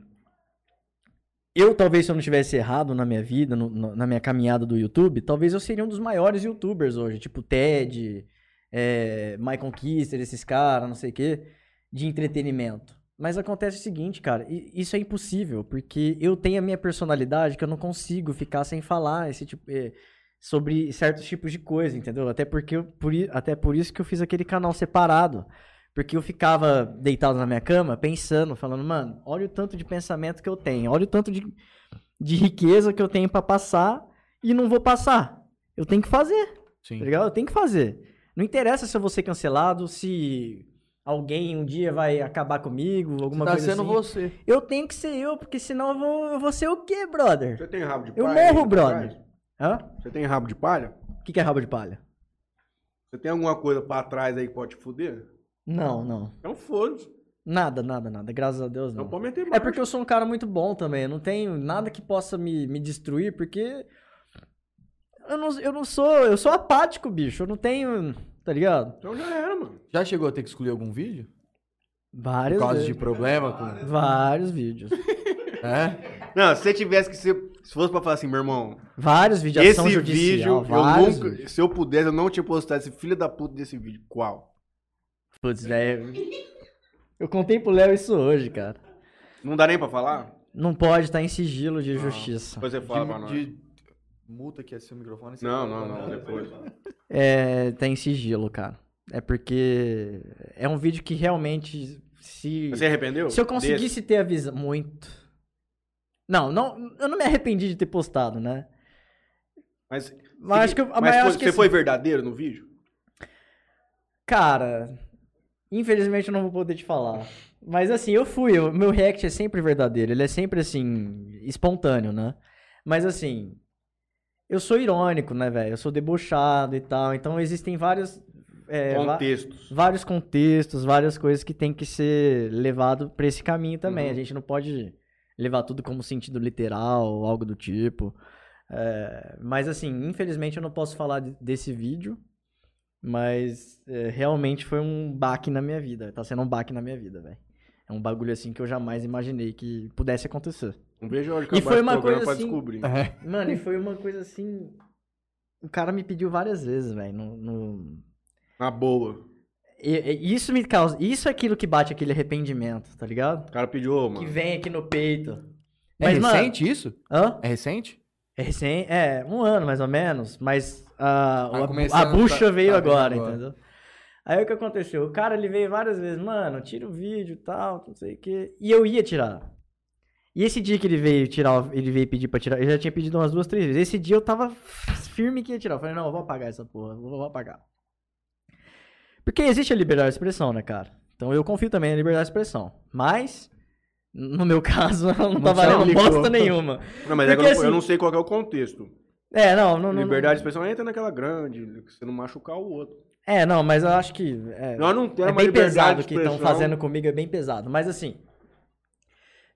Eu, talvez, se eu não tivesse errado na minha vida, no- no- na minha caminhada do YouTube, talvez eu seria um dos maiores YouTubers hoje, tipo Ted, é, Michael Kister, esses caras, não sei o quê de entretenimento. Mas acontece o seguinte, cara, i- isso é impossível, porque eu tenho a minha personalidade que eu não consigo ficar sem falar esse tipo eh, sobre certos tipos de coisa, entendeu? Até porque eu- por, i- até por isso que eu fiz aquele canal separado, porque eu ficava deitado na minha cama pensando, falando, mano, olha o tanto de pensamento que eu tenho, olha o tanto de, de riqueza que eu tenho pra passar e não vou passar. Eu tenho que fazer.
Sim.
Tá ligado? Tem que fazer. Não interessa se eu vou ser cancelado, se alguém um dia vai acabar comigo, alguma
tá
coisa
sendo
assim.
você.
Eu tenho que ser eu, porque senão eu vou, eu vou ser o quê, brother?
Você tem rabo de
Eu
palha?
morro,
aí,
brother.
atrás?
Hã?
Você tem rabo de palha?
O que, que é rabo de palha?
Você tem alguma coisa pra trás aí que pode te fuder?
Não, não.
Então foda-se.
Nada, nada, nada. Graças a Deus,
Não
não.
pode meter
É porque eu sou um cara muito bom também. Eu não tenho nada que possa me, me destruir, porque. Eu não, eu não sou. Eu sou apático, bicho. Eu não tenho. Tá ligado?
Então já era, mano.
Já chegou a ter que excluir algum vídeo? Por
Vários.
causa de problema com.
Vários vídeos.
É?
Não, se você tivesse que ser. Se fosse pra falar assim, meu irmão,
Vários vídeos de ação
esse
judicial.
vídeo, eu
vários
nunca.
vídeos.
Se eu pudesse, eu não tinha postado esse filho da puta desse vídeo. Qual?
Putz, velho. Eu contei pro Léo isso hoje, cara.
Não dá nem pra falar?
Não pode estar em sigilo de justiça.
Depois você fala pra nós.
De, de... Multa que é seu microfone. você
Não,
fala
não,
pra
não,
nós.
depois.
É, tá em sigilo, cara. É porque é um vídeo que realmente se
Você arrependeu?
se eu conseguisse ter a visão muito. Não, não, eu não me arrependi de ter postado, né?
Mas,
Mas acho que eu-
mas
mas
foi-
acho que
você
assim-
foi verdadeiro no vídeo?
Cara, infelizmente eu não vou poder te falar. Mas assim, eu fui. eu- meu react é sempre verdadeiro. Ele é sempre assim, espontâneo, né? Mas assim, eu sou irônico, né, velho? Eu sou debochado e tal. Então existem vários. é, va-
Contextos.
vários contextos, várias coisas que tem que ser levado pra esse caminho também.
Uhum.
A gente não pode levar tudo como sentido literal ou algo do tipo. É, mas assim, infelizmente eu não posso falar de- desse vídeo, mas é, realmente foi um baque na minha vida. Tá sendo um baque na minha vida, velho. É um bagulho assim que eu jamais imaginei que pudesse acontecer.
Não vejo a hora de
E
acabar
foi
esse
uma
programa
coisa
pra
assim-
descobrir.
É.
Mano, e foi uma coisa assim. O cara me pediu várias vezes, velho, no- no,
Na boa.
E- e- Isso me causa. Isso é aquilo que bate aquele arrependimento, tá ligado?
O cara pediu, ô, mano.
Que vem aqui no peito.
É
Mas, mano-
recente isso?
Hã?
É recente?
É recém, é, um ano mais ou menos, mas ah,
Tá
a- a,
começando,
bucha
tá-
veio
tá vindo
agora,
agora.
entendeu? Aí o que aconteceu? O cara ele veio várias vezes, mano, tira o vídeo e tal, não sei o quê. E eu ia tirar. E esse dia que ele veio tirar, o- ele veio pedir pra tirar, eu já tinha pedido umas duas, três vezes. Esse dia eu tava firme que ia tirar. Eu falei, não, eu vou apagar essa porra, eu vou apagar. Porque existe a liberdade de expressão, né, cara? Então eu confio também na liberdade de expressão. Mas, no meu (laughs) caso, ela não,
Não
tá
se
valendo
aplicou.
bosta nenhuma.
Não, mas é que eu,
Porque,
não, eu
assim-
não sei qual que é o contexto.
É, não, não, não.
Liberdade de expressão entra naquela grande, que você não machucar o outro.
É, não, mas eu acho que. É,
Nós não temos
é
uma
bem
liberdade
pesado o
de
que estão
expressão.
fazendo comigo, é bem pesado. Mas assim.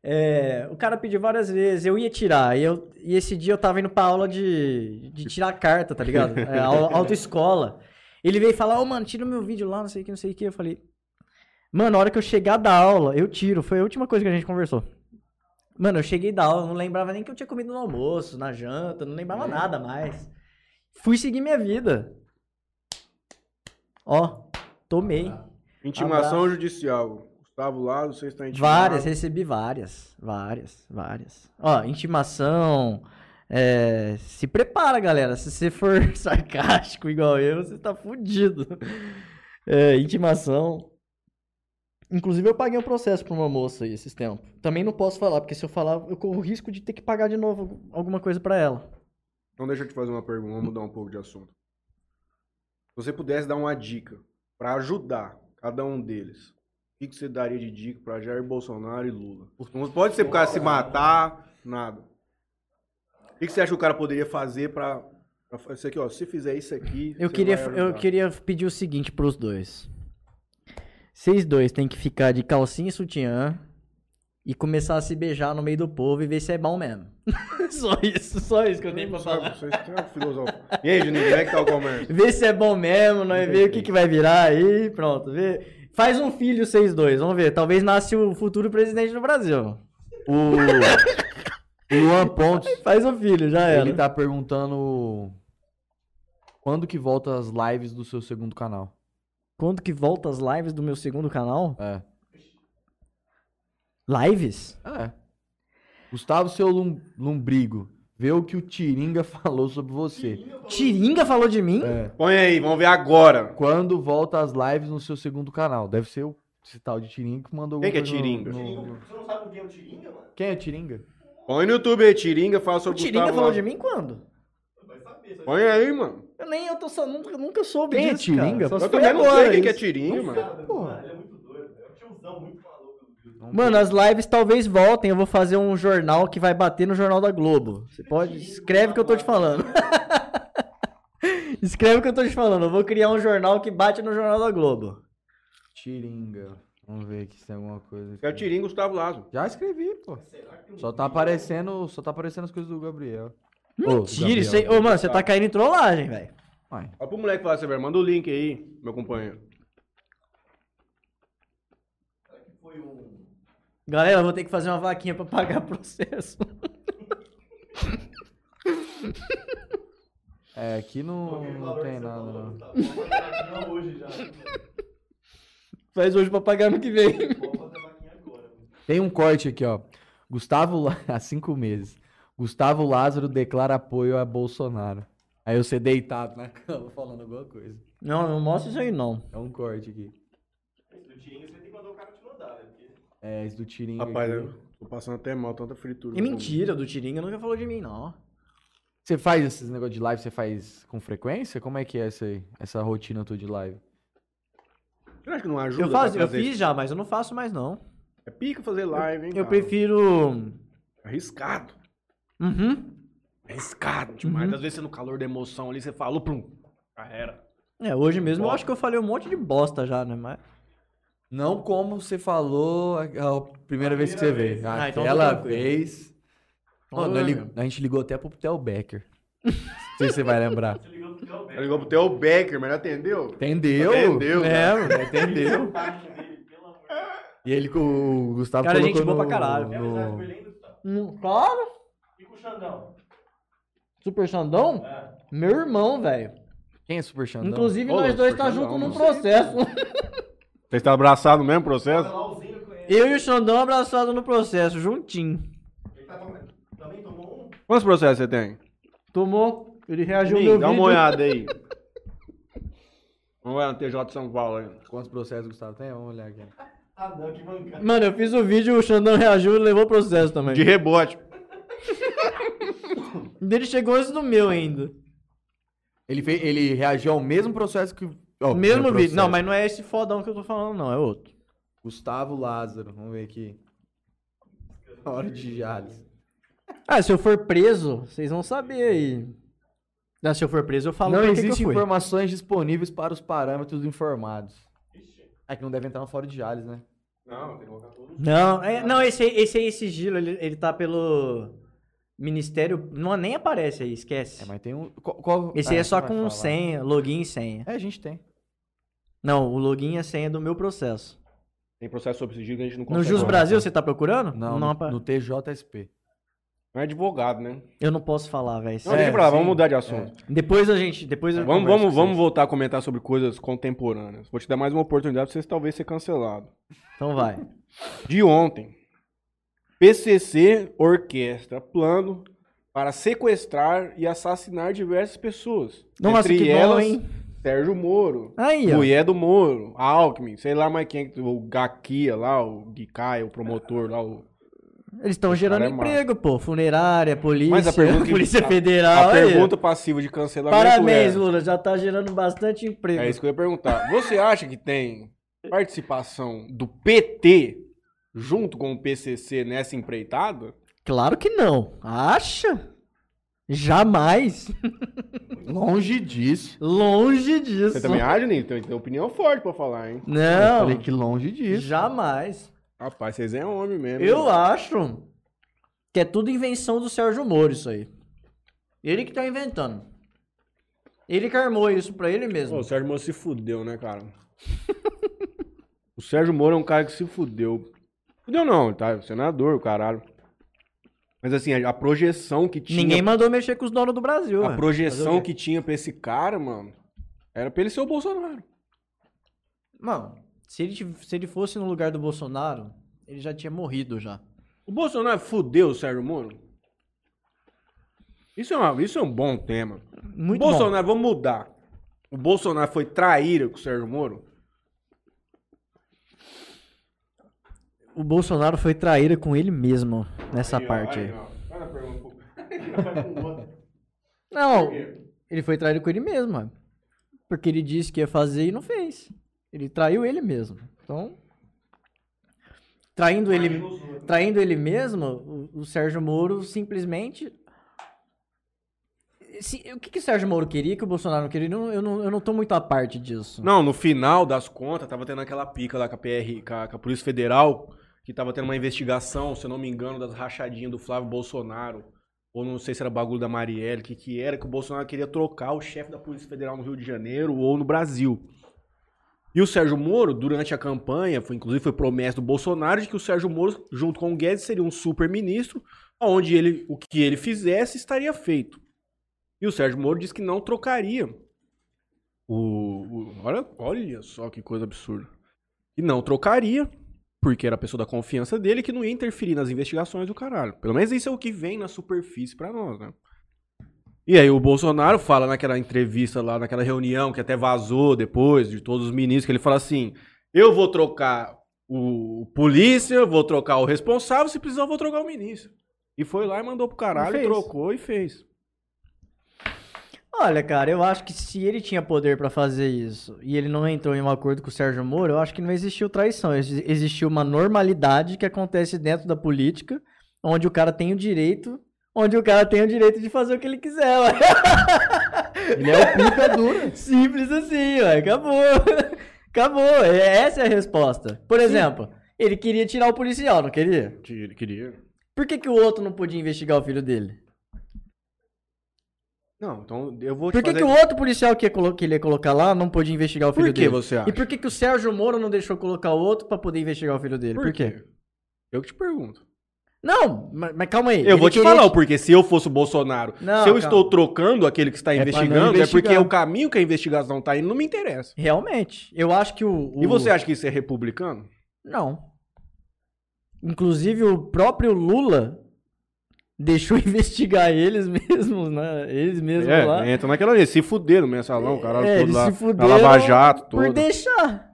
é, o cara pediu várias vezes, eu ia tirar. E, eu, e esse dia eu tava indo pra aula de, de tirar carta, tá
(laughs)
ligado? É, au- autoescola. Ele veio falar, ô mano, tira o meu vídeo lá, não sei o que, não sei o que. Eu falei. Mano, na hora que eu chegar da aula, eu tiro. Foi a última coisa que a gente conversou. Mano, eu cheguei da aula, eu não lembrava nem que eu tinha comido no almoço, na janta, não
É.
lembrava nada mais. Fui seguir minha vida. Ó, tomei.
Ah. Intimação judicial. Gustavo Lado, você está intimado.
Várias, recebi várias. Várias, várias. Ó, intimação. é, se prepara, galera. Se você for (laughs) sarcástico igual eu, você tá fudido. É, intimação. Inclusive, eu paguei um processo pra uma moça aí esses tempos. Também não posso falar, porque se eu falar, eu corro o risco de ter que pagar de novo alguma coisa pra ela.
Então deixa eu te fazer uma pergunta, vamos mudar um pouco de assunto. Se você pudesse dar uma dica pra ajudar cada um deles, o que que você daria de dica pra Jair Bolsonaro e Lula? Não pode ser por causa de se matar, nada. O que que você acha que o cara poderia fazer pra... pra isso aqui, ó, se fizer isso aqui...
Eu
você
queria,
vai
eu
ajudar.
queria pedir o seguinte pros dois. Vocês dois têm que ficar de calcinha e sutiã e começar a se beijar no meio do povo e ver se é bom mesmo. (laughs) só isso, só isso que eu tenho pra
Sabe,
falar.
vocês têm uma filosofia. E aí, Juninho, como é que tá o comércio?
Ver se é bom mesmo, nós ver o que,
Entendi.
que vai virar aí, pronto. Vê. Faz um filho vocês dois, vamos ver. Talvez nasce o futuro presidente do Brasil.
(laughs) O Luan Pontes,
Faz um filho, já era.
ele tá perguntando quando que volta as lives do seu segundo canal.
Quando que volta as lives do meu segundo canal?
É.
Lives?
É. Gustavo, seu lum- lombrigo, vê o que o Tiringa (laughs) falou sobre você.
Tiringa falou de mim?
É.
Põe aí, vamos ver agora.
Quando volta as lives no seu segundo canal? Deve ser o esse tal de Tiringa que mandou
Quem que é
alguma coisa no-
Tiringa?
no- no-
Você não sabe o que é o Tiringa, mano?
Quem é Tiringa?
Põe no YouTube aí, Tiringa, fala
O
sobre
Tiringa
Gustavo
falou
Lado.
de mim quando?
Vai saber.
Põe aí, mano.
Eu nem eu tô só, nunca, nunca soube
Quem é
disso. cara.
Tiringa?
Só
Eu
foi
também não
agora
sei o que que é
isso.
Tiringa, mano.
tipo.
Porra.
Ele é muito doido. É um tiozão muito maluco.
Mano, as lives talvez voltem. Eu vou fazer um jornal que vai bater no Jornal da Globo. Você pode. Escreve o que eu tô te falando. (laughs) Escreve o que eu tô te falando. Eu vou criar um jornal que bate no Jornal da Globo.
Tiringa. Vamos ver aqui se tem alguma coisa.
Quero
aqui.
tirinho É Gustavo Lazo.
Já escrevi, pô.
Será que tem um
Só tá
vídeo?
aparecendo, só tá aparecendo as coisas do Gabriel. Ô,
Mentira, isso aí. Ô, mano, você tá caindo em trollagem, velho.
Uai.
Ó pro moleque falar assim, velho, manda o link aí, meu companheiro.
Será que foi um.
Galera, eu vou ter que fazer uma vaquinha pra pagar (laughs) processo.
É, aqui não,
aquele
não
valor que tá
tem
você
nada,
falou,
não.
Gustavo? Vamos fazer vaquinha hoje já.
Faz hoje pra pagar ano que vem. (laughs)
Vamos fazer vaquinha agora. mano.
Tem um corte aqui, ó. Gustavo, La- (laughs) há cinco meses. Gustavo Lázaro declara apoio a Bolsonaro. Aí você deitado na (laughs) cama falando alguma coisa.
Não, não mostra isso aí, não.
É um corte aqui.
Esse do tirinho você tem que mandar o cara te mandar, né? Porque
É, esse do tirinho
Rapaz,
aqui.
eu tô passando até mal, tanta fritura.
É mentira, do Tiringa nunca falou de mim, não.
Você faz esses negócios de live, você faz com frequência? Como é que é essa, aí, essa rotina tua de live?
Você acha que não ajuda?
Eu, faço,
pra
eu
trazer-
fiz já, mas eu não faço mais, não.
É pica fazer live, hein?
Eu
cara?
prefiro.
Arriscado.
Uhum.
Arriscado demais.
Uhum.
Às vezes você no calor da emoção ali, você falou, pum, já era.
É, hoje mesmo eu
Bosta.
acho que eu falei um monte de bosta já, né? Mas.
Não como você falou a, a primeira vez que você
Primeira
veio.
vez. Ah, então tá
Aquela
tranquilo.
vez.
Então
Mano,
tá
eu
tranquilo.
ligo- a gente ligou até pro Theo Becker. Não sei se você vai lembrar.
você ligou é pro Theo
Ela
Becker.
ligou pro Theo Becker, mas não atendeu.
Entendeu?
Entendeu,
É, mano, entendeu?
O baque dele, pelo amor de Deus.
E ele, o Gustavo
Cara,
colocou
gente boa
no-
pra caralho.
Tem amizade com
no-
ele ainda, Gustavo?
Hum, Claro!
E com o Xandão?
Super Xandão?
Ah,
Meu irmão, velho.
Quem é Super Xandão?
Inclusive,
Ô,
nós dois
Super
tá
Xandão,
junto num
mano.
processo. (laughs)
Vocês estão abraçados no tá mesmo
Tá
processo?
Lauzinho conhece.
Eu e o Xandão abraçado no processo, juntinho.
Ele tá tomando- também tomou um?
Quantos processos você tem?
Tomou, ele reagiu ao
Ih,
um meu
dá
vídeo.
uma olhada
(laughs)
aí. Vamos lá no TJ de São Paulo aí.
Quantos processos o Gustavo tem? Vamos olhar aqui.
Ah, não, que mancada.
Mano, eu fiz o vídeo, o Xandão reagiu e levou processo também.
De rebote.
O dele chegou antes do meu ainda.
Ele, fez, ele reagiu ao mesmo processo que... ó,
O mesmo
primeiro
vídeo. Não,
processo.
mas não é esse fodão que eu tô falando, não, é outro.
Gustavo Lázaro, vamos ver aqui. Hora de Jales.
Ah, se eu for preso, vocês vão saber aí. Ah, se eu for preso, eu falo
Não
pra que que eu
existem
fui.
informações disponíveis para os parâmetros informados. É que não deve entrar no Fora de Jales, né?
Não, tem que colocar tudo.
Não, é- não esse, aí- esse aí, esse sigilo, ele, ele tá pelo Ministério. Não, nem aparece aí, esquece.
É, mas tem um... Qual, qual-
Esse aí
Ah,
é só
vai
com
falar.
senha, login e senha.
É, a gente tem.
Não, o login e a senha é do meu processo.
Tem processo sobre sigilo que é a gente não
No
consegue.
Jus
não.
Brasil, você tá procurando?
Não,
não
no,
apa-
no TJSP.
Não é advogado, né?
Eu não posso falar, velho.
Não,
É,
deixa pra lá, vamos
sim.
mudar de assunto.
Depois a gente. Depois eu
Vamos,
converso
vamos,
com
vamos
vocês.
voltar a comentar sobre coisas contemporâneas. Vou te dar mais uma oportunidade pra vocês talvez ser cancelado.
Então vai.
De ontem. PCC orquestra plano para sequestrar e assassinar diversas pessoas.
Nossa,
Entre
que bom,
elas,
hein?
Sérgio Moro,
Aí, ó.
mulher do Moro, a Alckmin, sei lá mais quem, é que- o Gaquia lá, o Guicai, o promotor lá, o
Eles estão gerando
cara é massa.
emprego, pô. Funerária, polícia,
Mas a pergunta que-
(laughs) polícia federal.
A
é Ah, aí.
pergunta passiva de cancelamento
Parabéns,
é...
Lula. Já tá gerando bastante emprego.
É isso que eu ia perguntar.
(laughs)
Você acha que tem participação do PT junto com o PCC nessa empreitada?
Claro que não. Acha? Jamais.
Longe disso.
Longe disso.
Você também acha, Nito? Tem, tem opinião forte pra falar, hein?
Eu
Não.
falei que longe disso.
Jamais.
Rapaz, vocês é homem mesmo.
Eu
né?
acho que é tudo invenção do Sérgio Moro isso aí. Ele que tá inventando. Ele que armou isso pra ele
Pô,
mesmo.
o Sérgio Moro se fudeu, né, cara? (laughs) o Sérgio Moro é um cara que se fudeu. Fudeu não, ele tá? Senador, o caralho. Mas assim, a, a projeção que tinha.
Ninguém mandou mexer com os donos do Brasil. né?
A
ué.
projeção
Fazer o
que tinha pra esse cara, mano, era pra ele ser o Bolsonaro.
Mano, se ele, tiv- se ele fosse no lugar do Bolsonaro, ele já tinha morrido já.
O Bolsonaro fudeu o Sérgio Moro? Isso é, uma- isso é um bom tema.
Muito
o
Bolsonaro.
Bolsonaro, vamos mudar. O Bolsonaro foi traíra com o Sérgio Moro?
O Bolsonaro foi traíra com ele mesmo nessa parte aí. Não, ele foi traíra com ele mesmo, mano. Porque ele disse que ia fazer e não fez. Ele traiu ele mesmo. Então, traindo ele, traindo ele mesmo, o, o Sérgio Moro simplesmente se- o que, que o Sérgio Moro queria que o Bolsonaro não queria? Eu não, eu não, eu não tô muito à parte disso.
Não, no final das contas, tava tendo aquela pica lá com a PR, com a, com a Polícia Federal, que tava tendo uma investigação, se eu não me engano, das rachadinhas do Flávio Bolsonaro. Ou não sei se era bagulho da Marielle, o que, que era, que o Bolsonaro queria trocar o chefe da Polícia Federal no Rio de Janeiro ou no Brasil. E o Sérgio Moro, durante a campanha, foi, inclusive foi promessa do Bolsonaro de que o Sérgio Moro, junto com o Guedes, seria um super-ministro, onde ele, o que ele fizesse estaria feito. E o Sérgio Moro disse que não trocaria o, o- olha, olha só que coisa absurda. E não trocaria, porque era a pessoa da confiança dele que não ia interferir nas investigações do caralho. Pelo menos isso é o que vem na superfície pra nós, né? E aí o Bolsonaro fala naquela entrevista lá, naquela reunião que até vazou depois de todos os ministros, que ele fala assim: eu vou trocar o polícia, vou trocar o responsável, se precisar, eu vou trocar o ministro. E foi lá e mandou pro caralho,
E
e
fez.
trocou e fez.
Olha, cara, eu acho que se ele tinha poder pra fazer isso e ele não entrou em um acordo com o Sérgio Moro, eu acho que não existiu traição. Ex- Existiu uma normalidade que acontece dentro da política, onde o cara tem o direito, onde o cara tem o direito de fazer o que ele quiser, ué. (laughs)
Ele é o cu pé dura.
Simples assim, ué. Acabou. (laughs) Acabou. É- Essa é a resposta. Por exemplo, ele queria tirar o policial, não queria?
Ele queria.
Por que, que o outro não podia investigar o filho dele?
Não, então eu vou te
Por que,
fazer-
que o outro policial que, ia colo- que ele ia colocar lá não podia investigar o filho
Por que
dele?
você acha?
E por que, que o Sérgio Moro não deixou colocar o outro pra poder investigar o filho dele? Por, quê?
Eu que te pergunto.
Não, mas, mas calma aí.
Eu
Ele
vou te
queria-
falar o porquê. Se eu fosse o Bolsonaro,
Não,
se eu
calma.
estou trocando aquele que está
É pra não
investigando, é
investigar.
porque o caminho que a investigação está indo não me interessa.
Realmente. Eu acho que o. o-
E você acha que isso é republicano?
Não. Inclusive, o próprio Lula deixou (laughs) investigar eles mesmos, né? Eles mesmos lá.
É, entra naquela lei. Se fuderam, mensalão, caralho,
É,
todo
eles
lá.
se
na
fuderam
Lava Jato,
Por
todo.
deixar.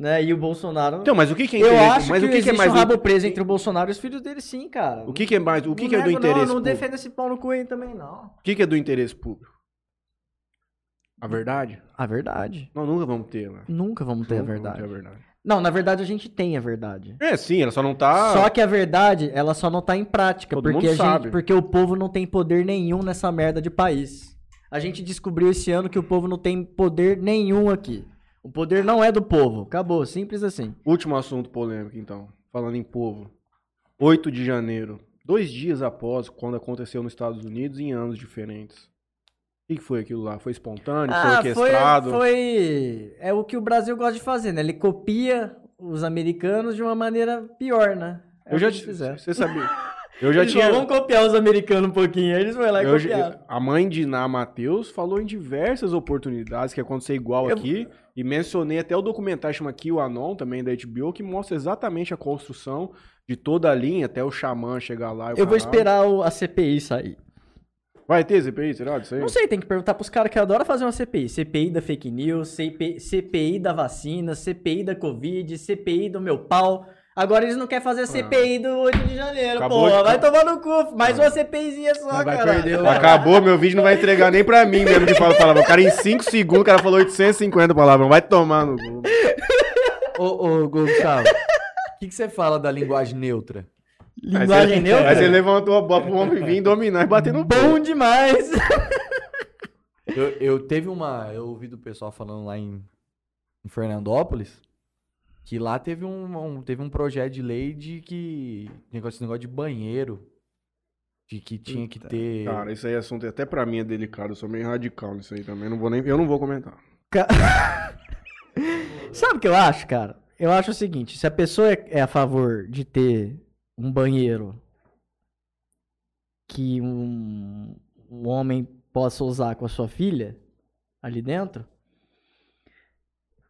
Né? E o Bolsonaro.
Então, mas o que, que é
eu
interesse-
acho
mas
que,
o que, que é
existe
mais.
um rabo preso entre o Bolsonaro e os filhos dele, sim, cara.
O que, que é mais. O que,
Não
que é do
nego,
interesse
Não, não
público?
defenda esse pau no cu aí também, não.
O que, que é do interesse público? A verdade?
A verdade.
Nós nunca vamos ter, né?
Nunca vamos ter a
Nunca vamos
verdade.
ter a verdade.
Não, na verdade a gente tem a verdade.
É, sim, ela só não tá.
Só que a verdade, ela só não tá em prática,
Todo
porque
mundo
a gente-
sabe.
porque o povo não tem poder nenhum nessa merda de país. A gente descobriu esse ano que o povo não tem poder nenhum aqui. O poder não é do povo. Acabou, simples assim.
Último assunto polêmico, então. Falando em povo. 8 de janeiro, dois dias após quando aconteceu nos Estados Unidos, em anos diferentes. O que que foi aquilo lá? Foi espontâneo? foi
Ah, foi,
orquestrado?
foi- É o que o Brasil gosta de fazer, né? Ele copia os americanos de uma maneira pior, né? É
Eu
o
já
que eles
te-
fizeram.
Você
(laughs)
sabia? Eu já
Eles
tinha.
falaram, vamos copiar os americanos um pouquinho. Aí eles foram lá e
eu já-
copiaram.
a mãe de Iná Matheus falou em diversas oportunidades que ia acontecer igual
Eu-
aqui. E mencionei até o documentário chama o Anon, também da HBO, que mostra exatamente a construção de toda a linha até o xamã chegar lá. e o
Eu
caralho.
vou esperar o- a CPI sair.
Vai ter CPI, será? Disso aí?
Não sei, tem que perguntar pros caras que adoram fazer uma CPI. CPI da fake news, CPI, CPI da vacina, CPI da Covid, CPI do meu pau. Agora eles não querem fazer a CPI do 8 de janeiro,
Ah. Acabou
porra.
de- Ah.
Vai tomar no cu. Mais uma CPIzinha só,
Vai
cara.
perder o-
Acabou, meu vídeo não vai entregar nem pra mim mesmo de falar palavra. O cara em 5 segundos, o cara falou 850 palavras. Vai tomar no cu.
Ô, ô, Gustavo, o que, que você fala da linguagem neutra?
Aí você-
Linguagem
Aí você
neutra.
levantou a bola pro homem vir dominar e bater no pé.
né? Bom demais.
Eu, eu teve uma. Eu ouvi do pessoal falando lá em, em Fernandópolis que lá teve um, um- teve um projeto de lei de que. Negócio, esse negócio de banheiro. De que tinha que ter.
Cara, isso aí é assunto até pra mim é delicado. Eu sou meio radical nisso aí também. Não vou nem, eu não vou comentar.
Sabe o que eu acho, cara? Eu acho o seguinte: se a pessoa é, é a favor de ter um banheiro que um, um homem possa usar com a sua filha ali dentro,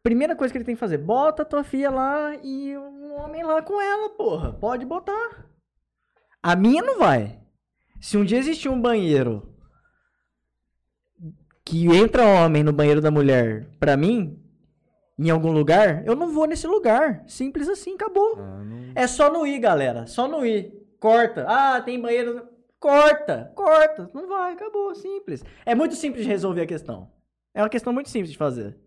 primeira coisa que ele tem que fazer, bota a tua filha lá e um homem lá com ela, porra. Pode botar. A minha não vai. Se um dia existir um banheiro que entra homem no banheiro da mulher, pra mim, em algum lugar, eu não vou nesse lugar. Simples assim, acabou.
Ah, não-
É só não ir, galera. Só não ir. Corta. Ah, tem banheiro. Corta, corta. Não vai, acabou. Simples. É muito simples de resolver a questão. É uma questão muito simples de fazer.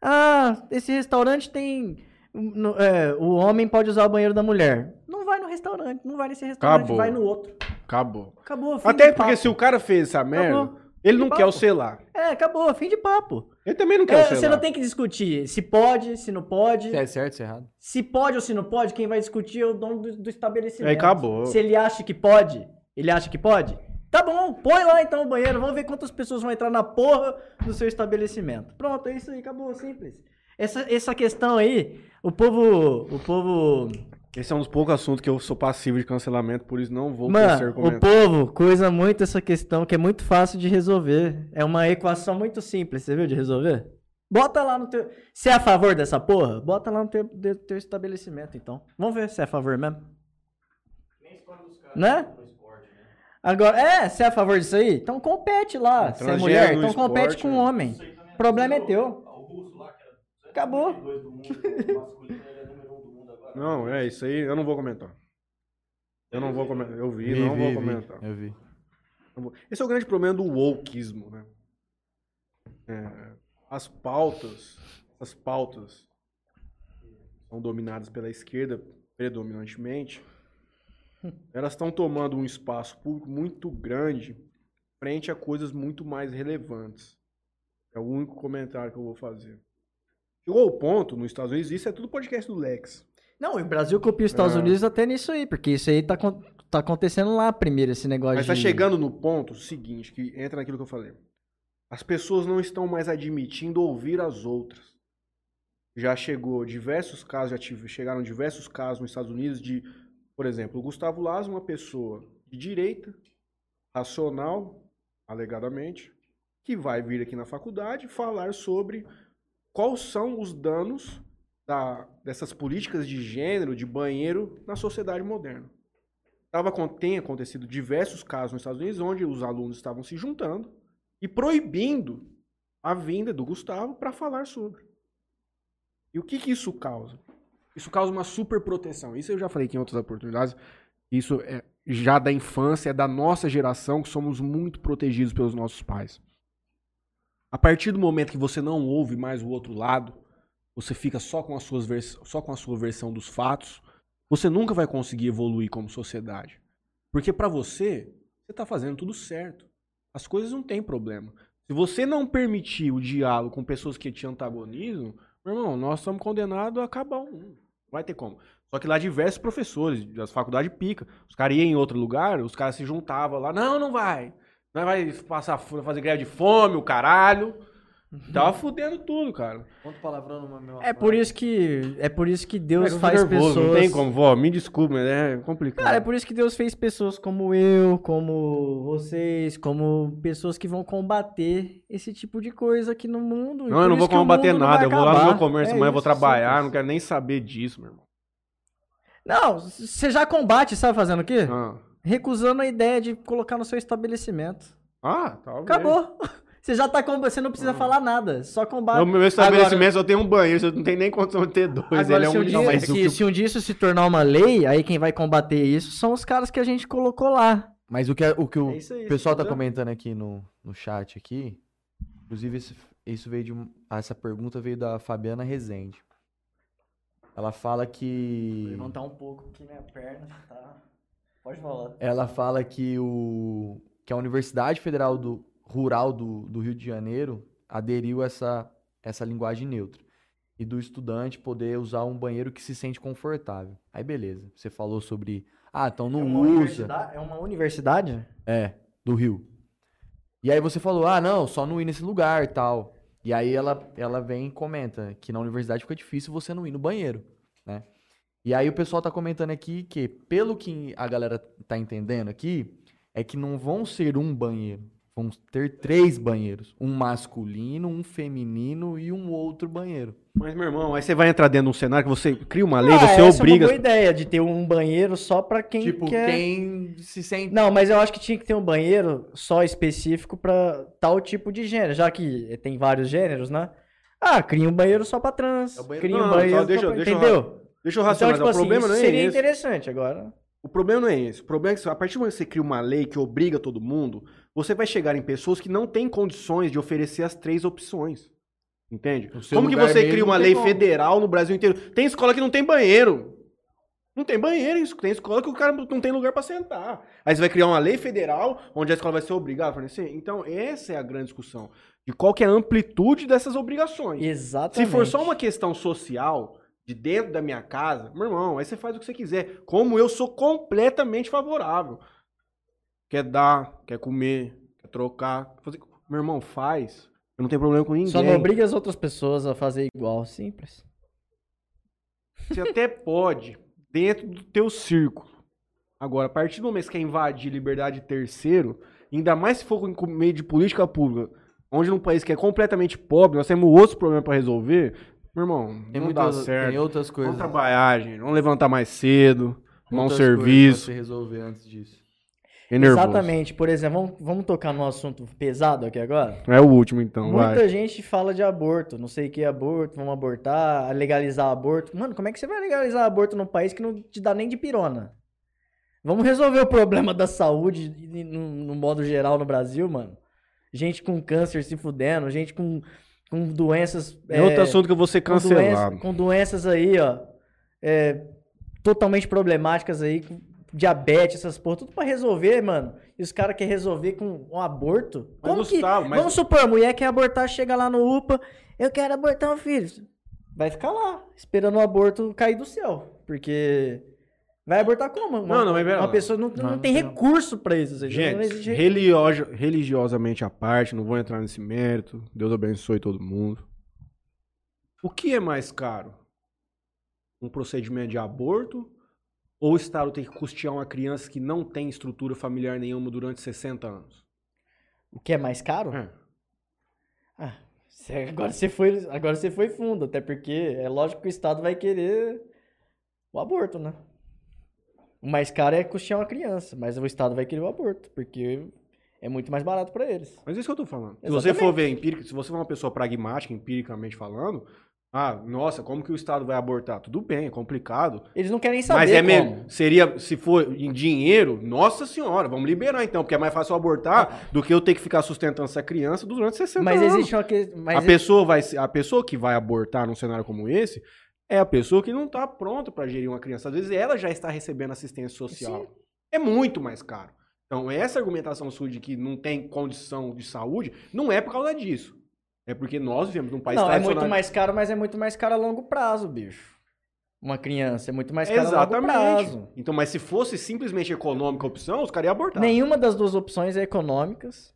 Ah, esse restaurante tem. no- é, o homem pode usar o banheiro da mulher. Não vai no restaurante, não vai nesse restaurante,
Acabou.
vai no outro.
Acabou.
Acabou. fim
Até
do
porque
papo.
se o cara fez essa merda,
tá. Acabou.
Ele não
Papo.
quer o selar.
É, acabou, fim de papo.
Ele também não quer
É,
o
você
selar.
não tem que discutir se pode, se não pode.
Se é certo, se é errado.
Se pode ou se não pode, quem vai discutir é o dono do, do estabelecimento.
Aí acabou.
Se ele acha que pode, ele acha que pode? Tá bom, põe lá então o banheiro, vamos ver quantas pessoas vão entrar na porra do seu estabelecimento. Pronto, é isso aí, acabou, simples. Essa, essa questão aí, o povo. O povo.
Esse é um dos poucos assuntos que eu sou passivo de cancelamento, por isso não vou
Mano,
tecer
o
comentário.
povo coisa muito essa questão que é muito fácil de resolver. É uma equação muito simples, você viu de resolver? Bota lá no teu. Se é a favor dessa porra, bota lá no teu, de- teu estabelecimento, então. Vamos ver se é a favor mesmo.
Nem escolhe os caras
Né?
no esporte, né?
Agora, é, se é a favor disso aí, então compete lá. Se é
Transgênero
mulher,
no
então compete
esporte,
com
né?
homem.
Isso aí também
O problema é
aconteceu.
teu.
O russo lá, que é era
Acabou.
192 do mundo, masculino, ele é número um do mundo agora.
Não, é isso aí, eu não vou comentar. Eu não vou comentar. Eu vi, não vou comentar.
Eu vi.
Não vou- Esse é o grande problema do wokeismo, né? É, as pautas, as pautas são dominadas pela esquerda predominantemente. Elas estão tomando um espaço público muito grande frente a coisas muito mais relevantes. É o único comentário que eu vou fazer. Chegou ao ponto, nos Estados Unidos, isso é tudo podcast do Lex.
Não, e o Brasil copia os Estados
É.
Unidos até nisso aí, porque isso aí tá, acon- tá acontecendo lá primeiro, esse negócio
Mas tá
de-
chegando no ponto seguinte, que entra naquilo que eu falei. As pessoas não estão mais admitindo ouvir as outras. Já chegou diversos casos, já tive, chegaram diversos casos nos Estados Unidos de, por exemplo, o Gustavo Lazo, uma pessoa de direita, racional, alegadamente, que vai vir aqui na faculdade falar sobre quais são os danos da- dessas políticas de gênero, de banheiro, na sociedade moderna. Tava, acon- tem acontecido diversos casos nos Estados Unidos onde os alunos estavam se juntando e proibindo a vinda do Gustavo para falar sobre. E o que, que isso causa? Isso causa uma superproteção. Isso eu já falei aqui em outras oportunidades. Isso é já da infância, é da nossa geração, que somos muito protegidos pelos nossos pais. A partir do momento que você não ouve mais o outro lado, você fica só com, as suas vers- só com a sua versão dos fatos, você nunca vai conseguir evoluir como sociedade. Porque para você, você está fazendo tudo certo. As coisas não têm problema. Se você não permitir o diálogo com pessoas que te antagonizam, meu irmão, nós estamos condenados a acabar um. Não Vai ter como. Só que lá diversos professores, das faculdades pica. Os caras iam em outro lugar, os caras se juntavam lá. Não, não vai. Não vai passar, fo- fazer greve de fome, o caralho.
Uhum.
Tava fudendo tudo, cara.
Quanto palavrão no meu
É por isso que é por isso que
Eu
Deus
fico
faz
nervoso,
pessoas.
Não tem como, vó. Me desculpa, mas é complicado.
Cara, é por isso que Deus fez pessoas como eu, como vocês, como pessoas que vão combater esse tipo de coisa aqui no mundo. E
Não, eu
por
não vou
isso que o
combater
mundo não
nada.
vai
Eu vou lá no
acabar.
meu comércio
É
amanhã, eu vou
isso,
trabalhar, não
simples.
quero nem saber disso, meu irmão.
Não, você já combate, sabe fazendo o quê?
Ah,
Recusando a ideia de colocar no seu estabelecimento.
ah talvez.
Acabou. (laughs) Você já tá combatendo, você não precisa falar nada, só combate.
No Hum. meu estabelecimento só tem um banheiro, você não tem nem condição de ter dois.
Agora,
ele é
se,
um
um dia,
único.
se- se um dia isso se tornar uma lei, aí quem vai combater isso são os caras que a gente colocou lá.
Mas o que, é, o, que o
É isso aí.
O pessoal tá comentando aqui no, no chat aqui. Inclusive, esse- isso veio de. um- Essa pergunta veio da Fabiana Rezende. Ela fala que.
Levantar um pouco aqui minha perna, tá? Pode falar.
Ela fala que o. que a Universidade Federal do, Rural do, do Rio de Janeiro aderiu a essa, essa linguagem neutra. E do estudante poder usar um banheiro que se sente confortável. Aí beleza. Você falou sobre. Ah, então não usa.
É uma universidade?
É, do Rio. E aí você falou, ah, não, só não ir nesse lugar e tal. E aí ela, ela vem e comenta que na universidade fica difícil você não ir no banheiro, né? E aí o pessoal tá comentando aqui que, pelo que a galera tá entendendo aqui, é que não vão ser um banheiro. Vão ter três banheiros. Um masculino, um feminino e um outro banheiro.
Mas, meu irmão, aí você vai entrar dentro de um cenário que você cria uma lei, você obriga.
É uma boa ideia de ter um banheiro só pra quem
tipo,
quer.
quem se sente...
Não, mas eu acho que tinha que ter um banheiro só específico pra tal tipo de gênero, já que tem vários gêneros, né? Ah, cria um banheiro só pra trans.
É o banheiro-
Cria um
Não, não,
banheiro.
só deixa eu-
pra...
deixa eu
Entendeu?
Deixa eu
Então,
racionalizar.
tipo
o
assim,
problema
isso
não é
seria
esse.
interessante agora.
O problema não é esse. O problema é que a partir do momento que você cria uma lei que obriga todo mundo, você vai chegar em pessoas que não têm condições de oferecer as três opções. Entende?
O seu
Como que
lugar
você
mesmo
cria uma
não
lei
tem como.
federal no Brasil inteiro? Tem escola que não tem banheiro. Não tem banheiro, isso, tem escola que o cara não tem lugar pra sentar. Aí você vai criar uma lei federal onde a escola vai ser obrigada a fornecer. Então, essa é a grande discussão. De qual que é a amplitude dessas obrigações.
Exatamente.
Se for só uma questão social, de dentro da minha casa, meu irmão, aí você faz o que você quiser. Como eu sou completamente favorável. Quer dar, quer comer, quer trocar. fazer- Meu irmão, faz. Eu não tenho problema com ninguém.
Só não obriga as outras pessoas a fazer igual. Simples.
Você até pode, dentro do teu círculo. Agora, a partir do momento que você quer invadir liberdade de terceiro, ainda mais se for com meio de política pública, onde num país que é completamente pobre, nós temos outros problemas pra resolver, meu irmão,
Tem
não
muitas,
dá certo.
tem outras coisas.
Vamos trabalhar, gente. Vamos levantar mais cedo, arrumar um
outras coisas pra
serviço,
se resolver antes disso.
é nervoso.
Exatamente. Por exemplo, vamos, vamos tocar num assunto pesado aqui agora?
É o último, então,
Muita
vai.
gente fala de aborto, não sei o que é aborto, vamos abortar, legalizar aborto. Mano, como é que você vai legalizar aborto num país que não te dá nem de pirona? Vamos resolver o problema da saúde e no, no modo geral no Brasil, mano. Gente com câncer se fudendo, gente com, com doenças.
É outro
é,
assunto que eu vou ser
com doença-
cancelado.
com doenças aí, ó. é, totalmente problemáticas aí, com diabetes, essas porra, tudo pra resolver, mano. E os caras querem resolver com um aborto?
Mas,
Como que.
Gustavo, mas-
Vamos supor, a mulher quer abortar, chega lá no UPA, eu quero abortar um filho. Vai ficar lá, esperando o aborto cair do céu. Porque. Vai abortar como? Uma,
Não, não, mas pera
uma
lá.
pessoa não, não
Não,
tem
não.
recurso pra isso. ou seja, não
Gente,
existe
religiosa- religiosamente à parte, não vou entrar nesse mérito. Deus abençoe todo mundo. O que é mais caro? Um procedimento de aborto? Ou o Estado ter que custear uma criança que não tem estrutura familiar nenhuma durante 60 anos?
O que é mais caro?
É.
Ah, cê- agora você foi, agora você foi fundo, até porque é lógico que o Estado vai querer o aborto, né? O mais caro é custear uma criança, mas o Estado vai querer o aborto, porque é muito mais barato pra eles.
Mas é isso que eu tô falando. Se
Exatamente.
você for ver empírica, se você for uma pessoa pragmática, empiricamente falando, ah, nossa, como que o Estado vai abortar? Tudo bem, é complicado.
Eles não querem saber
Mas é
como.
mesmo. Seria, se for em dinheiro, nossa senhora, vamos liberar então, porque é mais fácil eu abortar do que eu ter que ficar sustentando essa criança durante 60
Ah. Mas
anos.
existe uma que, mas
a, pessoa vai, se- a pessoa que vai abortar num cenário como esse é a pessoa que não está pronta para gerir uma criança. Às vezes ela já está recebendo assistência social.
Sim.
É muito mais caro. Então, essa argumentação sua de que não tem condição de saúde não é por causa disso. É porque nós vivemos num país tá
Não, é
tradicional.
muito mais caro, mas é muito mais caro a longo prazo, bicho. Uma criança é muito mais caro a longo prazo.
Exatamente. Então, mas se fosse simplesmente econômica a opção, os caras iam abortar.
Nenhuma das duas opções é econômicas.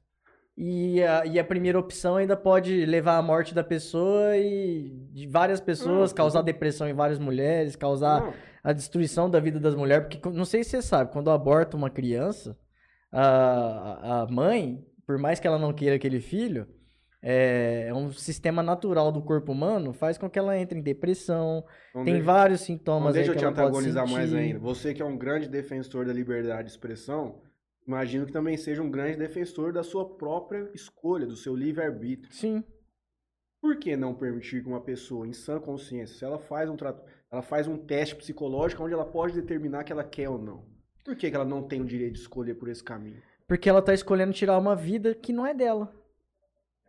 E a, e a primeira opção ainda pode levar à morte da pessoa e de várias pessoas,
Hum.
causar depressão em várias mulheres, causar
Não.
a destruição da vida das mulheres. Porque, co- não sei se você sabe, quando aborta uma criança, a, a mãe, por mais que ela não queira aquele filho, é, é um sistema natural do corpo humano, faz com que ela entre em depressão.
Então,
tem
deixa-
vários
então
sintomas aí
Deixa eu
é que
te
ela pode
antagonizar mais
sentir.
ainda. Você que é um grande defensor da liberdade de expressão, imagino que também seja um grande defensor da sua própria escolha, do seu livre-arbítrio.
Sim.
Por que não permitir que uma pessoa em sã consciência, se ela faz um trato, ela faz um teste psicológico onde ela pode determinar que ela quer ou não? Por que, que ela não tem o direito de escolher por esse caminho?
Porque ela tá escolhendo tirar uma vida que não é dela.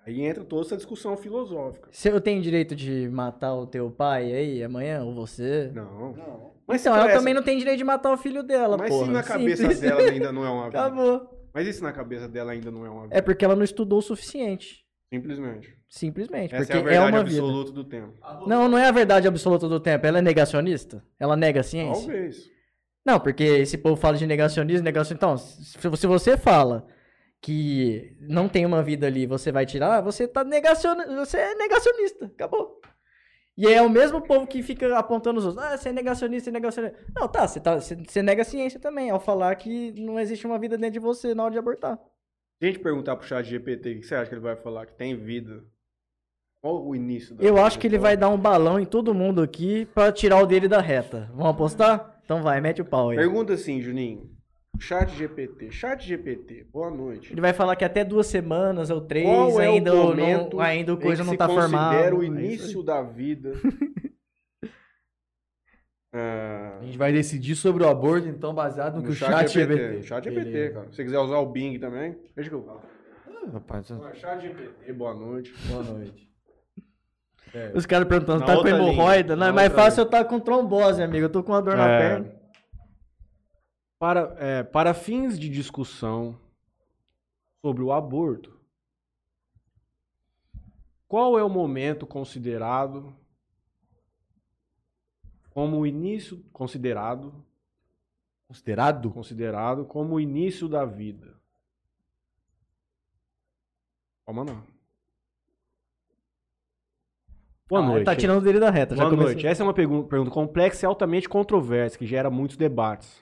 Aí entra toda essa discussão filosófica.
Se eu tenho direito de matar o teu pai aí amanhã, ou você.
Não.
Não.
Mas
Então,
se
ela
pra essa-
também não tem direito de matar o filho dela,
Mas
porra.
se na cabeça
Simples. (laughs)
dela ainda não é uma vida.
Acabou.
Mas e se na cabeça dela ainda não é uma vida?
É porque ela não estudou o suficiente.
Simplesmente.
Simplesmente.
Essa é a
porque é
verdade
uma vida.
absoluta do tempo.
Não, não é a verdade absoluta do tempo. Ela é negacionista? Ela nega a ciência?
Talvez.
Não, porque esse povo fala de negacionismo, negacionismo. Então, se se você fala que não tem uma vida ali, você vai tirar, você tá negacionista. Você é negacionista, acabou. E é o mesmo povo que fica apontando os outros. Ah, você é negacionista, você é negacionista. Não, tá, você, tá, você, você nega a ciência também, ao falar que não existe uma vida dentro de você na hora de abortar.
Se a gente perguntar pro chat GPT, o que você acha que ele vai falar? Que tem vida. Qual o início da
Eu
vida?
acho que ele vai dar um balão em todo mundo aqui pra tirar o dele da reta. Vamos apostar? Então vai, mete o pau aí.
Pergunta assim, Juninho. Chat GPT. Chat GPT, boa noite.
Ele vai falar que até duas semanas ou três
Qual é o
ainda, o
momento
não, ainda o
em
coisa
que
não
se
tá formado.
considera o
É isso aí.
início da
(laughs)
vida. Ah,
A gente vai decidir sobre o aborto, então, baseado no, que o
chat
chat
GPT.
GPT.
Chat GPT,
Beleza.
cara. Se você quiser usar o Bing também, deixa que eu falo.
Ah, Rapaz, isso-
Chat GPT, boa noite.
boa noite. É.
Os caras perguntando,
Na
tá com
outra
hemorroida?
linha,
Não, é
na
mais
outra
fácil eu tá com trombose, amigo. Eu tô com uma dor na
É,
perna.
Para, é, para fins de discussão sobre o aborto, qual é o momento considerado como o início considerado
Considerado?
considerado como o início da vida? Calma não. Boa
Ah,
noite.
Tá tirando o dele da reta.
Boa
já comecei.
noite. Essa é uma pergun- pergunta complexa e altamente controversa, que gera muitos debates.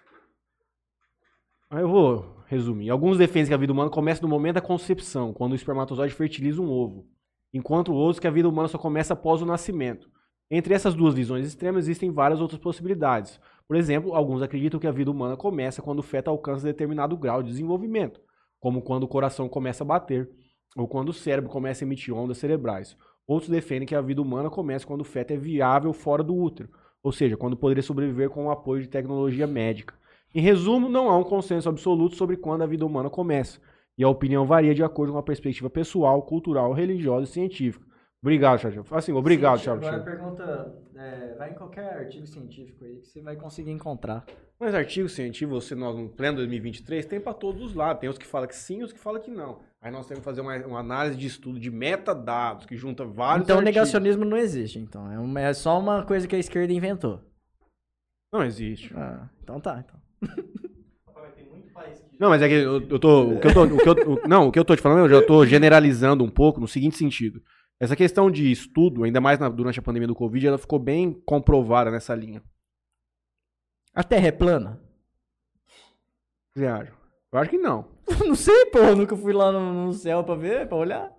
Aí eu vou resumir. Alguns defendem que a vida humana começa no momento da concepção, quando o espermatozoide fertiliza um ovo, enquanto outros que a vida humana só começa após o nascimento. Entre essas duas visões extremas existem várias outras possibilidades. Por exemplo, alguns acreditam que a vida humana começa quando o feto alcança determinado grau de desenvolvimento, como quando o coração começa a bater ou quando o cérebro começa a emitir ondas cerebrais. Outros defendem que a vida humana começa quando o feto é viável fora do útero, ou seja, quando poderia sobreviver com o apoio de tecnologia médica. Em resumo, não há um consenso absoluto sobre quando a vida humana começa, e a opinião varia de acordo com a perspectiva pessoal, cultural, religiosa e científica. Obrigado, Charles. Assim, obrigado,
Científico,
Charles.
Agora pergunta, é, vai em qualquer artigo científico aí que você vai conseguir encontrar.
Mas artigo científico, você, nós, no pleno 2023, tem para todos os lados. Tem os que falam que sim e os que falam que não. Aí nós temos que fazer uma, uma análise de estudo de metadados, que junta vários
então
artigos.
negacionismo não existe, então. É, uma- é só uma coisa que a esquerda inventou.
Não existe.
Ah, então tá. Então.
Rapaz, tem muito país que.
Não, mas é que eu, eu tô. O que eu tô o que eu- o- não, o que eu tô te falando, eu já tô generalizando um pouco no seguinte sentido. Essa questão de estudo, ainda mais na- durante a pandemia do Covid, ela ficou bem comprovada nessa linha.
A Terra é plana? (laughs)
Você acha? Eu acho que não.
não sei, pô. eu Nunca fui lá no, no céu pra ver, pra olhar.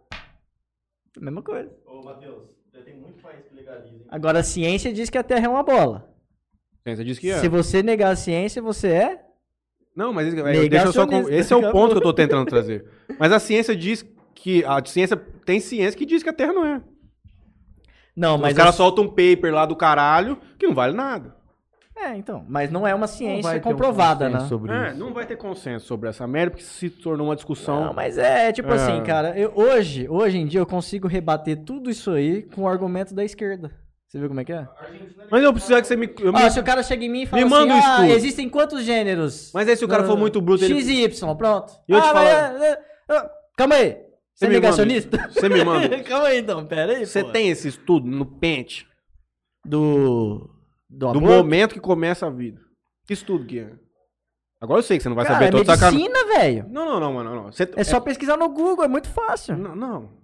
Mesma coisa.
Ô, Matheus, já tem muito país que legaliza. hein?
Agora, a ciência diz que a Terra é uma bola.
Você diz que é.
Se você negar a ciência, você é.
Não, mas esse- é, deixa eu só. con-
Negacionista,
Esse é o
acabou.
ponto que eu tô tentando trazer. Mas a ciência diz que. A ciência. Tem ciência que diz que a Terra não é.
Não, mas.
Os caras soltam um paper lá do caralho que não vale nada.
É, então. Mas não é uma ciência
Não vai ter um
comprovada, né?
consenso Sobre
É,
isso.
não vai ter consenso sobre essa merda, porque se tornou uma discussão.
Não, mas é tipo
É.
assim, cara. eu- hoje, hoje em dia eu consigo rebater tudo isso aí com o argumento da esquerda. Você viu como é que é?
A Argentina
Mas eu preciso é que você me. eu me-
Ó, se o cara chega em mim e fala
me
assim,
manda um
ah,
estudo."
existem quantos gêneros?
Mas aí se o cara
Ah,
for muito bruto, ele.
X e Y, pronto.
E eu te
Ah, mas
falo-
é- é- é- calma aí. Você é
me manda
negacionista?
isso. Você me
(laughs)
manda. um-
calma aí então, pera aí,
Você
pô.
tem esse estudo no pente
Do... Do,
do
aborto?
momento que começa a vida. Que estudo que é? Agora eu sei que você não vai
Cara,
saber.
é
eu tô sacando-
medicina, velho.
Não, não, não, mano. Não, não. Você...
É só pesquisar no Google, é muito fácil.
Não, não.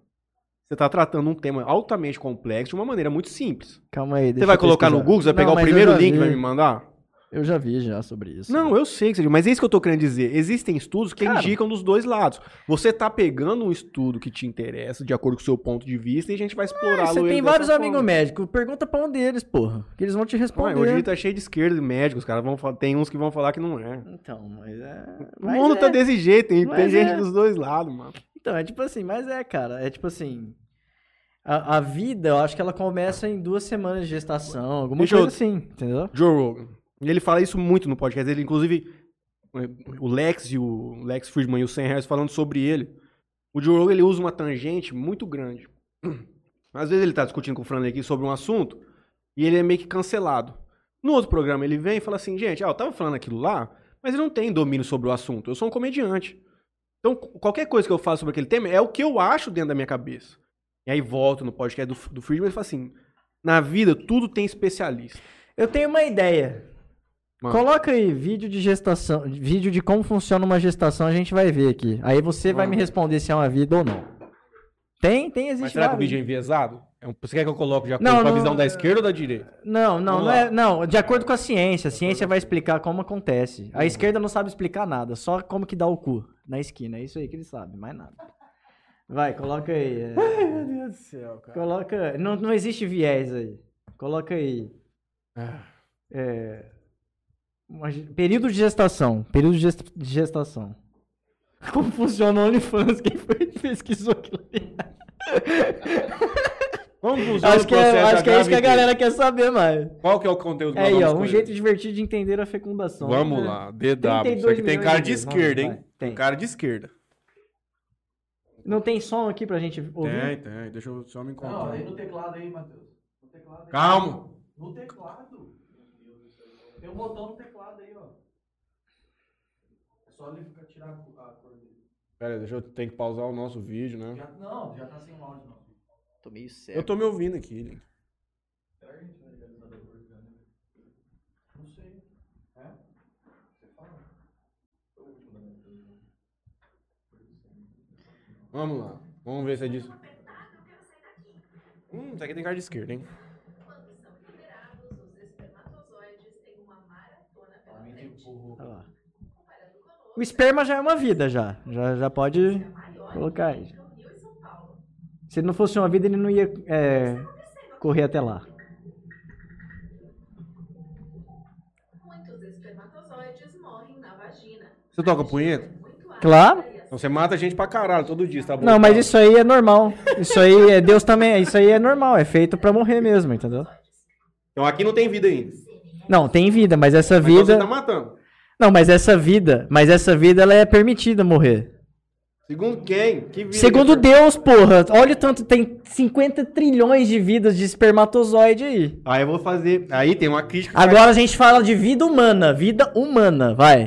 Você tá tratando um tema altamente complexo de uma maneira muito simples.
Calma aí,
você vai colocar no Google, você vai pegar o primeiro link que vai me mandar?
Eu já vi já sobre isso.
Não, eu sei que você... Mas é isso que eu tô querendo dizer. Existem estudos que
Cara.
indicam dos dois lados. Você tá pegando um estudo que te interessa, de acordo com o seu ponto de vista, e a gente vai explorá-lo.
Você
ele
tem
dessa
vários
forma.
amigos médicos, pergunta pra um deles, porra. Que eles vão te
Pô,
responder.
hoje tá cheio de esquerda e médicos, cara. Vão fa- tem uns que vão falar que não é.
Então, mas é.
O
mas
mundo
é.
tá desse jeito, tem,
Mas
tem gente
é.
dos dois lados, mano.
Então, é tipo assim, mas é, cara. É tipo assim. A, a vida, eu acho que ela começa em duas semanas de gestação, alguma
Deixa
coisa
eu-
assim, entendeu?
Joe Rogan. E ele fala isso muito no podcast dele, inclusive o Lex e o Lex Friedman e o Sam Harris falando sobre ele. O Joe Rogan ele usa uma tangente muito grande. (clears throat) Às vezes ele tá discutindo com o Franley aqui sobre um assunto e ele é meio que cancelado. No outro programa ele vem e fala assim, gente, ah, eu tava falando aquilo lá, mas eu não tenho domínio sobre o assunto, eu sou um comediante. Então, qu- qualquer coisa que eu falo sobre aquele tema é o que eu acho dentro da minha cabeça. E aí volto no podcast do, do Friedman e fala assim, na vida tudo tem especialista.
Eu tenho uma ideia.
Mano.
Coloca aí vídeo de gestação, vídeo de como funciona uma gestação, a gente vai ver aqui. Aí você vai me responder se é uma vida ou não. Tem, tem, existe
Mas será que o
vários.
vídeo é enviesado? É um- Você quer que eu coloque de acordo
Não,
com a
não,
visão da
é-
esquerda ou da direita?
Não,
Vamos
não, não,
lá.
é, não, de acordo com a ciência, a ciência vai explicar como acontece. A esquerda não sabe explicar nada, só como que dá o cu na esquina, é isso aí que eles sabem, mais nada. Vai, coloca aí. é,
Meu Deus do céu, cara.
coloca, não, não existe viés aí. Coloca aí. É, uma ge- período de gestação, período de gest- de gestação. (laughs) Como funciona o OnlyFans? Quem foi que pesquisou aquilo? ali?
Como funciona
Acho
o
que, é,
processo
acho que é isso que a
gravidez?
galera quer saber, mais.
Qual que é o conteúdo que
É
nós
aí, ó,
vamos
um
escolher?
jeito divertido de entender a fecundação.
Vamos
né?
lá, DW.
32
Isso aqui tem
milhões
cara
de
de
views,
esquerda,
vamos,
hein?
vai, tem.
cara de esquerda.
Não tem som aqui pra gente
Tem,
ouvir?
tem. Deixa eu só me
Não,
encontrar.
aí no teclado aí, Matheus. No teclado aí.
Calma.
No teclado. Tem um botão no teclado aí, ó. Só ele fica tirar a cor a cor dele.
Pera, deixa eu tenho que pausar o nosso vídeo, né?
Já- não, já tá sem o áudio, não.
Tô meio cego.
Eu tô me ouvindo aqui, Link.
Será que a gente vai legalizar a burger, né? Não sei. É? Você fala? Foi o último da minha turma.
Vamos lá. Vamos ver se é disso. Hum, isso aqui tem cara de esquerda, hein?
Quando são liberados, os espermatozoides têm uma maratona pela frente.
Olha lá. O esperma já é uma vida, já. Já, já pode colocar aí. Se ele não fosse uma vida, ele não ia é, correr até lá.
Muitos espermatozoides morrem na vagina.
Você toca punheta?
Muito ácida
Claro.
e as
Então você mata gente pra caralho todo dia, você tá bom?
Não, mas isso aí é normal. Isso aí é Deus também. Isso aí é normal. É feito pra morrer mesmo, entendeu?
Então aqui não tem vida ainda.
Não, tem vida, mas essa
Mas então você
vida.
tá matando.
Não, mas essa vida. Mas essa vida, ela é permitida morrer.
Segundo quem? Que vida
Segundo
que-
Deus, porra. Olha o tanto. Tem 50 trilhões de vidas de espermatozoide aí.
Aí eu vou fazer. Aí tem uma crítica.
Agora a gente fala de vida humana. Vida humana, vai.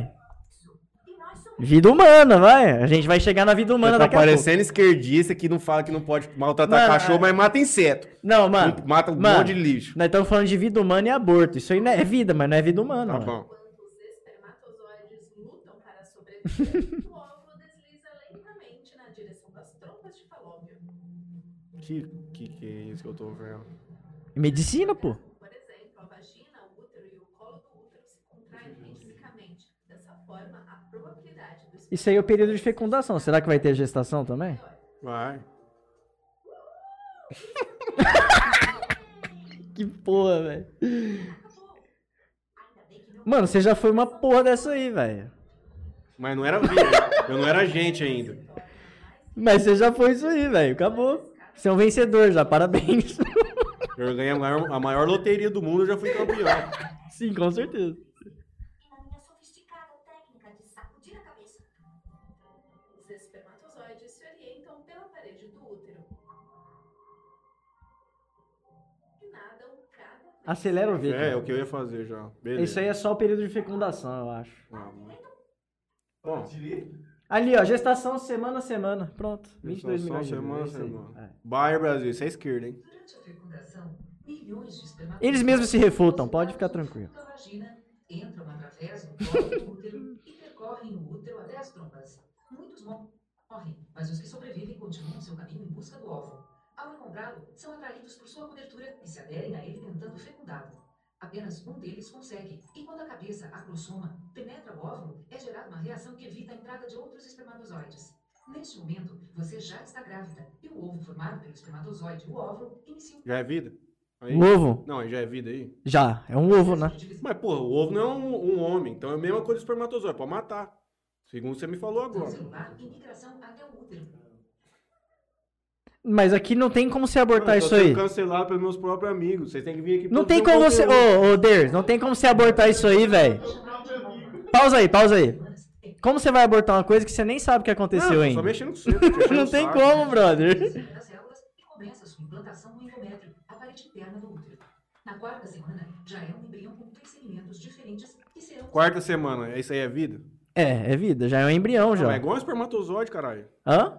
E nós somos
Vida humana, vai. A gente vai chegar na vida humana
Você tá
daqui a pouco.
parecendo esquerdista que não fala que não pode maltratar
Mano,
cachorro,
é-
mas mata inseto.
Não, mano.
Não- mata um
mano.
monte de lixo.
Nós estamos falando de vida humana e aborto. Isso aí não é vida, mas não é vida humana.
Tá
mano.
bom.
quando os espermatozoides lutam
(laughs)
para sobreviver. o óvulo desliza lentamente na direção das trompas de falópio.
Que, que que é isso que eu tô vendo?
É Medicina, pô.
Por exemplo, a vagina, o útero e o colo do útero se contraem intrinsecamente. Dessa forma, a probabilidade do
Isso aí é o período de fecundação. Será que é? vai ter gestação também?
Vai.
Que porra, velho. Mano, você já foi uma porra dessa aí, velho.
Mas não era vida. eu não era gente ainda.
Mas você já foi isso aí, velho. Acabou. Você é um vencedor já, parabéns.
Eu ganhei a maior, a maior loteria do mundo, eu já fui campeão.
Sim, com certeza.
e na minha sofisticada técnica de sacudir a cabeça. Os espermatozoides se orientam pela parede do útero. E nadam cada vez.
Acelera o vídeo.
É, é o que eu ia fazer já. Beleza.
Isso aí é só o período de fecundação, eu acho.
Ah, mano.
(laughs)
Bom,
Direito?
Ali, ó, gestação semana a semana. Pronto. 22
Gestação,
milhões de
semana a
vidas, é isso aí.
semana.
É.
Bayer Brasil, isso é esquerda, hein?
Durante a fecundação, milhões de espermatozoides.
Eles mesmos se refutam, pode ficar tranquilo.
Da vagina, entram através do colo do útero e percorrem o útero até as trompas. Muitos mo- morrem, mas os que sobrevivem continuam seu caminho em busca do óvulo. Ao encontrá-lo, são atraídos por sua cobertura e se aderem a ele tentando fecundá-lo. Apenas um deles consegue, e quando a cabeça, a grossoma, penetra o óvulo, é gerada uma reação que evita a entrada de outros espermatozoides. Neste momento, você já está grávida, e o ovo formado pelo espermatozoide e o óvulo inicia um
Já é vida? Aí?
O Um ovo?
Não, aí já é vida aí.
Já, é um ovo, né?
processo de divisão
Mas, porra, o ovo não é um, um homem, então é a mesma coisa do espermatozoide, pode matar. Segundo você me falou agora.
celular e migração até o útero.
Mas aqui não tem como você abortar
Mano, eu tô
isso aí.
sendo cancelado pelos meus próprios amigos. Vocês têm que vir aqui
Não tem
produzir um
como você.
conteúdo.
Ô, ô, Ders, não tem como você abortar isso aí, velho.
É
Pausa aí, pausa aí. Como você vai abortar uma coisa que você nem sabe o que aconteceu
Não, tô só
ainda?
mexendo com você.
(laughs)
tô te enchendo
Não
o
tem
saco.
como, brother.
é das células e começa sua implantação no endométrio, a parede interna do útero. Na quarta semana, já é um embrião com três segmentos diferentes que serão
Quarta semana, isso aí é vida?
É, é vida, já é um embrião
Não, é
já.
igual um espermatozoide, caralho.
Hã?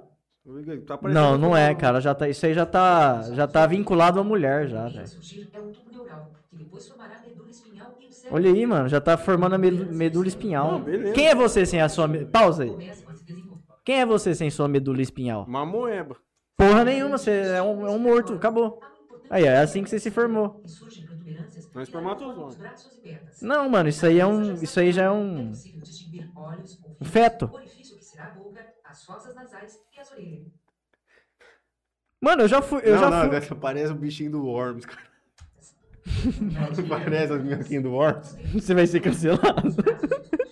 Tá parecendo
Não,
um
não é,
fenômeno.
cara. Já tá, isso aí já tá, já tá vinculado à mulher já,
O que
velho.
surgir é o tubo neural, que depois formará a medula espinhal e o cérebro
Olha aí, mano, já tá formando a medu- medula
Não,
espinhal.
beleza.
Quem é você sem a sua. me- Pausa aí.
começa a se desenvolver.
Quem é você sem sua medula espinhal?
Uma moeba.
Porra nenhuma, você é um, é um morto, acabou.
Há um importante
Aí, ó, é assim que você se formou.
E surgem protuberâncias que
Não é espermatozoide.
os braços e pernas.
Não, mano, isso aí é um. Isso aí já é um.
possível distinguir olhos, ouvidos,
feto.
o orifício que será a boca, as fossas nasais e as orelhas.
Mano, eu já fui. Eu
não,
já
não, (laughs)
fui.
dessa- parece o bichinho do Worms, cara. (laughs) parece as minhoquinhas do Worms.
Você vai ser cancelado.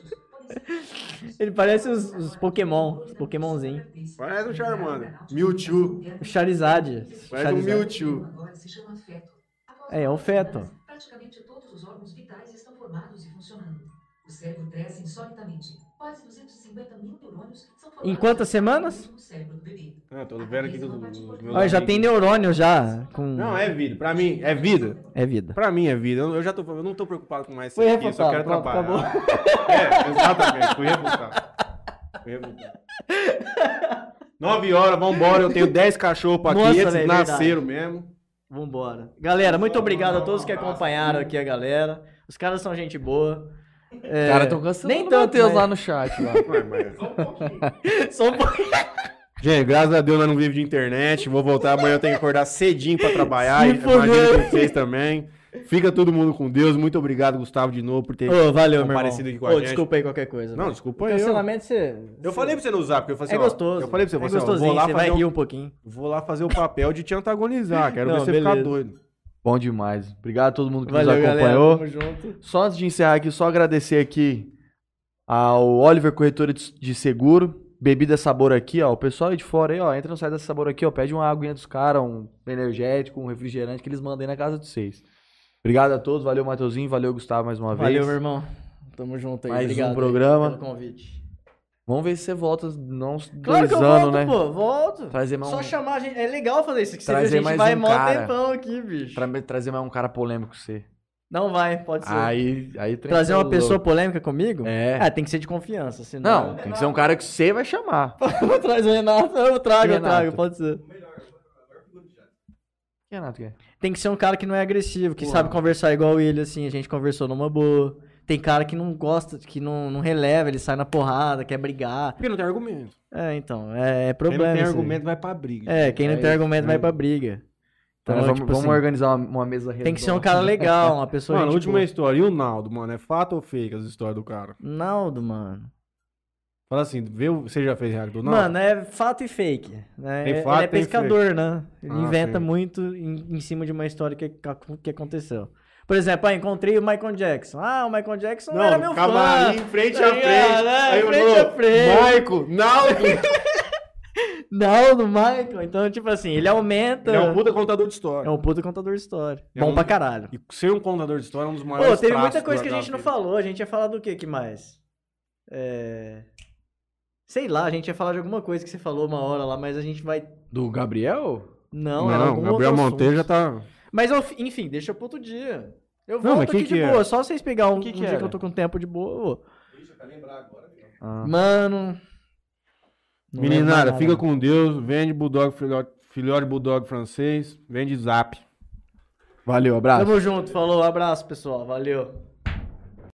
(laughs) Ele parece os, os Pokémon, os Pokémonzinho.
Parece um Charmander. Mewtwo.
O Charizard.
Parece um
Charizard.
Mewtwo.
Agora se chama feto. Após
É, é o feto.
Praticamente todos os órgãos vitais estão formados e funcionando. O cérebro cresce insolitamente. Quase 250 mil neurônios são formados.
Em quantas semanas?
No cérebro do bebê.
Ah, tô vendo aqui do, dos meus
Olha, já
amigos.
tem neurônio já. Com...
Não, é vida. Pra mim, é vida.
É vida.
Pra mim é vida. Eu eu já tô eu não tô preocupado com mais isso
Foi
aqui, eu só quero
refutado, pronto,
trabalhar. É, exatamente, fui refutado. Revoltado. Nove horas, vambora. Eu tenho dez cachorros pra
Nossa,
aqui. Esses
velho, é
nasceram mesmo.
Vambora. Galera, muito obrigado a todos que acompanharam aqui a galera. Os caras são gente boa. (laughs)
Os caras tão cansando
nem
o
tanto,
É, Matheus
né?
lá no (laughs) chat. Lá.
Ué, mas-
Só um pouquinho.
Só um pouco.
Gente, graças a Deus nós não vivemos de internet. Vou voltar amanhã, eu tenho que acordar cedinho pra trabalhar.
Se
Imagino
fuder.
que vocês também. Fica todo mundo com Deus. Muito obrigado, Gustavo, de novo, por ter.
Ô, valeu, meu irmão.
Comparecido aqui com a
Ô,
gente.
desculpa aí qualquer coisa.
Não,
velho.
desculpa aí. Eu,
Cancelamento você.
eu falei pra você não usar, porque eu falei
É
assim, ó,
gostoso.
Eu falei pra você, eu
é
falei assim, ó,
gostosinho,
vou lá
você vai
fazer
rir
um-
um pouquinho.
vou lá fazer o papel de te antagonizar. Quero
Não,
ver você ficar
beleza.
doido.
Bom demais. Obrigado a todo mundo que
Valeu,
nos
galera.
acompanhou.
Tamo junto.
Só antes de encerrar aqui, só agradecer aqui ao Oliver Corretora de de Seguro. Bebida Sabor aqui, ó. O pessoal aí de fora aí, ó. Entra no site dessa Sabor aqui, ó. Pede uma aguinha dos caras, um energético, um refrigerante que eles mandem na casa de vocês. Obrigado a todos. Valeu, Matheusinho. Valeu, Gustavo, mais uma
Valeu,
vez.
meu irmão. Tamo junto aí.
Mais um
obrigado aí
programa.
pelo convite.
Vamos ver se você volta não dois
Claro que eu
anos,
volto,
né?
pô. Volto.
Trazer mais
Só
um...
chamar a gente. É legal fazer isso. Que você viu, a
Trazer
gente
mais
vai
um
mó
cara.
tempão aqui, bicho.
tra- Trazer mais um cara polêmico com você.
Não vai, pode ser.
Aí, aí trem
Trazer uma
fica é louco.
pessoa polêmica comigo?
É.
Ah, tem que ser de confiança, senão. (laughs)
Não, tem que ser um cara que você vai chamar.
Traz o Renato. Eu trago, eu
Renato.
trago, pode ser.
O melhor, a melhor figura do Jack.
Quem é Renato que é?
Tem que ser um cara que não é agressivo, que
Pô.
sabe conversar igual ele, assim. A gente conversou numa boa. Tem cara que não gosta, que não, não releva, ele sai na porrada, quer brigar.
Porque não tem argumento.
É, então, é,
Quem
é problema.
não tem
isso aí.
argumento vai pra briga.
É, quem não
É
tem
isso,
argumento vai
né?
pra briga. Então,
Cara, vamos
tipo
vamos
assim,
organizar uma, uma mesa redonda.
tem que ser um cara legal,
(laughs)
uma pessoa.
então. Mano, a
gente
última
boa.
história. E o Naldo, mano? É fato ou fake as histórias do cara?
Naldo, mano.
Fala assim, vê, o- você já fez react do Naldo?
Mano, é fato e fake. Né?
Tem
É-
fato,
ele é
tem
pescador, né? Ele
Ah,
inventa
sim.
muito em, em cima de uma história que, que aconteceu. Por exemplo, ah, encontrei o Michael Jackson. Ah, o Michael Jackson era meu fã.
camarim, frente
Tá
a frente.
ligado? É,
Aí eu
frente
falou,
a frente.
Maico,
(laughs)
Naldo.
Não, do Michael. Então, tipo assim, ele aumenta.
Ele é um puta contador de história.
É um puta contador de história.
É
Bom
um-
pra caralho.
E ser um contador de história é um dos maiores
Pô, teve muita
traços
coisa
da-
que a gente
um
da
não
vida.
falou. A gente ia falar do que que mais? É... Sei lá, a gente ia falar de alguma coisa que você falou uma hora lá, mas a gente vai...
Do Gabriel?
Não,
Não,
era algum
Gabriel
outro
Monteiro já
assunto.
tá...
Mas, eu- enfim, deixa pro outro dia. Eu
Não,
volto
mas que
aqui
que
de
é?
boa. Só vocês pegar um,
Que que
um dia
era?
que eu tô com tempo de boa. eu vou.
Deixa eu lembrar agora, então. viu?
Ah.
Mano... não lembro
Meninada,
nada.
fica com Deus, vende bulldog, filhote, filhote de bulldog francês, vende zap.
Valeu, abraço.
Tamo junto, falou, abraço, pessoal. Valeu.